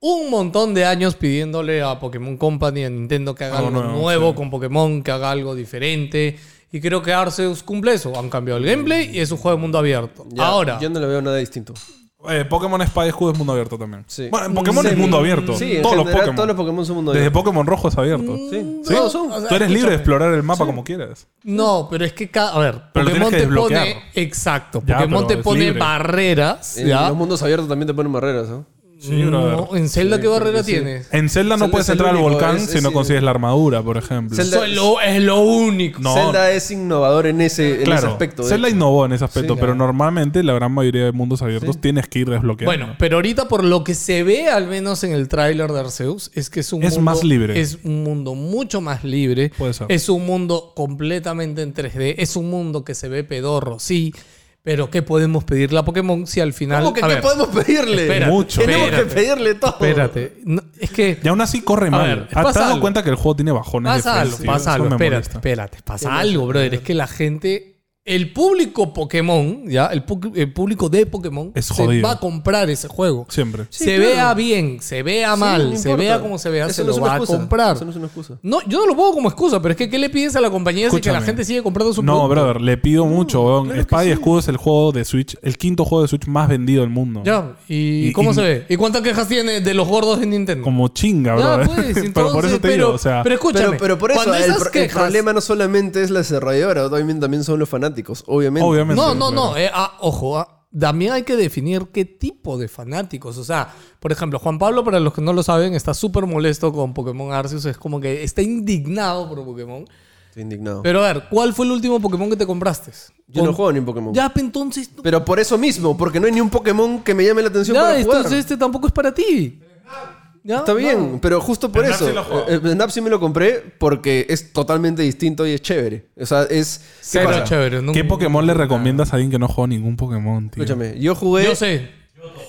[SPEAKER 3] un montón de años pidiéndole a Pokémon Company, a Nintendo, que haga
[SPEAKER 1] Algo
[SPEAKER 3] algo
[SPEAKER 1] nuevo,
[SPEAKER 3] nuevo,
[SPEAKER 1] sí.
[SPEAKER 3] con Pokémon, que haga algo diferente. Y creo que Arceus cumple eso. Han cambiado el gameplay y es un juego de mundo abierto.
[SPEAKER 2] Ya,
[SPEAKER 3] Ahora.
[SPEAKER 2] Yo no le veo nada distinto.
[SPEAKER 1] Eh, Pokémon Espada y Escudo es mundo abierto también.
[SPEAKER 2] Sí.
[SPEAKER 1] Bueno, en Pokémon es
[SPEAKER 2] Sí.
[SPEAKER 1] mundo abierto.
[SPEAKER 2] Sí, en
[SPEAKER 1] todos, los
[SPEAKER 2] general,
[SPEAKER 1] Pokémon.
[SPEAKER 2] todos los Pokémon son mundo
[SPEAKER 1] Desde
[SPEAKER 2] abierto.
[SPEAKER 1] Pokémon Rojo es abierto.
[SPEAKER 2] Sí.
[SPEAKER 1] ¿Sí?
[SPEAKER 2] Todos son.
[SPEAKER 3] o sea,
[SPEAKER 1] Tú eres libre de
[SPEAKER 3] escúchame.
[SPEAKER 1] explorar el mapa como quieras.
[SPEAKER 3] No, pero es que cada. A ver,
[SPEAKER 1] Pero lo tienes
[SPEAKER 3] Pokémon
[SPEAKER 1] que
[SPEAKER 3] te
[SPEAKER 1] desbloquear.
[SPEAKER 3] pone. Exacto.
[SPEAKER 1] Ya,
[SPEAKER 3] Pokémon
[SPEAKER 1] pero
[SPEAKER 3] te
[SPEAKER 1] es
[SPEAKER 3] pone
[SPEAKER 1] libre.
[SPEAKER 3] barreras.
[SPEAKER 2] En
[SPEAKER 3] ¿ya?
[SPEAKER 2] los mundos abiertos también te ponen barreras, ¿no?
[SPEAKER 1] Sí, brother.
[SPEAKER 3] No, ¿En Zelda qué barrera tienes?
[SPEAKER 1] En Zelda no
[SPEAKER 2] Zelda
[SPEAKER 1] puedes
[SPEAKER 2] es el
[SPEAKER 1] entrar al
[SPEAKER 2] único,
[SPEAKER 1] volcán
[SPEAKER 2] es-
[SPEAKER 1] si
[SPEAKER 2] es-
[SPEAKER 1] no consigues la armadura, por ejemplo.
[SPEAKER 2] Zelda-
[SPEAKER 3] Eso es lo, es lo único.
[SPEAKER 1] No.
[SPEAKER 2] Zelda es innovador en ese, en ese aspecto. de
[SPEAKER 1] Zelda
[SPEAKER 2] hecho.
[SPEAKER 1] innovó en ese aspecto,
[SPEAKER 2] Sí,
[SPEAKER 1] pero
[SPEAKER 2] claro.
[SPEAKER 1] normalmente la gran mayoría de mundos abiertos tienes que ir desbloqueando.
[SPEAKER 3] Bueno, pero ahorita por lo que se ve, al menos en el tráiler de Arceus, es que es un
[SPEAKER 1] Es
[SPEAKER 3] mundo,
[SPEAKER 1] más libre.
[SPEAKER 3] Es un mundo mucho más libre.
[SPEAKER 1] Puede ser.
[SPEAKER 3] Es un mundo completamente en 3D. Es un mundo que se ve pedorro, sí. Pero ¿qué podemos pedirle a Pokémon si al final...
[SPEAKER 2] ¿Cómo que
[SPEAKER 3] a
[SPEAKER 2] qué
[SPEAKER 3] ver,
[SPEAKER 2] podemos pedirle?
[SPEAKER 3] Espérate,
[SPEAKER 1] Mucho.
[SPEAKER 2] Tenemos que
[SPEAKER 3] espérate,
[SPEAKER 2] pedirle todo.
[SPEAKER 3] Espérate. No, es que...
[SPEAKER 1] Y aún así corre mal.
[SPEAKER 3] ver,
[SPEAKER 1] Ah, ¿Te
[SPEAKER 3] pasa
[SPEAKER 1] has dado
[SPEAKER 3] algo.
[SPEAKER 1] cuenta que el juego tiene bajones de
[SPEAKER 3] Pasa algo,
[SPEAKER 1] frames? Sí, eso
[SPEAKER 3] pasa algo.
[SPEAKER 1] me
[SPEAKER 3] Espérate,
[SPEAKER 1] molesta.
[SPEAKER 3] espérate. Pasa algo, brother. Es que la gente... El público Pokémon, ya, el, pu- el público de Pokémon
[SPEAKER 1] Es
[SPEAKER 3] se
[SPEAKER 1] jodido.
[SPEAKER 3] va a comprar ese juego.
[SPEAKER 1] Siempre.
[SPEAKER 2] Sí,
[SPEAKER 3] se
[SPEAKER 2] claro.
[SPEAKER 3] vea bien, se vea
[SPEAKER 2] Sí,
[SPEAKER 3] mal,
[SPEAKER 2] no
[SPEAKER 3] se
[SPEAKER 2] importa.
[SPEAKER 3] vea como se vea,
[SPEAKER 2] Eso
[SPEAKER 3] se
[SPEAKER 2] no es
[SPEAKER 3] lo
[SPEAKER 2] una
[SPEAKER 3] va a
[SPEAKER 2] excusa.
[SPEAKER 3] comprar.
[SPEAKER 2] Eso no es una excusa.
[SPEAKER 3] No, yo no lo pongo como excusa, pero es que ¿qué le pides a la compañía si que la
[SPEAKER 1] Escúchame.
[SPEAKER 3] gente sigue comprando su
[SPEAKER 1] No,
[SPEAKER 3] producto?
[SPEAKER 1] brother, le pido mucho, weón.
[SPEAKER 2] claro que
[SPEAKER 1] Espada y
[SPEAKER 2] sí.
[SPEAKER 1] Escudo es el juego de Switch, el quinto juego de Switch más vendido del mundo.
[SPEAKER 3] Ya, ¿y,
[SPEAKER 1] Y-
[SPEAKER 3] cómo
[SPEAKER 1] y-
[SPEAKER 3] se ve? ¿Y cuántas quejas tiene de los gordos en Nintendo?
[SPEAKER 1] Como chinga,
[SPEAKER 3] Ya,
[SPEAKER 1] brother.
[SPEAKER 3] pues,
[SPEAKER 1] pero por
[SPEAKER 3] entonces,
[SPEAKER 1] eso te
[SPEAKER 3] pero,
[SPEAKER 1] digo, o sea,
[SPEAKER 3] pero escúchame,
[SPEAKER 2] Pero, pero por eso,
[SPEAKER 3] cuando
[SPEAKER 2] el,
[SPEAKER 3] esas
[SPEAKER 2] pro- el
[SPEAKER 3] quejas-
[SPEAKER 2] problema no solamente es la desarrolladora, también, también son los fanáticos, obviamente.
[SPEAKER 1] obviamente.
[SPEAKER 3] No, no, no.
[SPEAKER 1] brother.
[SPEAKER 3] eh, ah, ojo, ah, también hay que definir qué tipo de fanáticos. O sea, por ejemplo, Juan Pablo, para los que no lo saben, está súper molesto con Pokémon Arceus. Es como que está indignado por Pokémon.
[SPEAKER 2] Estoy indignado.
[SPEAKER 3] Pero a ver, ¿cuál fue el último Pokémon que te compraste?
[SPEAKER 2] Yo no
[SPEAKER 3] Con-
[SPEAKER 2] juego ni Pokémon.
[SPEAKER 3] Ya, pe, entonces. no-
[SPEAKER 2] Pero por eso mismo, porque no hay ni un Pokémon que me llame la atención
[SPEAKER 3] ya,
[SPEAKER 2] para jugar.
[SPEAKER 3] entonces este tampoco es para ti. Ya,
[SPEAKER 2] Está
[SPEAKER 3] no.
[SPEAKER 2] bien, pero justo por
[SPEAKER 1] El Nap
[SPEAKER 2] eso.
[SPEAKER 1] sí lo juego.
[SPEAKER 2] eh, El Nap sí me lo compré porque es totalmente distinto y es chévere. O sea, es. ¿qué
[SPEAKER 3] Cero
[SPEAKER 2] pasa?
[SPEAKER 3] chévere. no-
[SPEAKER 1] ¿Qué Pokémon le recomiendas a alguien que no juega ningún Pokémon, tío?
[SPEAKER 2] Escúchame, yo jugué.
[SPEAKER 3] Yo sé.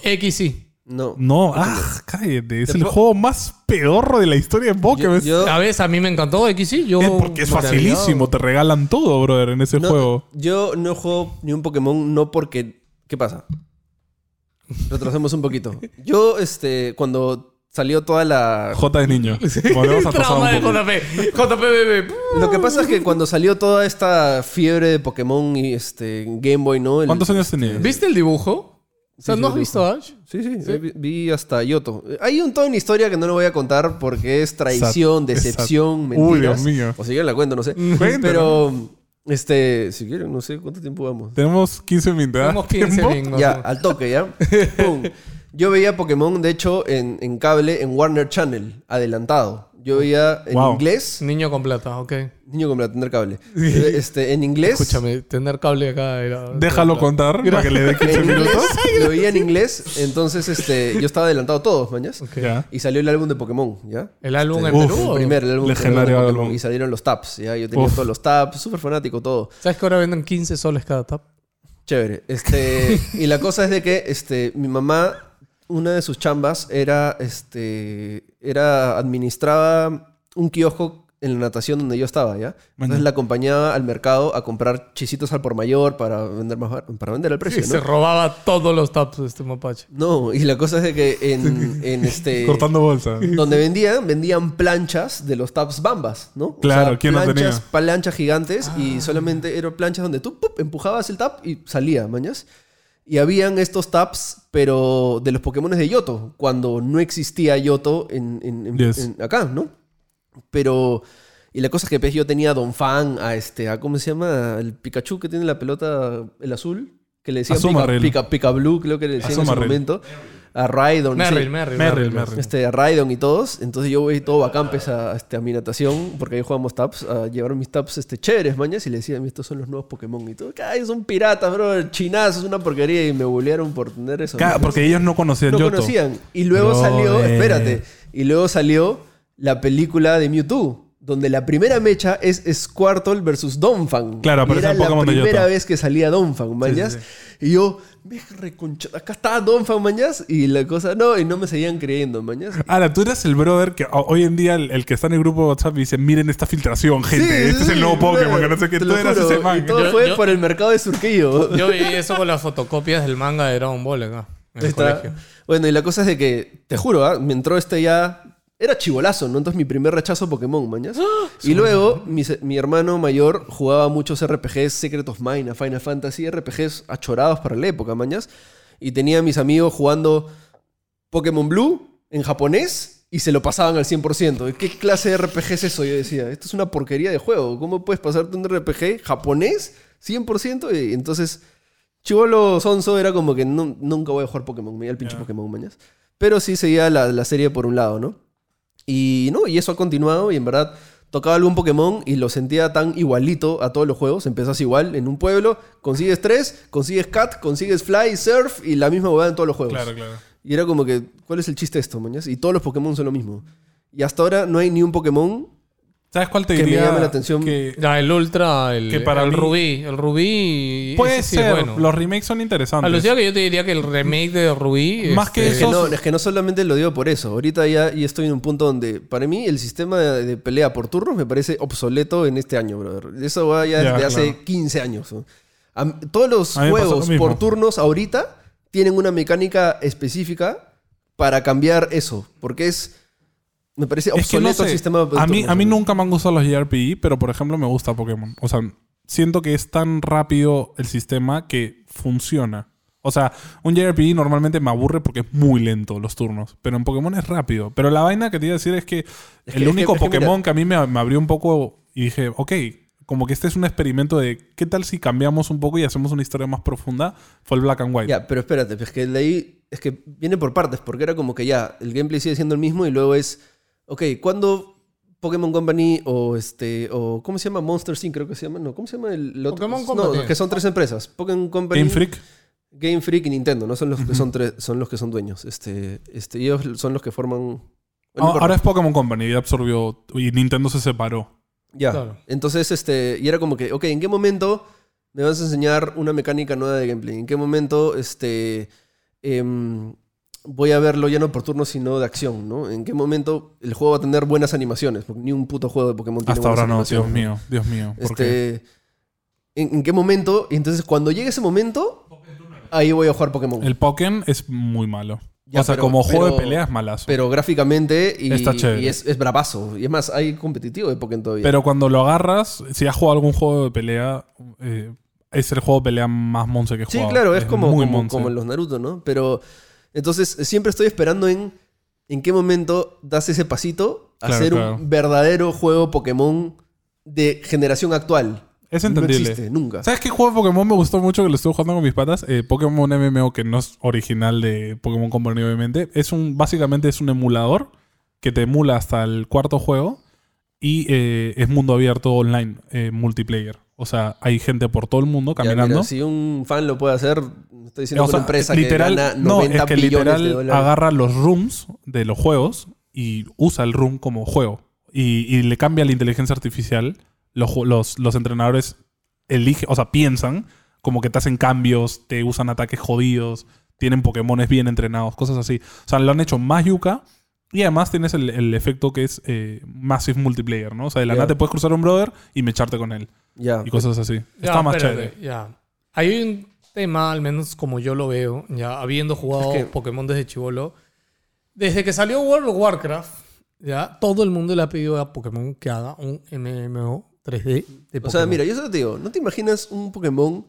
[SPEAKER 3] X sí.
[SPEAKER 2] No.
[SPEAKER 1] No, ah, cállate. Es
[SPEAKER 2] Te
[SPEAKER 1] el
[SPEAKER 2] po-
[SPEAKER 1] juego más pedorro de la historia de Pokémon.
[SPEAKER 2] Yo, yo-
[SPEAKER 3] A veces a mí me encantó X sí. Yo...
[SPEAKER 1] Es porque es
[SPEAKER 2] maravillado.
[SPEAKER 1] facilísimo, te regalan todo, brother, en ese
[SPEAKER 2] no-
[SPEAKER 1] juego.
[SPEAKER 2] yo no juego ni un Pokémon, no porque. ¿Qué pasa? Retrocemos un poquito. Yo, este, cuando salió toda la.
[SPEAKER 1] J es niño. Volvemos a atrasar
[SPEAKER 3] Trauma de
[SPEAKER 1] un poco.
[SPEAKER 3] JP. JP, bebé.
[SPEAKER 2] Lo que pasa es que cuando salió toda esta fiebre de Pokémon y este Game Boy, ¿no? El-
[SPEAKER 1] ¿Cuántos años tenías?
[SPEAKER 3] ¿Viste el dibujo? O sea,
[SPEAKER 2] Sí, sí,
[SPEAKER 3] ¿no has
[SPEAKER 2] el
[SPEAKER 3] visto Ash?
[SPEAKER 2] Sí, sí, eh, vi- vi hasta Yoto. Eh, Hay un toda una historia que no lo voy a contar porque es traición,
[SPEAKER 1] Exacto,
[SPEAKER 2] decepción,
[SPEAKER 1] exacto.
[SPEAKER 2] mentiras.
[SPEAKER 1] Uy, Dios mío.
[SPEAKER 2] O si quieren la cuento, no sé.
[SPEAKER 1] Cuéntala.
[SPEAKER 2] Pero, este, si quieren, no sé cuánto tiempo vamos.
[SPEAKER 1] Tenemos 15 minutos. ¿ah?
[SPEAKER 3] Somos 15
[SPEAKER 1] ¿Tiempo?
[SPEAKER 3] bingos.
[SPEAKER 2] Ya, al toque, ya. Pum. Yo veía Pokémon, de hecho, en, en cable, en Warner Channel, adelantado. Yo veía en
[SPEAKER 1] Wow. Mm.
[SPEAKER 2] inglés.
[SPEAKER 3] Niño con plata, ok.
[SPEAKER 2] Niño como para tener cable. Eh, Este, en inglés.
[SPEAKER 3] Escúchame, tener cable acá era...
[SPEAKER 1] Déjalo contar para que le dé 15
[SPEAKER 2] En
[SPEAKER 1] minutos.
[SPEAKER 2] inglés, lo veía en inglés, entonces este, yo estaba adelantado todos, mañas.
[SPEAKER 3] Ok.
[SPEAKER 1] Ya.
[SPEAKER 2] Y salió el álbum de Pokémon, ¿ya?
[SPEAKER 3] ¿El álbum en
[SPEAKER 1] Uf,
[SPEAKER 3] Perú? o-
[SPEAKER 2] El primer, el álbum
[SPEAKER 1] Oh, Legendario
[SPEAKER 2] primero de
[SPEAKER 1] álbum.
[SPEAKER 2] Pokémon. Y salieron los taps, ¿ya? Yo tenía
[SPEAKER 1] Uf.
[SPEAKER 2] todos los taps, súper fanático, todo.
[SPEAKER 3] ¿Sabes que ahora venden 15 soles cada tap?
[SPEAKER 2] Chévere. Este, y la cosa es de que este, mi mamá, una de sus chambas era, este, era, administraba un kiosco en la natación donde yo estaba, ¿ya? Entonces
[SPEAKER 1] Bueno.
[SPEAKER 2] la acompañaba al mercado a comprar chisitos al por mayor para vender, más, bar- para vender al precio,
[SPEAKER 3] Y se
[SPEAKER 2] ¿no?
[SPEAKER 3] robaba todos los taps de este mapache.
[SPEAKER 2] No, y la cosa es de que en, en este...
[SPEAKER 1] Cortando bolsa.
[SPEAKER 2] Donde vendían, vendían planchas de los taps bambas, ¿no?
[SPEAKER 1] Claro, ¿quién no
[SPEAKER 2] planchas,
[SPEAKER 1] tenía?
[SPEAKER 2] Planchas gigantes y solamente eran planchas donde tú ¡pup! empujabas el tap y salía, mañas. Y habían estos taps, pero de los Pokémon de Yoto, cuando no existía Yoto en, en- en-
[SPEAKER 1] Yes.
[SPEAKER 2] en- acá, ¿no? Pero... Y la cosa es que pues, yo tenía a Don Fan, a este, a ¿cómo se llama? El Pikachu que tiene la pelota, el azul, que le decían
[SPEAKER 1] Azumarill.
[SPEAKER 2] Pica, Pica- Pica Blue, creo que le decían en ese
[SPEAKER 1] Azumarill.
[SPEAKER 2] momento. A Raidon. sí.
[SPEAKER 3] Merrill, Merrill.
[SPEAKER 1] Merrill, Merrill.
[SPEAKER 2] Este, a Raidon y todos. Entonces yo voy todo bacán pues, a, a este, a mi natación, porque ahí jugamos taps, a llevar mis taps este, chéveres, mañas, y le decían, estos son los nuevos Pokémon. Y todo, ay, son piratas, bro, chinazos, es una porquería. Y me bullearon por tener eso.
[SPEAKER 1] Ca-
[SPEAKER 2] ¿no?
[SPEAKER 1] Porque ellos no conocían
[SPEAKER 2] no
[SPEAKER 1] Yoto. eh.
[SPEAKER 2] conocían. Y luego
[SPEAKER 1] Brother.
[SPEAKER 2] salió, espérate, y luego salió la película de Mewtwo. Donde la primera mecha es Squirtle versus
[SPEAKER 1] Claro,
[SPEAKER 2] Donphan. pero
[SPEAKER 1] aparece
[SPEAKER 2] era
[SPEAKER 1] en Pokémon
[SPEAKER 2] la
[SPEAKER 1] de
[SPEAKER 2] primera
[SPEAKER 1] Yoto.
[SPEAKER 2] vez que salía Donphan, mañas.
[SPEAKER 1] sí,
[SPEAKER 2] Y yo, me reconcha, acá está Donphan, mañas. Y la cosa, no, y no me seguían creyendo, mañas.
[SPEAKER 1] Ahora, tú eras el brother que ho- hoy en día el, el que está en el grupo de WhatsApp y dice, miren esta filtración, gente,
[SPEAKER 2] Sí,
[SPEAKER 1] este es el
[SPEAKER 2] sí,
[SPEAKER 1] nuevo Pokémon,
[SPEAKER 2] claro,
[SPEAKER 1] que no sé qué,
[SPEAKER 2] te
[SPEAKER 1] tú
[SPEAKER 2] lo
[SPEAKER 1] eras
[SPEAKER 2] juro.
[SPEAKER 1] ese man.
[SPEAKER 2] Y todo
[SPEAKER 3] Yo-
[SPEAKER 2] fue
[SPEAKER 3] yo-
[SPEAKER 2] por el mercado de Surquillo.
[SPEAKER 3] Yo viví eso con las fotocopias del manga de Dragon Ball acá. En el
[SPEAKER 2] Está-
[SPEAKER 3] colegio.
[SPEAKER 2] Bueno, y la cosa es de que, te juro, ah, me entró este ya. Era chivolazo, ¿no? Entonces mi primer rechazo a Pokémon, mañas.
[SPEAKER 3] ¡Ah!
[SPEAKER 2] Y luego mi, se- mi hermano mayor jugaba muchos RPGs, Secret of Mana, Final Fantasy, RPGs achorados para la época, mañas. Y tenía a mis amigos jugando Pokémon Blue en japonés y se lo pasaban al 100%. ¿Qué clase de RPG es eso? Yo decía, esto es una porquería de juego. ¿Cómo puedes pasarte un RPG japonés 100%? Y entonces, Chivolo Sonso era como que "Nu- nunca voy a jugar Pokémon, me iba al pinche Pokémon mañas. Pero sí seguía la, la serie por un lado, ¿no? Y no, y eso ha continuado y en verdad tocaba algún Pokémon y lo sentía tan igualito a todos los juegos. Empezás igual en un pueblo, consigues tres, consigues cat, consigues fly, surf y la misma huevada en todos los juegos.
[SPEAKER 1] Claro, claro.
[SPEAKER 2] Y era como que, ¿cuál es el chiste de esto, mañas? Y todos los Pokémon son lo mismo. Y hasta ahora no hay ni un Pokémon
[SPEAKER 1] ¿Sabes cuál te
[SPEAKER 2] Que me
[SPEAKER 1] diría?
[SPEAKER 2] llama la atención.
[SPEAKER 1] Que
[SPEAKER 3] Ya, el Ultra, el,
[SPEAKER 1] Que para
[SPEAKER 3] el
[SPEAKER 1] mí-
[SPEAKER 3] Rubí. El Rubí.
[SPEAKER 1] puede
[SPEAKER 3] ese sí es
[SPEAKER 1] ser.
[SPEAKER 3] bueno.
[SPEAKER 1] Los remakes son interesantes.
[SPEAKER 3] Alucina que yo te diría que el remake de Rubí.
[SPEAKER 1] Más que
[SPEAKER 2] Es que,
[SPEAKER 1] eso-
[SPEAKER 2] no, es que no solamente lo digo por eso. Ahorita ya, ya estoy en un punto donde, para mí, el sistema de, de pelea por turnos me parece obsoleto en este año, brother. Eso va ya
[SPEAKER 1] Ya,
[SPEAKER 2] desde hace
[SPEAKER 1] claro.
[SPEAKER 2] 15 años. ¿no? A- todos los
[SPEAKER 1] A mí me pasó
[SPEAKER 2] juegos
[SPEAKER 1] lo mismo.
[SPEAKER 2] por turnos ahorita tienen una mecánica específica para cambiar eso. Porque es. Me parece
[SPEAKER 1] Es que
[SPEAKER 2] obsoleto
[SPEAKER 1] no sé.
[SPEAKER 2] el sistema por
[SPEAKER 1] a mí,
[SPEAKER 2] turnos,
[SPEAKER 1] a mí
[SPEAKER 2] brother.
[SPEAKER 1] nunca me han gustado los JRPG, pero por ejemplo me gusta Pokémon. O sea, siento que es tan rápido el sistema que funciona. O sea, un JRPG normalmente me aburre porque es muy lento los turnos. Pero en Pokémon es rápido. Pero la vaina que te iba a decir es que
[SPEAKER 2] Es que-
[SPEAKER 1] el
[SPEAKER 2] es que-
[SPEAKER 1] único
[SPEAKER 2] es que mira-
[SPEAKER 1] Pokémon que, a mí me, me abrió un poco y dije, ok, como que este es un experimento de qué tal si cambiamos un poco y hacemos una historia más profunda, fue el Black and White.
[SPEAKER 2] Ya, pero espérate, es que de ahí es que viene por partes, porque era como que ya, el gameplay sigue siendo el mismo y luego es, ok, ¿cuándo Pokémon Company o este, o ¿cómo se llama? Monster Inc. creo que se llama, no, ¿cómo se llama el el otro?
[SPEAKER 3] Pokémon
[SPEAKER 2] no,
[SPEAKER 3] Company.
[SPEAKER 2] que son tres empresas, Pokémon Company,
[SPEAKER 1] Game Freak.
[SPEAKER 2] Game Freak y Nintendo, no son los que son tres, son los que son dueños, este, este, y ellos son los que forman...
[SPEAKER 1] Ah,
[SPEAKER 2] Bueno, no importa.
[SPEAKER 1] Ahora es Pokémon Company y absorbió y Nintendo se separó.
[SPEAKER 2] Ya.
[SPEAKER 3] Claro.
[SPEAKER 2] Entonces, este, y era como que, ok, ¿en qué momento me vas a enseñar una mecánica nueva de gameplay? ¿En qué momento, este, em, voy a verlo ya no por turno, sino de acción, ¿no? ¿En qué momento el juego va a tener buenas animaciones? Porque ni un puto juego de Pokémon tiene
[SPEAKER 1] Hasta
[SPEAKER 2] buenas
[SPEAKER 1] ahora no, Dios
[SPEAKER 2] animaciones,
[SPEAKER 1] mío, Dios mío. ¿por qué?
[SPEAKER 2] Este, ¿en, en qué momento? Y entonces, cuando llegue ese momento, ahí voy a jugar Pokémon.
[SPEAKER 1] El Pokémon es muy malo.
[SPEAKER 2] Ya,
[SPEAKER 1] o sea,
[SPEAKER 2] pero-
[SPEAKER 1] como juego
[SPEAKER 2] pero-
[SPEAKER 1] de pelea es malazo. Pero,
[SPEAKER 2] Pero gráficamente y,
[SPEAKER 1] Está chévere.
[SPEAKER 2] y es, es bravazo. Y es más, hay competitivo de Pokémon todavía.
[SPEAKER 1] cuando lo agarras, si has jugado algún juego de pelea, eh, es el juego de pelea más monce que he
[SPEAKER 2] Sí,
[SPEAKER 1] jugado.
[SPEAKER 2] claro, es, como,
[SPEAKER 1] muy
[SPEAKER 2] como,
[SPEAKER 1] monce.
[SPEAKER 2] como en los Naruto, ¿no? Pero entonces eh, siempre estoy esperando en en qué momento das ese pasito a
[SPEAKER 1] Claro,
[SPEAKER 2] hacer
[SPEAKER 1] claro.
[SPEAKER 2] un verdadero juego Pokémon de generación actual.
[SPEAKER 1] Es entendible.
[SPEAKER 2] No existe, nunca.
[SPEAKER 1] ¿Sabes qué juego de Pokémon me gustó mucho que lo estuve jugando con mis patas? Eh, Pokémon MMO, que no es original de Pokémon Company, obviamente. Es un, básicamente es un emulador que te emula hasta el cuarto juego y eh, es mundo abierto online, eh, multiplayer. O sea, hay gente por todo el mundo
[SPEAKER 2] Ya, mira,
[SPEAKER 1] caminando.
[SPEAKER 2] si un fan lo puede hacer, estoy diciendo
[SPEAKER 1] O
[SPEAKER 2] que
[SPEAKER 1] sea,
[SPEAKER 2] una empresa
[SPEAKER 1] literal,
[SPEAKER 2] que gana 90
[SPEAKER 1] no, es que
[SPEAKER 2] billones
[SPEAKER 1] literal
[SPEAKER 2] de dólares.
[SPEAKER 1] agarra los rooms de los juegos y usa el room como juego. Y, y le cambia la inteligencia artificial. Los, ju- los, los entrenadores eligen, o sea, piensan como que te hacen cambios, te usan ataques jodidos, tienen Pokémones bien entrenados, cosas así. O sea, lo han hecho más yuca. Y además tienes el, el efecto que es eh, Massive Multiplayer, ¿no? O sea, de la
[SPEAKER 2] Ya.
[SPEAKER 1] nada te puedes cruzar un brother y mecharte con él.
[SPEAKER 2] Ya.
[SPEAKER 1] Y cosas así.
[SPEAKER 3] Ya,
[SPEAKER 1] Está más
[SPEAKER 3] espérate,
[SPEAKER 1] chévere.
[SPEAKER 3] Ya. Hay un tema, al menos como yo lo veo, ya habiendo jugado
[SPEAKER 2] Es que-
[SPEAKER 3] Pokémon desde chivolo. Desde que salió World of Warcraft, ya todo el mundo le ha pedido a Pokémon que haga un MMO 3D de Pokémon.
[SPEAKER 2] O sea, mira, yo solo te digo, ¿no te imaginas un Pokémon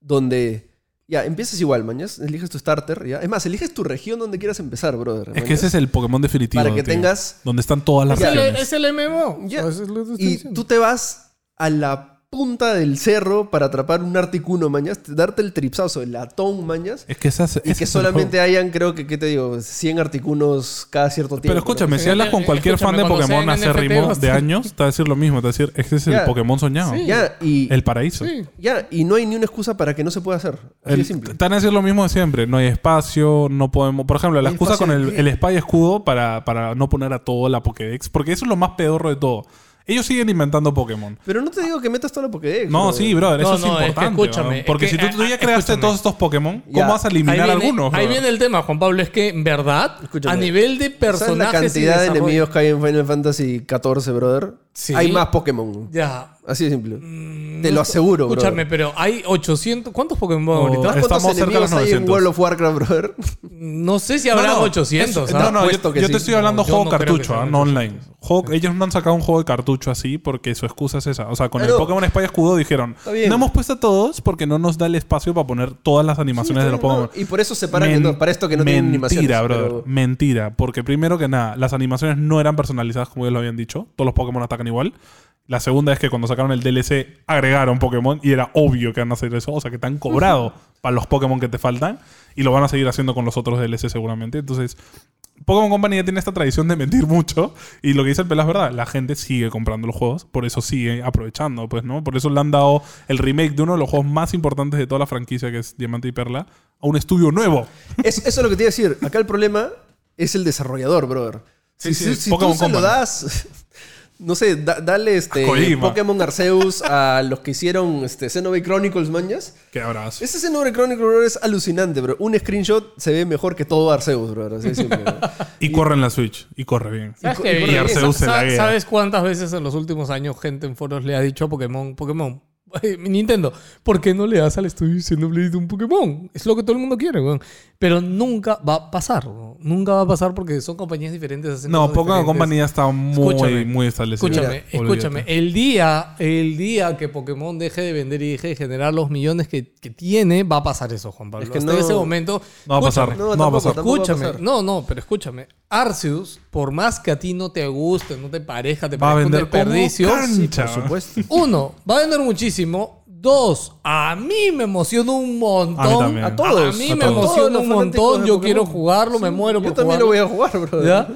[SPEAKER 2] donde ya empiezas igual, mañas? Eliges tu starter, ya. Es más, eliges tu región donde quieras empezar, brother.
[SPEAKER 1] Es que ese es el Pokémon definitivo.
[SPEAKER 2] Para que
[SPEAKER 1] tío.
[SPEAKER 2] tengas-
[SPEAKER 1] Donde están todas las
[SPEAKER 3] es, el,
[SPEAKER 1] regiones.
[SPEAKER 3] es el MMO.
[SPEAKER 2] Ya.
[SPEAKER 3] O sea, es lo que te estoy
[SPEAKER 2] Y
[SPEAKER 3] diciendo.
[SPEAKER 2] tú te vas a la punta del cerro para atrapar un articuno, mañas, darte el tripsazo, el latón, mañas,
[SPEAKER 1] Eh, Es que esas.
[SPEAKER 2] y que solamente hayan, creo que, ¿qué te digo? 100 articunos cada cierto tiempo.
[SPEAKER 1] Pero escúchame, si hablas con cualquier fan de
[SPEAKER 3] Escúchame, cuando
[SPEAKER 1] Pokémon
[SPEAKER 3] sean
[SPEAKER 1] hace ritmo
[SPEAKER 3] NFT,
[SPEAKER 1] de años, te va a decir lo mismo. Te va a decir, este es el
[SPEAKER 2] Ya.
[SPEAKER 1] Pokémon soñado.
[SPEAKER 3] Sí.
[SPEAKER 2] Ya, y,
[SPEAKER 1] El paraíso.
[SPEAKER 3] Sí.
[SPEAKER 2] ya, y no hay ni una excusa para que no se pueda hacer. Así
[SPEAKER 1] El-
[SPEAKER 2] de
[SPEAKER 1] te
[SPEAKER 2] simple.
[SPEAKER 1] van a decir lo mismo de siempre. No hay espacio, no podemos. Por ejemplo, la
[SPEAKER 2] ¿Hay
[SPEAKER 1] excusa con
[SPEAKER 2] espacio de
[SPEAKER 1] el,
[SPEAKER 2] qué?
[SPEAKER 1] el spa y escudo para, para no poner a todo la Pokédex. Porque eso es lo más pedorro de todo. Ellos siguen inventando Pokémon.
[SPEAKER 2] Pero no te digo que metas toda la Pokédex.
[SPEAKER 1] No,
[SPEAKER 2] brother.
[SPEAKER 1] sí, brother,
[SPEAKER 3] No,
[SPEAKER 1] eso es
[SPEAKER 3] no, es que
[SPEAKER 1] importante.
[SPEAKER 3] escúchame,
[SPEAKER 1] weón.
[SPEAKER 3] es
[SPEAKER 1] Porque
[SPEAKER 3] que,
[SPEAKER 1] si tú, tú
[SPEAKER 3] ah,
[SPEAKER 1] ya creaste
[SPEAKER 3] escúchame.
[SPEAKER 1] todos estos Pokémon, ¿cómo
[SPEAKER 2] Ya.
[SPEAKER 1] vas a eliminar
[SPEAKER 3] ahí viene,
[SPEAKER 1] algunos?
[SPEAKER 3] ahí
[SPEAKER 1] weón?
[SPEAKER 3] viene el tema, Juan Pablo. Es que, en verdad,
[SPEAKER 2] Escúchame.
[SPEAKER 3] a nivel de
[SPEAKER 2] ¿Sabes
[SPEAKER 3] personajes.
[SPEAKER 2] la
[SPEAKER 3] y
[SPEAKER 2] cantidad de
[SPEAKER 3] desarrollo-
[SPEAKER 2] enemigos que hay en Final Fantasy XIV, brother?
[SPEAKER 3] Sí.
[SPEAKER 2] Hay más Pokémon.
[SPEAKER 3] Ya.
[SPEAKER 2] Así de simple.
[SPEAKER 3] Mm,
[SPEAKER 2] Te
[SPEAKER 3] no-
[SPEAKER 2] lo aseguro, brother.
[SPEAKER 3] Escúchame, pero hay 800. ¿Cuántos Pokémon
[SPEAKER 1] Oh,
[SPEAKER 3] ahorita?
[SPEAKER 2] ¿Sabes cuántos
[SPEAKER 1] Estamos cerca de los
[SPEAKER 2] enemigos hay en
[SPEAKER 1] 900.
[SPEAKER 2] World of Warcraft, brother?
[SPEAKER 3] No sé si habrá
[SPEAKER 1] No, no,
[SPEAKER 3] 800.
[SPEAKER 1] eso-
[SPEAKER 3] ¿ah?
[SPEAKER 1] no, no,
[SPEAKER 2] Apuesto
[SPEAKER 1] yo,
[SPEAKER 2] que
[SPEAKER 1] Pues, yo
[SPEAKER 2] sí.
[SPEAKER 1] te estoy hablando
[SPEAKER 3] No, yo
[SPEAKER 1] juego
[SPEAKER 3] no creo que
[SPEAKER 1] cartucho,
[SPEAKER 3] sean
[SPEAKER 1] ah, no
[SPEAKER 3] 800.
[SPEAKER 1] online. Juego- Ellos no han sacado un juego de cartucho así porque su excusa es esa. O sea, con
[SPEAKER 2] Claro.
[SPEAKER 1] el Pokémon Spy Escudo dijeron,
[SPEAKER 2] Está bien.
[SPEAKER 1] no hemos puesto a todos porque no nos da el espacio para poner todas las animaciones de los Pokémon.
[SPEAKER 2] Y por eso separan que
[SPEAKER 1] Men-
[SPEAKER 2] no- para esto que no tienen animaciones.
[SPEAKER 1] Mentira, brother.
[SPEAKER 2] pero-
[SPEAKER 1] Mentira. Porque primero que nada, las animaciones no eran personalizadas como ellos lo habían dicho. Todos los Pokémon atacan igual. La segunda es que cuando sacaron el DLC agregaron Pokémon y era obvio que van a hacer eso. O sea, que te han cobrado para los Pokémon que te faltan y lo van a seguir haciendo con los otros DLC seguramente. Entonces, Pokémon Company ya tiene esta tradición de mentir mucho y lo que dice el Pelá es verdad. La gente sigue comprando los juegos, por eso sigue aprovechando, pues, ¿no? Por eso le han dado el remake de uno de los juegos más importantes de toda la franquicia, que es Diamante y Perla, a un estudio nuevo.
[SPEAKER 2] Es- eso es lo que te iba a decir. Acá el problema es el desarrollador, brother. Si,
[SPEAKER 1] Sí,
[SPEAKER 2] si-
[SPEAKER 1] sí,
[SPEAKER 2] si tú
[SPEAKER 1] Pokémon
[SPEAKER 2] se lo
[SPEAKER 1] Company.
[SPEAKER 2] das. No sé, da- dale este
[SPEAKER 1] A Kojima.
[SPEAKER 2] Pokémon Arceus a los que hicieron este, Xenoblade Chronicles, manjas.
[SPEAKER 1] Qué abrazo.
[SPEAKER 2] Ese Xenoblade Chronicles, bro, es alucinante, bro. Un screenshot se ve mejor que todo Arceus, bro. Así de simple, bro.
[SPEAKER 1] Y corre en la Switch. Y corre bien.
[SPEAKER 3] ¿Sabes,
[SPEAKER 2] Y-
[SPEAKER 3] qué?
[SPEAKER 2] y
[SPEAKER 3] bien?
[SPEAKER 1] Arceus
[SPEAKER 3] Sa-
[SPEAKER 1] en la
[SPEAKER 3] sa-
[SPEAKER 1] guerra.
[SPEAKER 3] ¿Sabes cuántas veces en los últimos años gente en foros le ha dicho a Pokémon, Pokémon, Nintendo, ¿por qué no le das al estudio Xenoblade un Pokémon? Es lo que todo el mundo quiere, weón. Pero nunca va a pasar, weón. Nunca va a pasar porque son compañías diferentes. hacen
[SPEAKER 1] No,
[SPEAKER 3] cosas
[SPEAKER 1] Pokémon
[SPEAKER 3] diferentes.
[SPEAKER 1] Company ya está muy,
[SPEAKER 3] Escúchame.
[SPEAKER 1] muy establecido.
[SPEAKER 3] Escúchame,
[SPEAKER 1] Olvídate.
[SPEAKER 3] escúchame. El día, el día que Pokémon deje de vender y deje de generar los millones que, que tiene, va a pasar eso, Juan Pablo.
[SPEAKER 2] Es que
[SPEAKER 3] Hasta
[SPEAKER 2] no-
[SPEAKER 3] ese momento.
[SPEAKER 1] No va a pasar.
[SPEAKER 2] No,
[SPEAKER 1] No, va a
[SPEAKER 2] tampoco,
[SPEAKER 1] pasar.
[SPEAKER 2] tampoco va a
[SPEAKER 3] pues, Escúchame,
[SPEAKER 2] pasar.
[SPEAKER 3] no, no, pero escúchame. Arceus, por más que a ti no te guste, no te parezca, te
[SPEAKER 1] Va a
[SPEAKER 3] parezca un
[SPEAKER 1] vender como
[SPEAKER 3] desperdicio.
[SPEAKER 1] cancha.
[SPEAKER 2] Por supuesto.
[SPEAKER 3] Uno, va a vender muchísimo. Dos, a mí me emociona un montón.
[SPEAKER 1] A mí también.
[SPEAKER 2] A todos.
[SPEAKER 3] A mí
[SPEAKER 1] A
[SPEAKER 3] me
[SPEAKER 1] todos.
[SPEAKER 2] Todos
[SPEAKER 3] emociona
[SPEAKER 2] los
[SPEAKER 3] un
[SPEAKER 2] fanáticos
[SPEAKER 3] montón.
[SPEAKER 2] de
[SPEAKER 3] Yo
[SPEAKER 2] Pokémon.
[SPEAKER 3] quiero jugarlo, me muero por
[SPEAKER 2] Yo también lo voy a jugar, bro.
[SPEAKER 3] jugarlo. ¿Ya?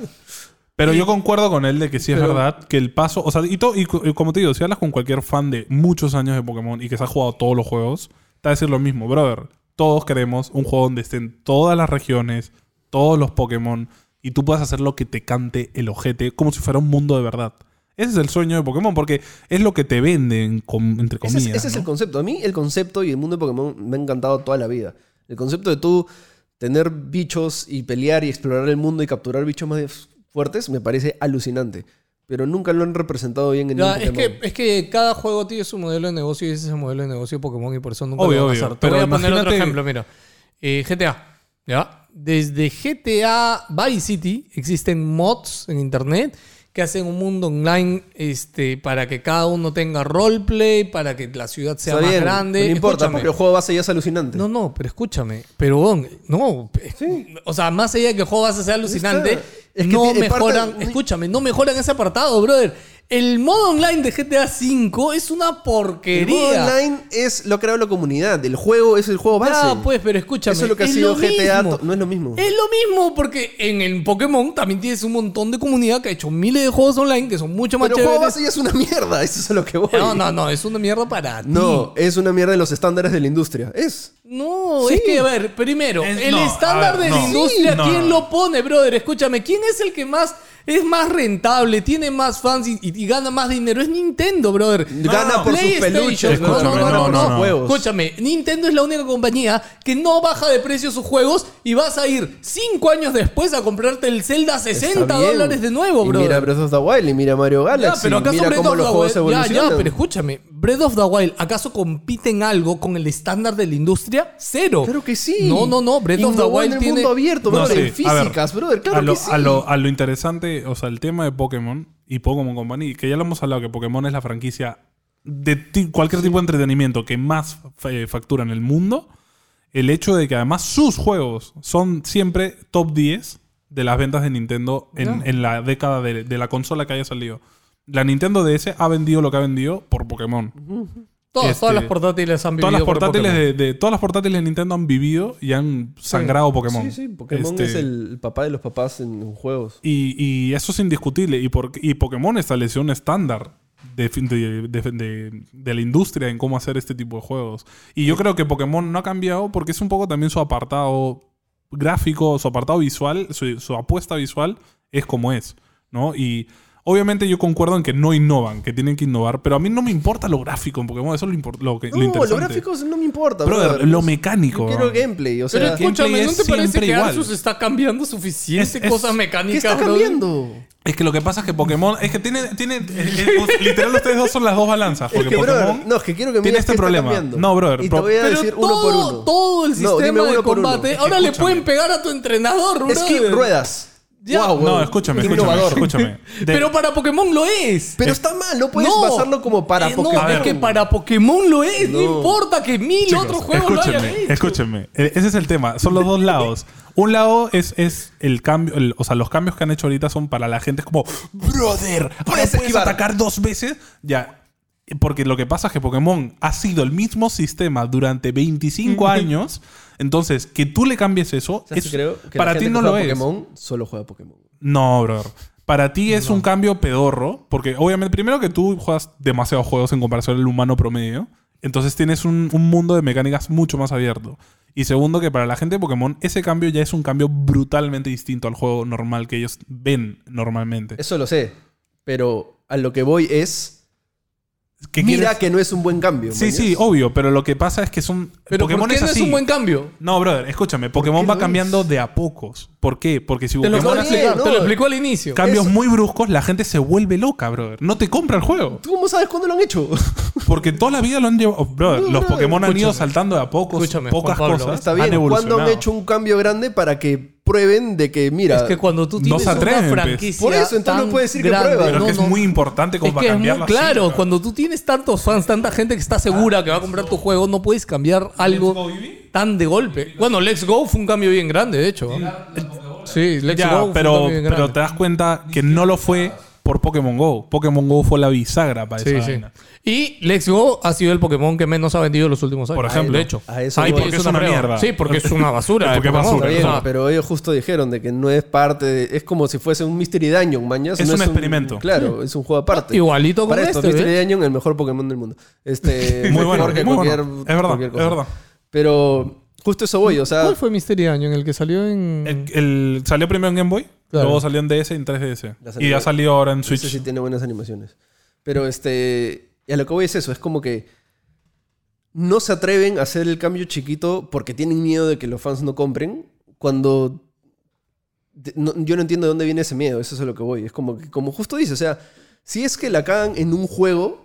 [SPEAKER 1] Pero yo concuerdo con él de que sí es verdad que el paso, o sea, y, to- y co- y como te digo, si hablas con cualquier fan de muchos años de Pokémon y que se ha jugado todos los juegos, te va a decir lo mismo, brother. Todos queremos un juego donde estén todas las regiones, todos los Pokémon y tú puedas hacer lo que te cante el ojete como si fuera un mundo de verdad. Ese es el sueño de Pokémon porque es lo que te venden com- entre
[SPEAKER 2] Ese
[SPEAKER 1] comillas.
[SPEAKER 2] es, ese es
[SPEAKER 1] ¿no?
[SPEAKER 2] el concepto. A mí el concepto y el mundo de Pokémon me ha encantado toda la vida. El concepto de tú tener bichos y pelear y explorar el mundo y capturar bichos más fuertes me parece alucinante. Pero nunca lo han representado bien en
[SPEAKER 3] Ya,
[SPEAKER 2] ningún
[SPEAKER 3] es, que,
[SPEAKER 2] Pokémon.
[SPEAKER 3] es que cada juego tiene su modelo de negocio y ese es el modelo de negocio de Pokémon y por eso nunca
[SPEAKER 1] Obvio,
[SPEAKER 3] lo van a
[SPEAKER 1] obvio,
[SPEAKER 3] hacer. Te
[SPEAKER 1] pero
[SPEAKER 3] voy a poner otro
[SPEAKER 1] imagínate-
[SPEAKER 3] ejemplo, mira. Eh, GTA, ¿ya? Desde GTA Vice City existen mods en internet que hacen un mundo online este, para que cada uno tenga roleplay, para que la ciudad sea
[SPEAKER 2] Está
[SPEAKER 3] más
[SPEAKER 2] bien,
[SPEAKER 3] grande.
[SPEAKER 2] No importa,
[SPEAKER 3] Escúchame.
[SPEAKER 2] porque el juego base ya es alucinante.
[SPEAKER 3] No, no, pero escúchame. Pero, weón, no. O sea, más allá de que el juego base sea alucinante,
[SPEAKER 2] Está. Es que
[SPEAKER 3] no
[SPEAKER 2] te- es parte-
[SPEAKER 3] mejoran. Escúchame, no mejoran ese apartado, brother. El modo online de GTA V es una
[SPEAKER 2] el modo
[SPEAKER 3] porquería.
[SPEAKER 2] online es lo que creado la comunidad. El juego es el juego base.
[SPEAKER 3] Ah, pues, pero escúchame.
[SPEAKER 2] Eso es lo que ha sido GTA.
[SPEAKER 3] mismo.
[SPEAKER 2] to- No es lo mismo.
[SPEAKER 3] Es lo mismo, porque en el Pokémon también tienes un montón de comunidad que ha hecho miles de juegos online que son mucho más
[SPEAKER 2] Pero el juego
[SPEAKER 3] chéveres.
[SPEAKER 2] base ya es una mierda. Eso es a lo que voy.
[SPEAKER 3] No, no, no, es una mierda para ti.
[SPEAKER 2] No, es una mierda de los estándares de la industria. Es.
[SPEAKER 3] No,
[SPEAKER 2] Sí.
[SPEAKER 3] es que, a ver, primero,
[SPEAKER 1] Es-
[SPEAKER 3] el
[SPEAKER 1] no, a
[SPEAKER 3] estándar
[SPEAKER 1] ver,
[SPEAKER 3] de
[SPEAKER 1] no.
[SPEAKER 3] la industria,
[SPEAKER 1] Sí. No, no.
[SPEAKER 3] ¿quién lo pone, brother? Escúchame, ¿quién es el que más es más rentable, tiene más fans y, y- y gana más dinero? Es Nintendo, brother.
[SPEAKER 2] Gana
[SPEAKER 1] no.
[SPEAKER 2] por sus
[SPEAKER 3] PlayStation,
[SPEAKER 2] peluches,
[SPEAKER 1] no, no,
[SPEAKER 2] gana
[SPEAKER 1] no,
[SPEAKER 2] por
[SPEAKER 1] no,
[SPEAKER 2] sus
[SPEAKER 1] no.
[SPEAKER 2] juegos.
[SPEAKER 3] Escúchame, Nintendo es la única compañía que no baja de precio sus juegos y vas a ir cinco años después a comprarte el Zelda a 60
[SPEAKER 2] Está bien.
[SPEAKER 3] dólares de nuevo,
[SPEAKER 2] Y
[SPEAKER 3] brother.
[SPEAKER 2] mira Breath of the Wild y mira Mario
[SPEAKER 3] Ya,
[SPEAKER 2] Galaxy.
[SPEAKER 3] pero acaso
[SPEAKER 2] mira
[SPEAKER 3] Breath
[SPEAKER 2] cómo
[SPEAKER 3] of
[SPEAKER 2] los
[SPEAKER 3] the
[SPEAKER 2] juegos
[SPEAKER 3] Wild. Ya,
[SPEAKER 2] evolucionan.
[SPEAKER 3] ya, pero escúchame. Breath of the Wild, ¿acaso compite en algo con el estándar de la industria? Cero.
[SPEAKER 2] Claro que sí.
[SPEAKER 3] No, no, no. Breath of the
[SPEAKER 2] Innovó en
[SPEAKER 3] Wild
[SPEAKER 2] el
[SPEAKER 3] tiene.
[SPEAKER 2] mundo abierto,
[SPEAKER 1] No,
[SPEAKER 2] brother,
[SPEAKER 1] sí.
[SPEAKER 2] en
[SPEAKER 1] A ver,
[SPEAKER 2] físicas, brother. Claro
[SPEAKER 1] a lo,
[SPEAKER 2] que sí.
[SPEAKER 1] a lo- a lo interesante, o sea, el tema de Pokémon y Pokémon Company, que ya lo hemos hablado, que Pokémon es la franquicia de ti- cualquier tipo de entretenimiento que más fa- eh, factura en el mundo. El hecho de que además sus juegos son siempre top 10 de las ventas de Nintendo en, en la década de, de la consola que haya salido. La Nintendo DS ha vendido lo que ha vendido por Pokémon.
[SPEAKER 3] Todas, todas
[SPEAKER 1] este,
[SPEAKER 3] las portátiles han vivido.
[SPEAKER 1] Todas las,
[SPEAKER 3] por
[SPEAKER 1] portátiles
[SPEAKER 3] Pokémon.
[SPEAKER 1] de, de- todas las portátiles de Nintendo han vivido y han sangrado Pokémon.
[SPEAKER 2] Sí, sí, Pokémon
[SPEAKER 1] Este,
[SPEAKER 2] es el papá de los papás en, en juegos.
[SPEAKER 1] y, y eso es indiscutible. Y, por- y Pokémon estableció un estándar de, fin- de- de- de- de la industria en cómo hacer este tipo de juegos. Y yo creo que Pokémon no ha cambiado porque es un poco también su apartado gráfico, su apartado visual, su, su apuesta visual es como es, ¿no? Y obviamente yo concuerdo en que no innovan, que tienen que innovar, pero a mí no me importa lo gráfico en Pokémon, eso es lo, impor- lo, que, lo
[SPEAKER 2] No, los
[SPEAKER 1] interesante.
[SPEAKER 2] gráficos no me importa,
[SPEAKER 1] Brother,
[SPEAKER 2] brother.
[SPEAKER 1] lo
[SPEAKER 2] Yo
[SPEAKER 1] mecánico.
[SPEAKER 2] quiero
[SPEAKER 1] bro.
[SPEAKER 2] gameplay, o
[SPEAKER 3] Pero
[SPEAKER 2] sea. ¿Qué
[SPEAKER 3] escúchame,
[SPEAKER 1] gameplay
[SPEAKER 3] ¿no
[SPEAKER 1] es
[SPEAKER 3] te parece
[SPEAKER 1] siempre
[SPEAKER 3] que
[SPEAKER 1] igual.
[SPEAKER 3] Arsus está cambiando suficiente
[SPEAKER 1] Es- es-
[SPEAKER 3] cosas mecánicas?
[SPEAKER 2] está
[SPEAKER 3] brother?
[SPEAKER 2] cambiando?
[SPEAKER 1] Es que lo que pasa es que Pokémon. Es que tiene. tiene eh, eh, literal, ustedes dos son las dos balanzas.
[SPEAKER 2] Es
[SPEAKER 1] Porque
[SPEAKER 2] que, brother,
[SPEAKER 1] Pokémon.
[SPEAKER 2] no, es que quiero que me
[SPEAKER 1] tiene
[SPEAKER 2] digas
[SPEAKER 1] este
[SPEAKER 2] qué está
[SPEAKER 1] problema.
[SPEAKER 2] cambiando.
[SPEAKER 1] No, brother,
[SPEAKER 2] Y te
[SPEAKER 1] pro-
[SPEAKER 2] voy a
[SPEAKER 3] Pero
[SPEAKER 2] decir uno
[SPEAKER 3] todo,
[SPEAKER 2] por uno.
[SPEAKER 3] todo el
[SPEAKER 2] No, dime
[SPEAKER 3] sistema
[SPEAKER 2] uno
[SPEAKER 3] de
[SPEAKER 2] por uno.
[SPEAKER 3] combate. Ahora le
[SPEAKER 1] Escúchame.
[SPEAKER 3] pueden pegar a tu entrenador, brother.
[SPEAKER 2] Skip ruedas.
[SPEAKER 3] Ya.
[SPEAKER 2] Guau,
[SPEAKER 1] No,
[SPEAKER 2] weón.
[SPEAKER 1] escúchame, escúchame.
[SPEAKER 2] Innovador.
[SPEAKER 1] escúchame. De-
[SPEAKER 3] Pero para Pokémon lo es.
[SPEAKER 2] Pero está mal, no puedes basarlo como para
[SPEAKER 3] Eh, no,
[SPEAKER 2] Pokémon.
[SPEAKER 1] A
[SPEAKER 3] es
[SPEAKER 1] ver.
[SPEAKER 3] que para Pokémon lo es. No,
[SPEAKER 2] No.
[SPEAKER 3] importa que mil
[SPEAKER 1] Chicos,
[SPEAKER 3] otros juegos lo hayan
[SPEAKER 1] escúchenme,
[SPEAKER 3] hecho.
[SPEAKER 1] escúchenme. E- Ese es el tema. Son los dos lados. Un lado es, es el cambio, el- o sea, los cambios que han hecho ahorita son para la gente. Es como, brother, ahora
[SPEAKER 2] Puedes
[SPEAKER 1] puedes
[SPEAKER 2] esquivar".
[SPEAKER 1] atacar dos veces. Ya. Porque lo que pasa es que Pokémon ha sido el mismo sistema durante 25 años. Entonces, que tú le cambies eso,
[SPEAKER 2] ¿Sabes
[SPEAKER 1] es-
[SPEAKER 2] qué creo? Que la
[SPEAKER 1] para ti
[SPEAKER 2] gente
[SPEAKER 1] no
[SPEAKER 2] que
[SPEAKER 1] lo
[SPEAKER 2] juega
[SPEAKER 1] es.
[SPEAKER 2] Pokémon solo juega Pokémon.
[SPEAKER 1] No, brother. Para ti es un cambio pedorro, porque obviamente, primero que tú juegas demasiados juegos en comparación al humano promedio, entonces tienes un, un mundo de mecánicas mucho más abierto. Y segundo, que para la gente de Pokémon, ese cambio ya es un cambio brutalmente distinto al juego normal que ellos ven normalmente.
[SPEAKER 2] Eso lo sé. Pero a lo que voy es.
[SPEAKER 1] ¿Qué
[SPEAKER 2] mira
[SPEAKER 1] quieres?
[SPEAKER 2] que no es un buen cambio.
[SPEAKER 1] Sí,
[SPEAKER 2] ¿mañas?
[SPEAKER 1] sí, obvio, pero lo que pasa es que es un.
[SPEAKER 3] Pero
[SPEAKER 1] Pokémon
[SPEAKER 3] ¿por qué
[SPEAKER 1] es
[SPEAKER 3] no
[SPEAKER 1] así.
[SPEAKER 3] es un buen cambio?
[SPEAKER 1] No, brother, escúchame. Pokémon
[SPEAKER 2] qué
[SPEAKER 1] va
[SPEAKER 2] lo
[SPEAKER 1] cambiando
[SPEAKER 2] es?
[SPEAKER 1] de a pocos. ¿Por qué? Porque si
[SPEAKER 3] Te lo,
[SPEAKER 1] Pokémon
[SPEAKER 3] acabo
[SPEAKER 2] sí,
[SPEAKER 3] de
[SPEAKER 1] hace
[SPEAKER 3] explicar,
[SPEAKER 2] no.
[SPEAKER 3] te lo explicó al inicio.
[SPEAKER 1] cambios
[SPEAKER 2] Eso.
[SPEAKER 1] muy bruscos, la gente se vuelve loca, brother. No te compra el juego.
[SPEAKER 2] ¿Tú cómo sabes cuándo lo han hecho?
[SPEAKER 1] Porque toda la vida lo han llevado. oh, Brother,
[SPEAKER 2] No,
[SPEAKER 1] los
[SPEAKER 2] brother,
[SPEAKER 1] Pokémon han ido
[SPEAKER 3] escúchame.
[SPEAKER 1] saltando de a pocos.
[SPEAKER 3] Escúchame,
[SPEAKER 1] pocas
[SPEAKER 3] Juan Pablo,
[SPEAKER 1] cosas.
[SPEAKER 2] Está bien.
[SPEAKER 1] Han
[SPEAKER 2] ¿Cuándo han
[SPEAKER 1] evolucionado.
[SPEAKER 2] hecho un cambio grande para que prueben de que, mira.
[SPEAKER 3] Es que cuando tú
[SPEAKER 1] No
[SPEAKER 3] tienes
[SPEAKER 1] se atreven,
[SPEAKER 3] una
[SPEAKER 1] pues.
[SPEAKER 3] franquicia.
[SPEAKER 2] Por eso, entonces no
[SPEAKER 3] tan
[SPEAKER 2] puedes decir que
[SPEAKER 3] grande,
[SPEAKER 2] prueba.
[SPEAKER 1] Pero
[SPEAKER 3] no,
[SPEAKER 1] que es
[SPEAKER 3] no.
[SPEAKER 1] muy importante como
[SPEAKER 3] Es
[SPEAKER 1] para
[SPEAKER 3] que es muy
[SPEAKER 1] cambiarlo así,
[SPEAKER 3] claro,
[SPEAKER 1] brother.
[SPEAKER 3] cuando tú tienes tantos fans, tanta gente que está segura que va a comprar tu juego, no puedes cambiar algo
[SPEAKER 1] Go, Eevee?
[SPEAKER 3] tan de golpe. Bueno, Let's Go fue un cambio bien grande, de hecho. Sí, Let's
[SPEAKER 1] Ya,
[SPEAKER 3] Go fue un
[SPEAKER 1] pero,
[SPEAKER 3] cambio bien
[SPEAKER 1] pero te
[SPEAKER 3] grande.
[SPEAKER 1] das cuenta que no lo fue por Pokémon Go. Pokémon Go fue la bisagra para
[SPEAKER 3] Sí,
[SPEAKER 1] esa
[SPEAKER 3] sí.
[SPEAKER 1] vaina.
[SPEAKER 3] Y Let's Go ha sido el Pokémon que menos ha vendido en los últimos años. Ah,
[SPEAKER 1] Por ejemplo.
[SPEAKER 3] de hecho.
[SPEAKER 2] a eso
[SPEAKER 1] Ay,
[SPEAKER 2] voy.
[SPEAKER 1] porque es una
[SPEAKER 3] prueba.
[SPEAKER 1] mierda.
[SPEAKER 3] Sí, porque es una basura.
[SPEAKER 1] Porque
[SPEAKER 3] el
[SPEAKER 1] es
[SPEAKER 3] Pokémon.
[SPEAKER 1] basura,
[SPEAKER 2] Está bien,
[SPEAKER 1] o sea.
[SPEAKER 2] pero ellos justo dijeron de que no es parte de- es como si fuese un Mystery Dungeon, mañas.
[SPEAKER 1] Es
[SPEAKER 2] no
[SPEAKER 1] un experimento.
[SPEAKER 2] claro, es un juego aparte.
[SPEAKER 3] Igualito como
[SPEAKER 2] Para esto,
[SPEAKER 3] este,
[SPEAKER 2] Mystery
[SPEAKER 3] ¿ves?
[SPEAKER 2] Dungeon, el mejor Pokémon del mundo. Este,
[SPEAKER 1] Muy bueno,
[SPEAKER 2] mejor que
[SPEAKER 1] muy
[SPEAKER 2] cualquier-
[SPEAKER 1] bueno. Es verdad,
[SPEAKER 2] cualquier
[SPEAKER 1] es
[SPEAKER 2] cosa.
[SPEAKER 1] verdad.
[SPEAKER 2] Pero justo eso voy, o sea,
[SPEAKER 3] ¿Cuál fue Mystery Año en el que salió en.
[SPEAKER 1] El, el- salió primero en Game Boy,
[SPEAKER 3] Mm. Claro.
[SPEAKER 1] luego salió en DS y en 3DS.
[SPEAKER 2] Ya
[SPEAKER 1] Y
[SPEAKER 2] salió-
[SPEAKER 1] ya salió ahora en Switch.
[SPEAKER 2] Ese sí tiene buenas animaciones. Pero este. Y a lo que voy es eso, es como que. No se atreven a hacer el cambio chiquito porque tienen miedo de que los fans no compren. Cuando. de- no- yo no entiendo de dónde viene ese miedo, eso es a lo que voy. Es como que, como justo dice, o sea, si es que la cagan en un juego,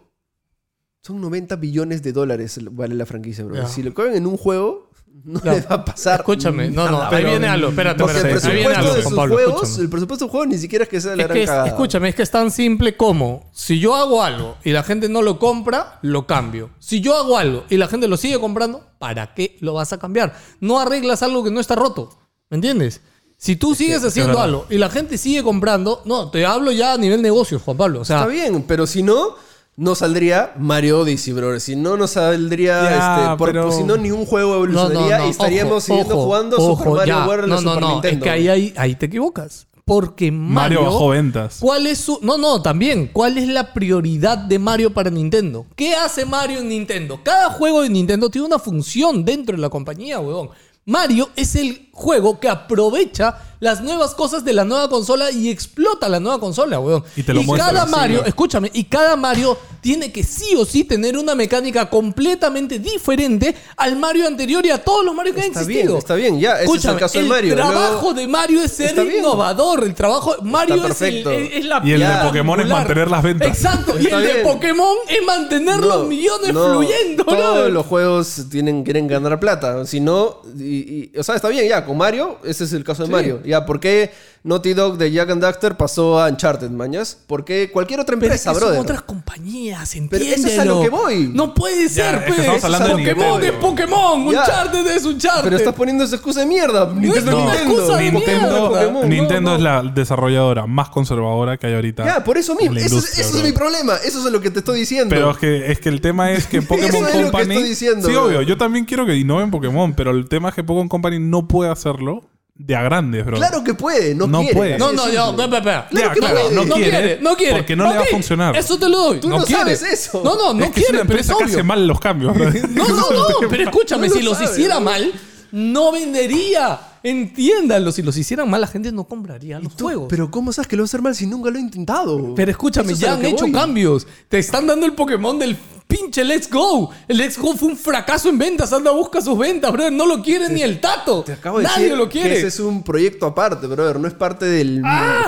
[SPEAKER 2] son 90 billones de dólares vale la franquicia, bro.
[SPEAKER 3] Ya.
[SPEAKER 2] Si lo cagan en un juego, no
[SPEAKER 3] Ya.
[SPEAKER 2] les va a pasar.
[SPEAKER 3] Escúchame, no,
[SPEAKER 2] nada,
[SPEAKER 3] no, ahí
[SPEAKER 2] bro.
[SPEAKER 3] viene algo, espérate,
[SPEAKER 2] Mm, Porque el
[SPEAKER 3] espérate, ahí viene
[SPEAKER 2] presupuesto
[SPEAKER 3] algo,
[SPEAKER 2] de
[SPEAKER 3] Juan
[SPEAKER 2] sus
[SPEAKER 3] Pablo,
[SPEAKER 2] juegos,
[SPEAKER 3] escúchame.
[SPEAKER 2] el presupuesto de juego ni siquiera es que sea la
[SPEAKER 3] Es
[SPEAKER 2] gran
[SPEAKER 3] que es-
[SPEAKER 2] cagada.
[SPEAKER 3] escúchame, es que es tan simple como si yo hago algo y la gente no lo compra, lo cambio. Si yo hago algo y la gente lo sigue comprando, ¿para qué lo vas a cambiar? No arreglas algo que no está roto. ¿Me entiendes? Si tú sigues haciendo
[SPEAKER 1] verdad.
[SPEAKER 3] algo y la gente sigue comprando, no, te hablo ya a nivel negocios, Juan Pablo. O sea,
[SPEAKER 2] Está bien, pero si no, no saldría Mario Odyssey, bro. Si no, no saldría.
[SPEAKER 1] Ya,
[SPEAKER 2] este, por-
[SPEAKER 1] pero-
[SPEAKER 2] por si no, ni un juego evolucionaría y estaríamos
[SPEAKER 3] ojo,
[SPEAKER 2] siguiendo
[SPEAKER 3] ojo,
[SPEAKER 2] jugando Super
[SPEAKER 3] ojo,
[SPEAKER 2] Mario
[SPEAKER 3] ya.
[SPEAKER 2] World en
[SPEAKER 3] No,
[SPEAKER 2] el
[SPEAKER 3] no,
[SPEAKER 2] Super
[SPEAKER 3] no,
[SPEAKER 2] Nintendo.
[SPEAKER 3] Es que ahí, ahí, ahí te equivocas. Porque Mario.
[SPEAKER 1] Mario bajó ventas.
[SPEAKER 3] ¿Cuál es su.? No, no, también. ¿Cuál es la prioridad de Mario para Nintendo? ¿Qué hace Mario en Nintendo? Cada juego de Nintendo tiene una función dentro de la compañía, huevón. Mario es el juego que aprovecha las nuevas cosas de la nueva consola y explota la nueva consola, huevón.
[SPEAKER 1] Y te lo muestra,
[SPEAKER 3] cada
[SPEAKER 1] sí,
[SPEAKER 3] Mario,
[SPEAKER 1] ¿no?
[SPEAKER 3] escúchame, y cada Mario tiene que sí o sí tener una mecánica completamente diferente al Mario anterior y a todos los Mario que han
[SPEAKER 2] Está bien,
[SPEAKER 3] existido.
[SPEAKER 2] está bien, ya, ese es el caso de Mario, luego-
[SPEAKER 3] trabajo de Mario es ser
[SPEAKER 2] Está bien.
[SPEAKER 3] innovador. El trabajo Mario es, el-
[SPEAKER 2] perfecto.
[SPEAKER 3] es- es la
[SPEAKER 1] Y el
[SPEAKER 2] de
[SPEAKER 3] piedra
[SPEAKER 1] Pokémon es
[SPEAKER 3] angular.
[SPEAKER 1] mantener las ventas.
[SPEAKER 3] Exacto. y
[SPEAKER 2] Está
[SPEAKER 3] el de
[SPEAKER 2] bien.
[SPEAKER 3] Pokémon es mantener los millones
[SPEAKER 2] no,
[SPEAKER 3] fluyendo.
[SPEAKER 2] Todos
[SPEAKER 3] brother.
[SPEAKER 2] los juegos tienen, quieren ganar plata. Si no, y- y- o sea, está bien, ya, con Mario, ese es el caso de Mario. Ya, ¿por qué Naughty Dog de Jack and Daxter pasó a Uncharted, mañas? ¿Por qué cualquier otra
[SPEAKER 3] Pero es que
[SPEAKER 2] empresa,
[SPEAKER 3] son
[SPEAKER 2] brother?
[SPEAKER 3] otras compañías,
[SPEAKER 2] Pero
[SPEAKER 3] entiéndelo.
[SPEAKER 2] eso es a lo que voy.
[SPEAKER 3] No puede ser,
[SPEAKER 1] es que
[SPEAKER 3] pe.
[SPEAKER 1] estamos
[SPEAKER 3] Eso
[SPEAKER 1] hablando
[SPEAKER 2] de
[SPEAKER 3] Pokémon es
[SPEAKER 1] Nintendo.
[SPEAKER 3] Pokémon. Un
[SPEAKER 2] Ya.
[SPEAKER 3] Uncharted es Uncharted.
[SPEAKER 2] Pero estás poniendo esa excusa de mierda. Nintendo,
[SPEAKER 3] una excusa de
[SPEAKER 1] Nintendo,
[SPEAKER 3] mierda.
[SPEAKER 2] Pokémon.
[SPEAKER 1] Nintendo
[SPEAKER 3] No, no.
[SPEAKER 1] es la desarrolladora más conservadora que hay ahorita.
[SPEAKER 2] Ya, por eso mismo.
[SPEAKER 1] en la
[SPEAKER 2] Eso, es-
[SPEAKER 1] industria,
[SPEAKER 2] eso es
[SPEAKER 1] bro.
[SPEAKER 2] mi problema. Eso es lo que te estoy diciendo.
[SPEAKER 1] Pero es que, es que el tema es que Pokémon
[SPEAKER 2] Eso es lo que
[SPEAKER 1] Company.
[SPEAKER 2] estoy diciendo,
[SPEAKER 1] sí,
[SPEAKER 2] bro.
[SPEAKER 1] obvio. Yo también quiero que innoven Pokémon, pero el tema es que Pokémon Company no puede hacerlo de a grandes, bro.
[SPEAKER 2] claro que puede. No,
[SPEAKER 1] No
[SPEAKER 2] quiere.
[SPEAKER 1] puede.
[SPEAKER 3] No,
[SPEAKER 2] Así
[SPEAKER 3] no,
[SPEAKER 2] de
[SPEAKER 3] yo,
[SPEAKER 2] simple.
[SPEAKER 3] espera, espera.
[SPEAKER 2] Claro que
[SPEAKER 3] Claro,
[SPEAKER 2] puede.
[SPEAKER 3] no quiere, no quiere.
[SPEAKER 1] Porque no le va a
[SPEAKER 3] Ok,
[SPEAKER 1] funcionar.
[SPEAKER 3] Eso te lo doy.
[SPEAKER 2] Tú no
[SPEAKER 3] quiere.
[SPEAKER 2] sabes eso.
[SPEAKER 3] No, no, no
[SPEAKER 1] es que es
[SPEAKER 3] quiere,
[SPEAKER 1] una
[SPEAKER 3] pero es
[SPEAKER 1] empresa que hace
[SPEAKER 3] obvio.
[SPEAKER 1] mal los cambios, bro.
[SPEAKER 3] No, no, no, pero escúchame,
[SPEAKER 2] No lo
[SPEAKER 3] si los
[SPEAKER 2] sabe,
[SPEAKER 3] hiciera
[SPEAKER 2] ¿no?
[SPEAKER 3] mal, no vendería. Entiéndanlo, si los hicieran mal, la gente no compraría los
[SPEAKER 2] Tú-
[SPEAKER 3] juegos. Pero,
[SPEAKER 2] Pero ¿cómo sabes que lo va a hacer mal si nunca lo he intentado?
[SPEAKER 3] escúchame,
[SPEAKER 2] Eso es a
[SPEAKER 3] ya
[SPEAKER 2] lo
[SPEAKER 3] han
[SPEAKER 2] que
[SPEAKER 3] hecho
[SPEAKER 2] voy.
[SPEAKER 3] cambios. Te están dando el Pokémon del pinche Let's Go. El Let's Go fue un fracaso en ventas. Anda, busca sus ventas, brother. No lo quiere ni el tato.
[SPEAKER 2] Te acabo de
[SPEAKER 3] Nadie
[SPEAKER 2] decir
[SPEAKER 3] lo
[SPEAKER 2] que
[SPEAKER 3] quiere. Ah.
[SPEAKER 2] ese es un proyecto aparte, brother. No es parte del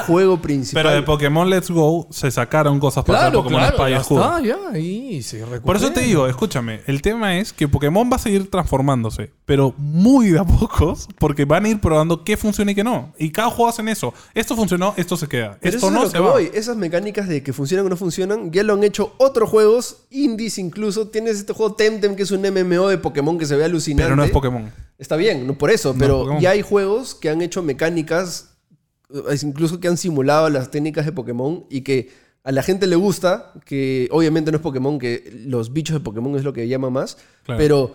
[SPEAKER 2] juego principal.
[SPEAKER 1] Pero de Pokémon Let's Go se sacaron cosas para hacer
[SPEAKER 3] Claro,
[SPEAKER 1] Pokémon
[SPEAKER 3] claro,
[SPEAKER 1] Espada y
[SPEAKER 3] ya
[SPEAKER 1] Escudo.
[SPEAKER 3] está, ya, ahí se
[SPEAKER 1] Por eso te
[SPEAKER 3] recupera.
[SPEAKER 1] digo, escúchame, el tema es que Pokémon va a seguir transformándose, pero muy de a pocos, porque van a ir probando qué funciona y qué no. Y cada juego hacen eso. Esto funcionó, esto se queda.
[SPEAKER 2] Pero
[SPEAKER 1] esto
[SPEAKER 2] eso
[SPEAKER 1] no
[SPEAKER 2] es a
[SPEAKER 1] se
[SPEAKER 2] lo que
[SPEAKER 1] va.
[SPEAKER 2] voy. Esas mecánicas de que funcionan o no funcionan, ya lo han hecho otros juegos, indies incluso. Tienes este juego Temtem, que es un MMO de Pokémon que se ve alucinante.
[SPEAKER 1] Pero no es Pokémon.
[SPEAKER 2] Está bien, no por eso, pero
[SPEAKER 1] Pokémon.
[SPEAKER 2] ya hay juegos que han hecho mecánicas, eh, incluso que han simulado las técnicas de Pokémon y que a la gente le gusta, que obviamente no es Pokémon, que los bichos de Pokémon es lo que llama más,
[SPEAKER 1] Claro.
[SPEAKER 2] pero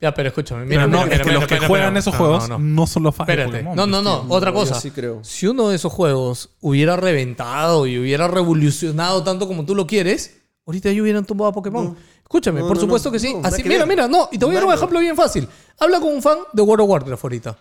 [SPEAKER 3] Ya, pero escúchame.
[SPEAKER 1] Pero
[SPEAKER 3] Mira,
[SPEAKER 1] no,
[SPEAKER 3] mira,
[SPEAKER 1] es
[SPEAKER 3] mira,
[SPEAKER 1] que
[SPEAKER 3] mira,
[SPEAKER 1] los que
[SPEAKER 3] mira,
[SPEAKER 1] juegan
[SPEAKER 3] mira.
[SPEAKER 1] esos
[SPEAKER 3] No,
[SPEAKER 1] juegos
[SPEAKER 3] no,
[SPEAKER 1] no,
[SPEAKER 3] no.
[SPEAKER 1] son los fans de
[SPEAKER 3] Espérate.
[SPEAKER 1] Pokémon.
[SPEAKER 3] No, no, no. Otra
[SPEAKER 2] yo
[SPEAKER 3] cosa.
[SPEAKER 2] sí creo.
[SPEAKER 3] Si uno de esos juegos hubiera reventado y hubiera revolucionado tanto como tú lo quieres, ahorita ya hubieran tumbado a Pokémon. Escúchame,
[SPEAKER 2] No,
[SPEAKER 3] por
[SPEAKER 2] no,
[SPEAKER 3] supuesto
[SPEAKER 2] no,
[SPEAKER 3] que sí.
[SPEAKER 2] no, nada
[SPEAKER 3] Así,
[SPEAKER 2] que
[SPEAKER 3] mira,
[SPEAKER 2] ver.
[SPEAKER 3] mira, no. Y te voy a dar un
[SPEAKER 2] Mario.
[SPEAKER 3] ejemplo bien fácil. Habla con un fan de World of Warcraft ahorita.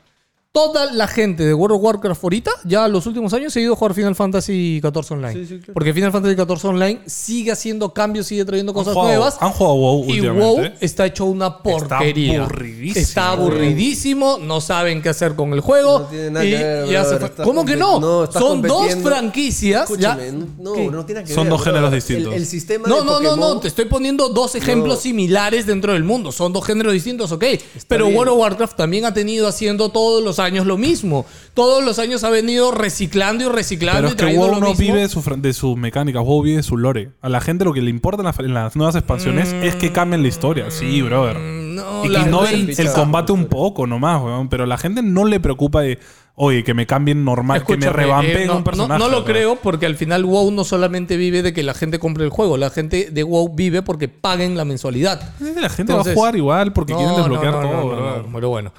[SPEAKER 3] toda la gente de World of Warcraft ahorita, ya los últimos años, se ha ido a jugar Final Fantasy XIV Online.
[SPEAKER 2] Sí, sí, claro.
[SPEAKER 3] Porque Final Fantasy XIV Online sigue haciendo cambios, sigue trayendo cosas
[SPEAKER 1] jugado-
[SPEAKER 3] nuevas.
[SPEAKER 1] han jugado WoW
[SPEAKER 3] Y
[SPEAKER 1] últimamente.
[SPEAKER 3] WoW está hecho una porquería.
[SPEAKER 1] aburridísimo.
[SPEAKER 3] Está aburridísimo, no saben qué hacer con el juego.
[SPEAKER 2] No tiene nada
[SPEAKER 3] y-
[SPEAKER 2] que ver,
[SPEAKER 3] y hace
[SPEAKER 2] brother,
[SPEAKER 3] fa-
[SPEAKER 2] estás
[SPEAKER 3] ¿Cómo que
[SPEAKER 2] compet-
[SPEAKER 3] no?
[SPEAKER 2] no, estás
[SPEAKER 3] Son dos
[SPEAKER 2] compitiendo.
[SPEAKER 3] franquicias. ya-
[SPEAKER 2] Escúchame, no,
[SPEAKER 3] ¿Qué?
[SPEAKER 2] no tiene que
[SPEAKER 1] Son
[SPEAKER 2] ver,
[SPEAKER 1] dos
[SPEAKER 2] brother.
[SPEAKER 1] géneros distintos.
[SPEAKER 2] El, el sistema
[SPEAKER 3] No,
[SPEAKER 2] de
[SPEAKER 3] no, no,
[SPEAKER 2] Pokémon-
[SPEAKER 3] no, te estoy poniendo dos ejemplos
[SPEAKER 2] No.
[SPEAKER 3] similares dentro del mundo. Son dos géneros distintos, ok. Pero
[SPEAKER 2] bien.
[SPEAKER 3] World of Warcraft también ha tenido haciendo todos los años lo mismo. Todos los años ha venido reciclando y reciclando
[SPEAKER 1] Pero
[SPEAKER 3] y
[SPEAKER 1] es que
[SPEAKER 3] trayendo
[SPEAKER 1] WoW
[SPEAKER 3] lo
[SPEAKER 1] no
[SPEAKER 3] mismo.
[SPEAKER 1] vive de su, fr- de sus mecánicas, WoW vive de su lore. A la gente lo que le importa en las, en las nuevas expansiones es que cambien la historia. Sí, brother.
[SPEAKER 3] Mm, No,
[SPEAKER 1] y que
[SPEAKER 3] las
[SPEAKER 1] innoven
[SPEAKER 3] raids-
[SPEAKER 1] el combate un poco nomás, weón. Pero a la gente no le preocupa de, oye, que me cambien normal, que me
[SPEAKER 3] Escúchame,
[SPEAKER 1] revampen
[SPEAKER 3] eh, no,
[SPEAKER 1] un personaje.
[SPEAKER 3] no- no lo
[SPEAKER 1] o sea.
[SPEAKER 3] creo porque al final WoW no solamente vive de que la gente compre el juego, la gente de WoW vive porque paguen la mensualidad.
[SPEAKER 1] Eh, La gente va
[SPEAKER 3] Entonces-
[SPEAKER 1] a jugar igual porque quieren desbloquear
[SPEAKER 3] no, no,
[SPEAKER 1] todo,
[SPEAKER 3] no, no,
[SPEAKER 1] brother.
[SPEAKER 3] no, pero bueno.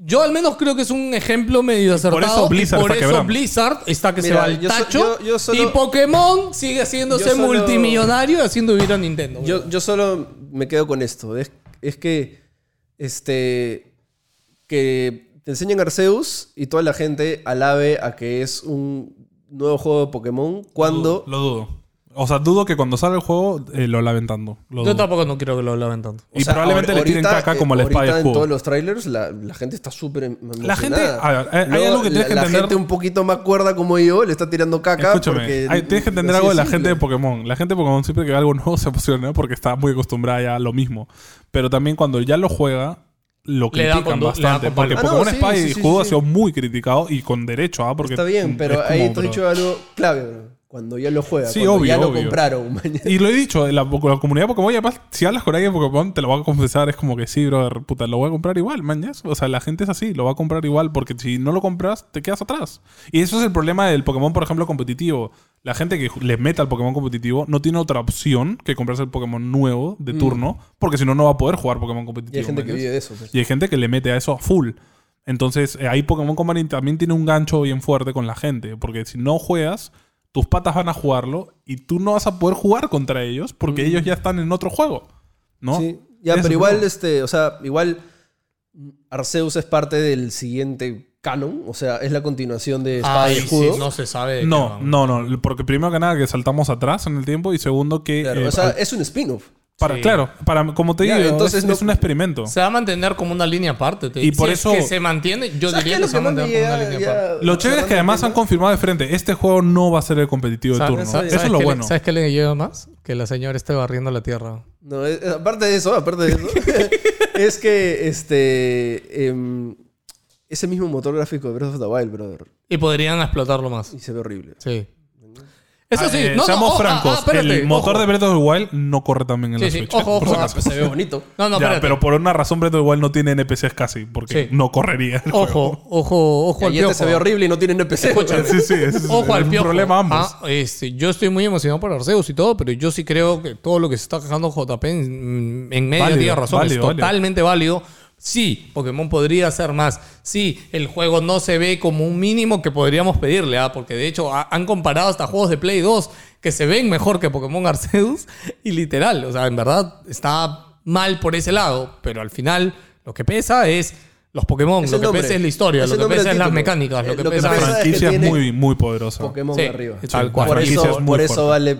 [SPEAKER 3] Yo al menos creo que es un ejemplo medio acertado. y
[SPEAKER 1] Blizzard
[SPEAKER 3] por
[SPEAKER 1] está
[SPEAKER 3] eso
[SPEAKER 1] quebrando.
[SPEAKER 3] Blizzard está que se
[SPEAKER 2] Mira,
[SPEAKER 3] va al
[SPEAKER 2] yo so-
[SPEAKER 3] tacho.
[SPEAKER 2] yo- yo solo-
[SPEAKER 3] y Pokémon sigue haciéndose
[SPEAKER 2] Yo solo-
[SPEAKER 3] multimillonario y haciendo vivir a Nintendo.
[SPEAKER 2] Yo, yo solo me quedo con esto. Es, es que. Este. Que te enseñen Arceus y toda la gente alabe a que es un nuevo juego de Pokémon cuando.
[SPEAKER 1] Lo dudo. O sea, dudo que cuando salga el juego eh, lo lamentando. Lo
[SPEAKER 3] Yo
[SPEAKER 1] dudo.
[SPEAKER 3] tampoco no quiero que lo hablen tanto.
[SPEAKER 1] Y
[SPEAKER 2] o sea,
[SPEAKER 1] probablemente
[SPEAKER 2] ahor-
[SPEAKER 1] le tiren
[SPEAKER 2] ahorita,
[SPEAKER 1] caca
[SPEAKER 2] eh,
[SPEAKER 1] como el
[SPEAKER 2] ahorita
[SPEAKER 1] Spider
[SPEAKER 2] En todos
[SPEAKER 1] Cube.
[SPEAKER 2] los trailers la, la gente está súper. em- emocionada.
[SPEAKER 1] gente- a ver, hay- hay
[SPEAKER 2] Luego,
[SPEAKER 1] algo que tienes
[SPEAKER 2] la,
[SPEAKER 1] que
[SPEAKER 2] la
[SPEAKER 1] entender.
[SPEAKER 2] gente un poquito más cuerda como yo le está tirando caca.
[SPEAKER 1] Escúchame,
[SPEAKER 2] porque-
[SPEAKER 1] hay- tienes que entender
[SPEAKER 2] así
[SPEAKER 1] algo de
[SPEAKER 2] es
[SPEAKER 1] la
[SPEAKER 2] simple.
[SPEAKER 1] gente de Pokémon. La gente de Pokémon siempre que ve algo nuevo se emociona porque está muy acostumbrada ya a lo mismo. Pero también cuando ya lo juega, lo
[SPEAKER 3] Le da
[SPEAKER 1] critican
[SPEAKER 3] con du- le da
[SPEAKER 1] bastante.
[SPEAKER 3] con palo.
[SPEAKER 1] Porque
[SPEAKER 2] Ah, no,
[SPEAKER 1] Pokémon
[SPEAKER 2] sí,
[SPEAKER 1] Espada
[SPEAKER 2] sí,
[SPEAKER 1] y
[SPEAKER 2] sí, sí,
[SPEAKER 1] Escudo ha
[SPEAKER 2] sí.
[SPEAKER 1] sido muy criticado y con derecho, ¿ah? Porque
[SPEAKER 2] Está bien, pero
[SPEAKER 1] es
[SPEAKER 2] ahí
[SPEAKER 1] como,
[SPEAKER 2] tú has
[SPEAKER 1] bro.
[SPEAKER 2] dicho algo clave, bro. Cuando ya lo juega.
[SPEAKER 1] Sí,
[SPEAKER 2] cuando
[SPEAKER 1] obvio,
[SPEAKER 2] ya lo
[SPEAKER 1] obvio.
[SPEAKER 2] compraron. mañana.
[SPEAKER 1] Y lo he dicho, la, la comunidad Pokémon, y además, si hablas con alguien de Pokémon, te lo va a confesar, es como que sí, brother, puta, lo voy a comprar igual, man, yes. O sea, la gente es así, lo va a comprar igual, porque si no lo compras, te quedas atrás. Y eso es el problema del Pokémon, por ejemplo, competitivo. La gente que le meta al Pokémon competitivo no tiene otra opción que comprarse el Pokémon nuevo de turno, porque si no, no va a poder jugar Pokémon competitivo.
[SPEAKER 2] Mm. Y hay gente
[SPEAKER 1] man,
[SPEAKER 2] que
[SPEAKER 1] yes.
[SPEAKER 2] vive de eso. pues.
[SPEAKER 1] Y hay gente que le mete a eso a full. Entonces, eh, ahí Pokémon Company también tiene un gancho bien fuerte con la gente. Porque si no juegas, tus patas van a jugarlo y tú no vas a poder jugar contra ellos porque ellos ya están en otro juego. ¿No?
[SPEAKER 2] Mm. Sí, ya,
[SPEAKER 1] Eso,
[SPEAKER 2] pero igual,
[SPEAKER 1] ¿no?
[SPEAKER 2] este, o sea, igual Arceus es parte del siguiente canon, o sea, es la continuación de Espada y
[SPEAKER 3] Ay,
[SPEAKER 2] Escudo.
[SPEAKER 3] sí, no se sabe. de qué
[SPEAKER 1] No,
[SPEAKER 3] van.
[SPEAKER 1] no, no. Porque primero que nada, que saltamos atrás en el tiempo y segundo que.
[SPEAKER 2] Claro,
[SPEAKER 1] eh,
[SPEAKER 2] o sea,
[SPEAKER 1] al-
[SPEAKER 2] es un spin-off.
[SPEAKER 1] para,
[SPEAKER 3] sí.
[SPEAKER 1] Claro, para, como te
[SPEAKER 2] Ya,
[SPEAKER 1] digo,
[SPEAKER 2] entonces
[SPEAKER 1] es,
[SPEAKER 2] no-
[SPEAKER 1] es un experimento.
[SPEAKER 3] Se va a mantener como una línea aparte. te-
[SPEAKER 1] Y por
[SPEAKER 3] si es
[SPEAKER 1] eso-
[SPEAKER 3] que se mantiene, yo
[SPEAKER 2] ¿Sabes qué
[SPEAKER 3] diría
[SPEAKER 2] es lo
[SPEAKER 3] que se va a
[SPEAKER 2] más me
[SPEAKER 3] mantener como
[SPEAKER 2] llega-
[SPEAKER 3] una línea
[SPEAKER 2] ya-
[SPEAKER 3] aparte.
[SPEAKER 1] Lo chévere es que además han
[SPEAKER 2] cerrando
[SPEAKER 1] confirmado de frente: este juego no va a ser el competitivo de
[SPEAKER 3] ¿Sabes-
[SPEAKER 1] turno.
[SPEAKER 3] sabes-
[SPEAKER 1] Eso es
[SPEAKER 3] sabes
[SPEAKER 1] lo
[SPEAKER 3] qué le-
[SPEAKER 1] bueno.
[SPEAKER 3] ¿Sabes qué le lleva más? Que la señora esté barriendo la tierra.
[SPEAKER 2] No, es- es- aparte de eso, aparte de eso, es que este em, ese mismo motor gráfico de Breath of the Wild, brother,
[SPEAKER 3] Y podrían explotarlo más.
[SPEAKER 2] y se ve horrible.
[SPEAKER 3] Sí. Eso
[SPEAKER 1] Ah,
[SPEAKER 3] sí,
[SPEAKER 1] eh,
[SPEAKER 3] no, no,
[SPEAKER 1] seamos
[SPEAKER 3] oh, ah,
[SPEAKER 1] francos,
[SPEAKER 3] ah, espérate,
[SPEAKER 1] el motor
[SPEAKER 3] ojo.
[SPEAKER 1] de Breath of the Wild no corre tan bien en
[SPEAKER 3] Sí,
[SPEAKER 1] la
[SPEAKER 3] sí,
[SPEAKER 1] Switch. eh,
[SPEAKER 3] ojo,
[SPEAKER 1] por si
[SPEAKER 3] ojo, ah,
[SPEAKER 1] acaso.
[SPEAKER 2] Pues se ve bonito.
[SPEAKER 3] No, no,
[SPEAKER 1] Ya,
[SPEAKER 3] espérate.
[SPEAKER 1] pero por una razón Breath of the Wild no tiene NPCs casi, porque
[SPEAKER 3] Sí.
[SPEAKER 1] no correría. el juego.
[SPEAKER 3] Ojo, ojo, ojo al
[SPEAKER 2] Y este
[SPEAKER 3] piojo.
[SPEAKER 2] se ve horrible y no tiene NPC.
[SPEAKER 3] Escúchame.
[SPEAKER 1] Sí, sí, es,
[SPEAKER 3] Ojo
[SPEAKER 1] es
[SPEAKER 3] al
[SPEAKER 1] un
[SPEAKER 3] piojo.
[SPEAKER 1] problema ambos.
[SPEAKER 3] Ah, este, yo estoy muy emocionado por Arceus y todo, pero yo sí creo que todo lo que se está quejando JP en, en medio
[SPEAKER 1] Válido,
[SPEAKER 3] tiene razón. es
[SPEAKER 1] válido, válido.
[SPEAKER 3] totalmente válido. Sí, Pokémon podría hacer más. Sí, el juego no se ve como un mínimo que podríamos pedirle, ¿ah? porque de hecho ha- han comparado hasta juegos de Play 2 que se ven mejor que Pokémon Arceus y literal, o sea, en verdad está mal por ese lado, pero al final lo que pesa es los Pokémon,
[SPEAKER 2] Es
[SPEAKER 3] lo
[SPEAKER 2] el
[SPEAKER 3] que
[SPEAKER 2] nombre.
[SPEAKER 3] pesa es la historia,
[SPEAKER 2] Es
[SPEAKER 3] lo
[SPEAKER 2] el
[SPEAKER 3] que
[SPEAKER 2] nombre del
[SPEAKER 3] pesa es las
[SPEAKER 2] título.
[SPEAKER 3] mecánicas,
[SPEAKER 2] Eh,
[SPEAKER 3] lo que
[SPEAKER 2] lo que
[SPEAKER 3] pesa
[SPEAKER 1] la
[SPEAKER 2] pesa
[SPEAKER 3] es
[SPEAKER 2] es que
[SPEAKER 1] franquicia es
[SPEAKER 2] tiene
[SPEAKER 1] muy, muy poderosa.
[SPEAKER 2] Pokémon
[SPEAKER 3] Sí,
[SPEAKER 2] de arriba.
[SPEAKER 3] tal
[SPEAKER 2] Sí,
[SPEAKER 3] cual. Mm,
[SPEAKER 2] Por
[SPEAKER 1] Franquicia
[SPEAKER 2] eso,
[SPEAKER 1] es muy
[SPEAKER 2] por eso
[SPEAKER 1] fuerte.
[SPEAKER 2] vale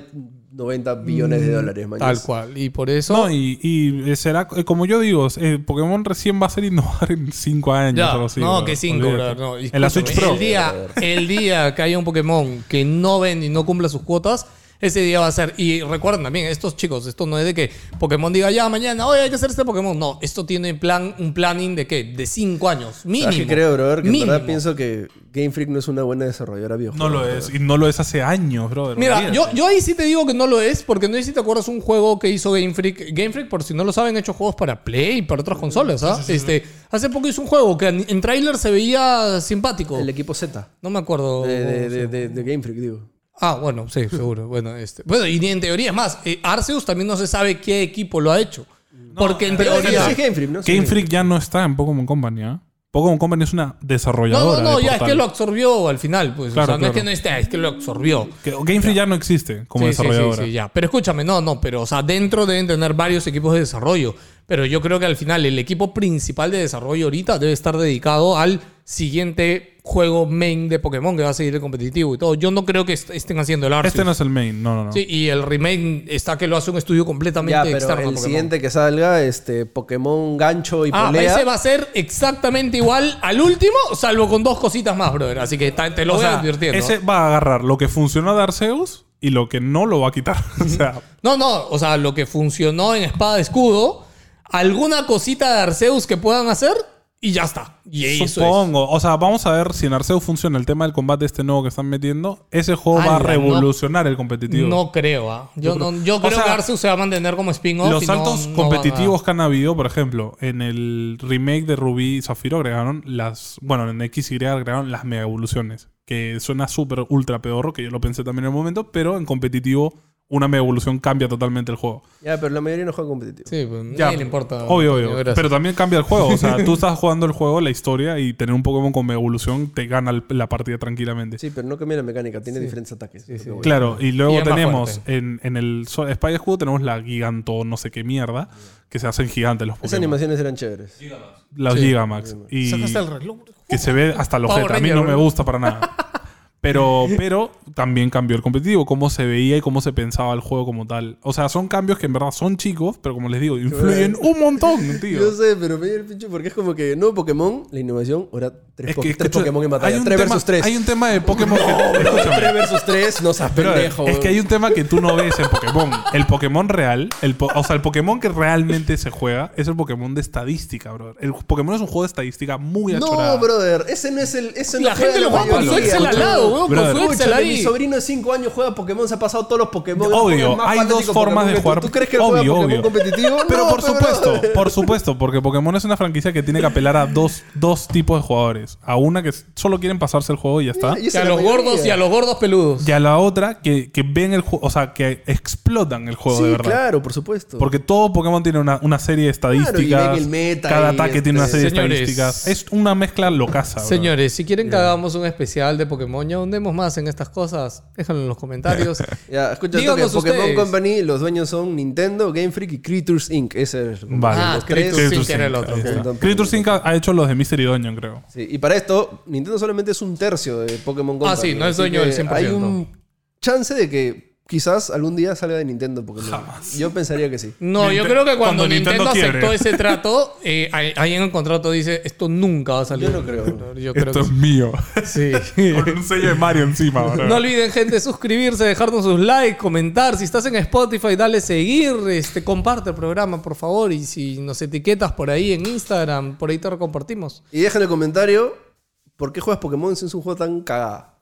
[SPEAKER 2] 90 billones de dólares, man.
[SPEAKER 3] Tal cual. Y por eso.
[SPEAKER 1] No, y, y, eh, será, eh, como yo digo, eh, Pokémon recién va a ser innovar en 5 años.
[SPEAKER 3] Ya,
[SPEAKER 1] o algo así,
[SPEAKER 3] no,
[SPEAKER 1] brother.
[SPEAKER 3] que cinco,
[SPEAKER 1] Olvídate.
[SPEAKER 3] brother, no,
[SPEAKER 1] en la
[SPEAKER 3] escúchame,
[SPEAKER 1] Switch Pro.
[SPEAKER 3] El día, el día que haya un Pokémon que no vende y no cumpla sus cuotas, ese día va a ser. Y recuerden también, estos chicos, esto no es de que Pokémon diga ya mañana, hoy hay que hacer este Pokémon. No, esto tiene plan, un planning de qué? De cinco años. Mínimo.
[SPEAKER 2] ¿Sabes qué Ah, creo, brother? Que en
[SPEAKER 3] Mínimo.
[SPEAKER 2] verdad pienso que Game Freak no es una buena desarrolladora de
[SPEAKER 1] No
[SPEAKER 2] videojuegos.
[SPEAKER 1] lo es, y no lo es hace años, brother.
[SPEAKER 3] Mira,
[SPEAKER 1] olvídate.
[SPEAKER 3] yo, yo ahí sí te digo que no lo es, porque no sé si te acuerdas un juego que hizo Game Freak. Game Freak, por si no lo saben, ha hecho juegos para Play y para otras consolas. ¿ah? este, Hace poco hizo un juego que en, en tráiler se veía simpático.
[SPEAKER 2] El equipo Z
[SPEAKER 3] No me acuerdo.
[SPEAKER 2] de, de- de- de- de Game Freak, digo.
[SPEAKER 3] Ah, bueno, sí, seguro. bueno, este. Bueno, y en teoría es más, eh, Arceus también no se sabe qué equipo lo ha hecho. porque en
[SPEAKER 2] Pero
[SPEAKER 3] teoría.
[SPEAKER 2] sí es Game Freak, ¿no? Sí,
[SPEAKER 1] Game Freak ya no está en Pokémon Company. ¿ah? Pokémon Company es una
[SPEAKER 3] No,
[SPEAKER 1] desarrolladora.
[SPEAKER 3] no, no,
[SPEAKER 1] de
[SPEAKER 3] ya es
[SPEAKER 1] portal.
[SPEAKER 3] que lo absorbió al final, pues. o
[SPEAKER 1] Claro,
[SPEAKER 3] sea, no es
[SPEAKER 1] claro.
[SPEAKER 3] que no esté, es que lo absorbió.
[SPEAKER 1] Que Game Freak ya no existe como
[SPEAKER 3] Sí, sí,
[SPEAKER 1] desarrolladora.
[SPEAKER 3] Sí, sí, ya. Pero escúchame, no, no, pero o sea, dentro deben tener varios equipos de desarrollo. Pero yo creo que al final el equipo principal de desarrollo ahorita debe estar dedicado al siguiente juego main de Pokémon que va a seguir el competitivo y todo. Yo no creo que est- estén haciendo el Arceus.
[SPEAKER 1] Este no es el main, no, no, no.
[SPEAKER 3] Sí, y el remake está que lo hace un estudio completamente
[SPEAKER 2] Ya, pero el
[SPEAKER 3] externo. a Pokémon.
[SPEAKER 2] siguiente que salga, este Pokémon gancho y
[SPEAKER 3] Ah,
[SPEAKER 2] polea.
[SPEAKER 3] ese va a ser exactamente igual al último, salvo con dos cositas más, brother. Así que ta- te lo
[SPEAKER 1] O
[SPEAKER 3] voy
[SPEAKER 1] sea,
[SPEAKER 3] advirtiendo.
[SPEAKER 1] ese va a agarrar lo que funcionó de Arceus y lo que no lo va a quitar. o sea,
[SPEAKER 3] No, no, o sea, lo que funcionó en Espada Escudo, alguna cosita de Arceus que puedan hacer y ya está. Y eso es.
[SPEAKER 1] supongo. O sea, vamos a ver si en Arceus funciona el tema del combate este nuevo que están metiendo. Ese juego va a
[SPEAKER 3] Ala, Ah, no.
[SPEAKER 1] revolucionar el competitivo.
[SPEAKER 3] No creo, ¿ah? Yo, no, yo
[SPEAKER 1] o
[SPEAKER 3] creo
[SPEAKER 1] sea,
[SPEAKER 3] que Arceus se va a mantener como spin-off.
[SPEAKER 1] Los
[SPEAKER 3] y no-
[SPEAKER 1] saltos
[SPEAKER 3] no van a-
[SPEAKER 1] competitivos que han habido, por ejemplo, en el remake de Rubí y Zafiro agregaron las. Bueno, en XY agregaron las mega evoluciones. Que suena súper ultra pedorro, que yo lo pensé también en el momento, pero en competitivo, una mega evolución cambia totalmente el juego.
[SPEAKER 2] Ya, pero la mayoría no juega competitivo.
[SPEAKER 3] Sí, pues,
[SPEAKER 1] Ya,
[SPEAKER 3] nadie le importa.
[SPEAKER 1] Obvio, obvio.
[SPEAKER 3] Gracias.
[SPEAKER 1] Pero también cambia el juego. O sea, tú estás jugando el juego, la historia, y tener un Pokémon con mega evolución te gana el- la partida tranquilamente.
[SPEAKER 2] Sí, pero no cambia la mecánica, tiene diferentes ataques.
[SPEAKER 3] Sí, sí.
[SPEAKER 1] Claro, y luego
[SPEAKER 3] es más
[SPEAKER 1] tenemos
[SPEAKER 3] fuerte.
[SPEAKER 1] en, en el so- Spy Escudo tenemos la giganto no sé qué mierda, que se hacen gigantes los
[SPEAKER 2] Esas
[SPEAKER 1] Pokémon.
[SPEAKER 2] animaciones eran chéveres.
[SPEAKER 1] Los
[SPEAKER 3] Sí.
[SPEAKER 1] Gigamax. Y
[SPEAKER 3] Sacaste el reloj.
[SPEAKER 1] que se ve hasta los
[SPEAKER 3] Power
[SPEAKER 1] jeta. A mí
[SPEAKER 3] Ranger,
[SPEAKER 1] no me
[SPEAKER 3] bro.
[SPEAKER 1] gusta para nada. Pero, pero también cambió el competitivo, cómo se veía y cómo se pensaba el juego como tal. O sea, son cambios que en verdad son chicos, pero como les digo, influyen un montón, tío.
[SPEAKER 2] Yo sé, pero me dio el pinche porque es como que no Pokémon, la innovación, ahora tres, po- tres
[SPEAKER 1] escucha,
[SPEAKER 2] Pokémon en
[SPEAKER 1] hay
[SPEAKER 2] batalla.
[SPEAKER 1] un
[SPEAKER 2] 3
[SPEAKER 1] tema-
[SPEAKER 2] versus 3.
[SPEAKER 1] Hay un tema de Pokémon que. escúchame.
[SPEAKER 2] 3 versus 3, no seas
[SPEAKER 1] Pero,
[SPEAKER 2] pendejo.
[SPEAKER 1] es que hay un tema que tú no ves en Pokémon. El Pokémon real, el po- o sea, el Pokémon que realmente se juega es el Pokémon de estadística, bro. El Pokémon es un juego de estadística muy achorada.
[SPEAKER 2] No, brother, ese no es el. Ese
[SPEAKER 3] La
[SPEAKER 2] no
[SPEAKER 3] gente lo juega con su Excel al lado, weón. Con
[SPEAKER 1] Brother.
[SPEAKER 3] su Excel
[SPEAKER 2] Escúchame, mi
[SPEAKER 3] ahí.
[SPEAKER 2] sobrino de 5 años juega Pokémon, se ha pasado todos los Pokémon.
[SPEAKER 1] Obvio,
[SPEAKER 2] Es más
[SPEAKER 1] hay
[SPEAKER 2] fanático
[SPEAKER 1] dos formas
[SPEAKER 2] Pokémon
[SPEAKER 1] de
[SPEAKER 2] que tú.
[SPEAKER 1] jugar.
[SPEAKER 2] ¿Tú crees que él juega
[SPEAKER 1] Obvio,
[SPEAKER 2] Pokémon
[SPEAKER 1] obvio.
[SPEAKER 2] competitivo?
[SPEAKER 1] Pero
[SPEAKER 2] No,
[SPEAKER 1] por
[SPEAKER 2] pero,
[SPEAKER 1] supuesto,
[SPEAKER 2] brother.
[SPEAKER 1] por supuesto, porque Pokémon es una franquicia que tiene que apelar a dos, dos tipos de jugadores. A una que solo quieren pasarse el juego y ya está.
[SPEAKER 2] Y esa
[SPEAKER 3] Y a
[SPEAKER 2] es la
[SPEAKER 3] los
[SPEAKER 2] mayoría.
[SPEAKER 3] gordos y a los gordos peludos.
[SPEAKER 1] Y a la otra que, que ven el juego, o sea, que explotan el juego
[SPEAKER 2] Sí,
[SPEAKER 1] de verdad.
[SPEAKER 2] claro, por supuesto.
[SPEAKER 1] Porque todo Pokémon tiene una, una serie de estadísticas.
[SPEAKER 2] Claro, y ven el meta
[SPEAKER 1] cada
[SPEAKER 2] y
[SPEAKER 1] ataque
[SPEAKER 2] este-
[SPEAKER 1] tiene una serie
[SPEAKER 3] Señores.
[SPEAKER 1] de estadísticas. Es una mezcla locaza. bro.
[SPEAKER 3] Señores, si quieren que hagamos un especial de Pokémon y ahondemos más en estas cosas, déjenlo en los comentarios.
[SPEAKER 2] Ya, escucha,
[SPEAKER 3] Díganos
[SPEAKER 2] toque, Pokémon
[SPEAKER 3] ustedes.
[SPEAKER 2] Company, los dueños son Nintendo, Game Freak y Creatures Inc. Ese es como
[SPEAKER 1] Vale.
[SPEAKER 3] Ah,
[SPEAKER 2] los
[SPEAKER 3] Creatures
[SPEAKER 2] tres.
[SPEAKER 3] Inc. era el otro.
[SPEAKER 1] ahí está.
[SPEAKER 2] Ok.
[SPEAKER 1] Creatures Inc. ha ha hecho los de Mystery Dungeon, creo.
[SPEAKER 2] Sí, y para esto, Nintendo solamente es un tercio de Pokémon Company.
[SPEAKER 3] Ah, sí, no es
[SPEAKER 2] así
[SPEAKER 3] dueño del
[SPEAKER 2] que
[SPEAKER 3] 100%.
[SPEAKER 2] Hay un chance de que quizás algún día salga de Nintendo Pokémon. Yo pensaría que sí.
[SPEAKER 3] No, yo
[SPEAKER 1] Ninte-
[SPEAKER 3] creo que cuando,
[SPEAKER 1] cuando
[SPEAKER 3] Nintendo,
[SPEAKER 1] Nintendo
[SPEAKER 3] aceptó
[SPEAKER 1] quiebre.
[SPEAKER 3] ese trato, eh, ahí ahí en el contrato dice, esto nunca va a salir.
[SPEAKER 2] Yo no creo.
[SPEAKER 3] Yo creo
[SPEAKER 1] Esto es mío.
[SPEAKER 3] que sí.
[SPEAKER 1] Con un sello de Mario encima, bro.
[SPEAKER 3] No olviden, gente, suscribirse, dejarnos sus likes, comentar. Si estás en Spotify, dale seguir. Este, comparte el programa, por favor. Y si nos etiquetas por ahí en Instagram, por ahí te recompartimos.
[SPEAKER 2] Y deja en el comentario, ¿por qué juegas Pokémon si es un juego tan cagada?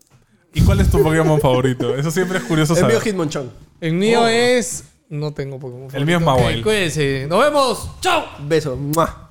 [SPEAKER 1] ¿Y cuál es tu Pokémon favorito? Eso siempre es curioso
[SPEAKER 2] El mío
[SPEAKER 1] saber.
[SPEAKER 2] Hitmonchan.
[SPEAKER 3] El mío es... No tengo Pokémon.
[SPEAKER 1] Oh. El mío es
[SPEAKER 3] favorito. Ok,
[SPEAKER 1] Mawile.
[SPEAKER 3] Cuídense. Nos vemos. Chao.
[SPEAKER 2] Beso. ¡Mua!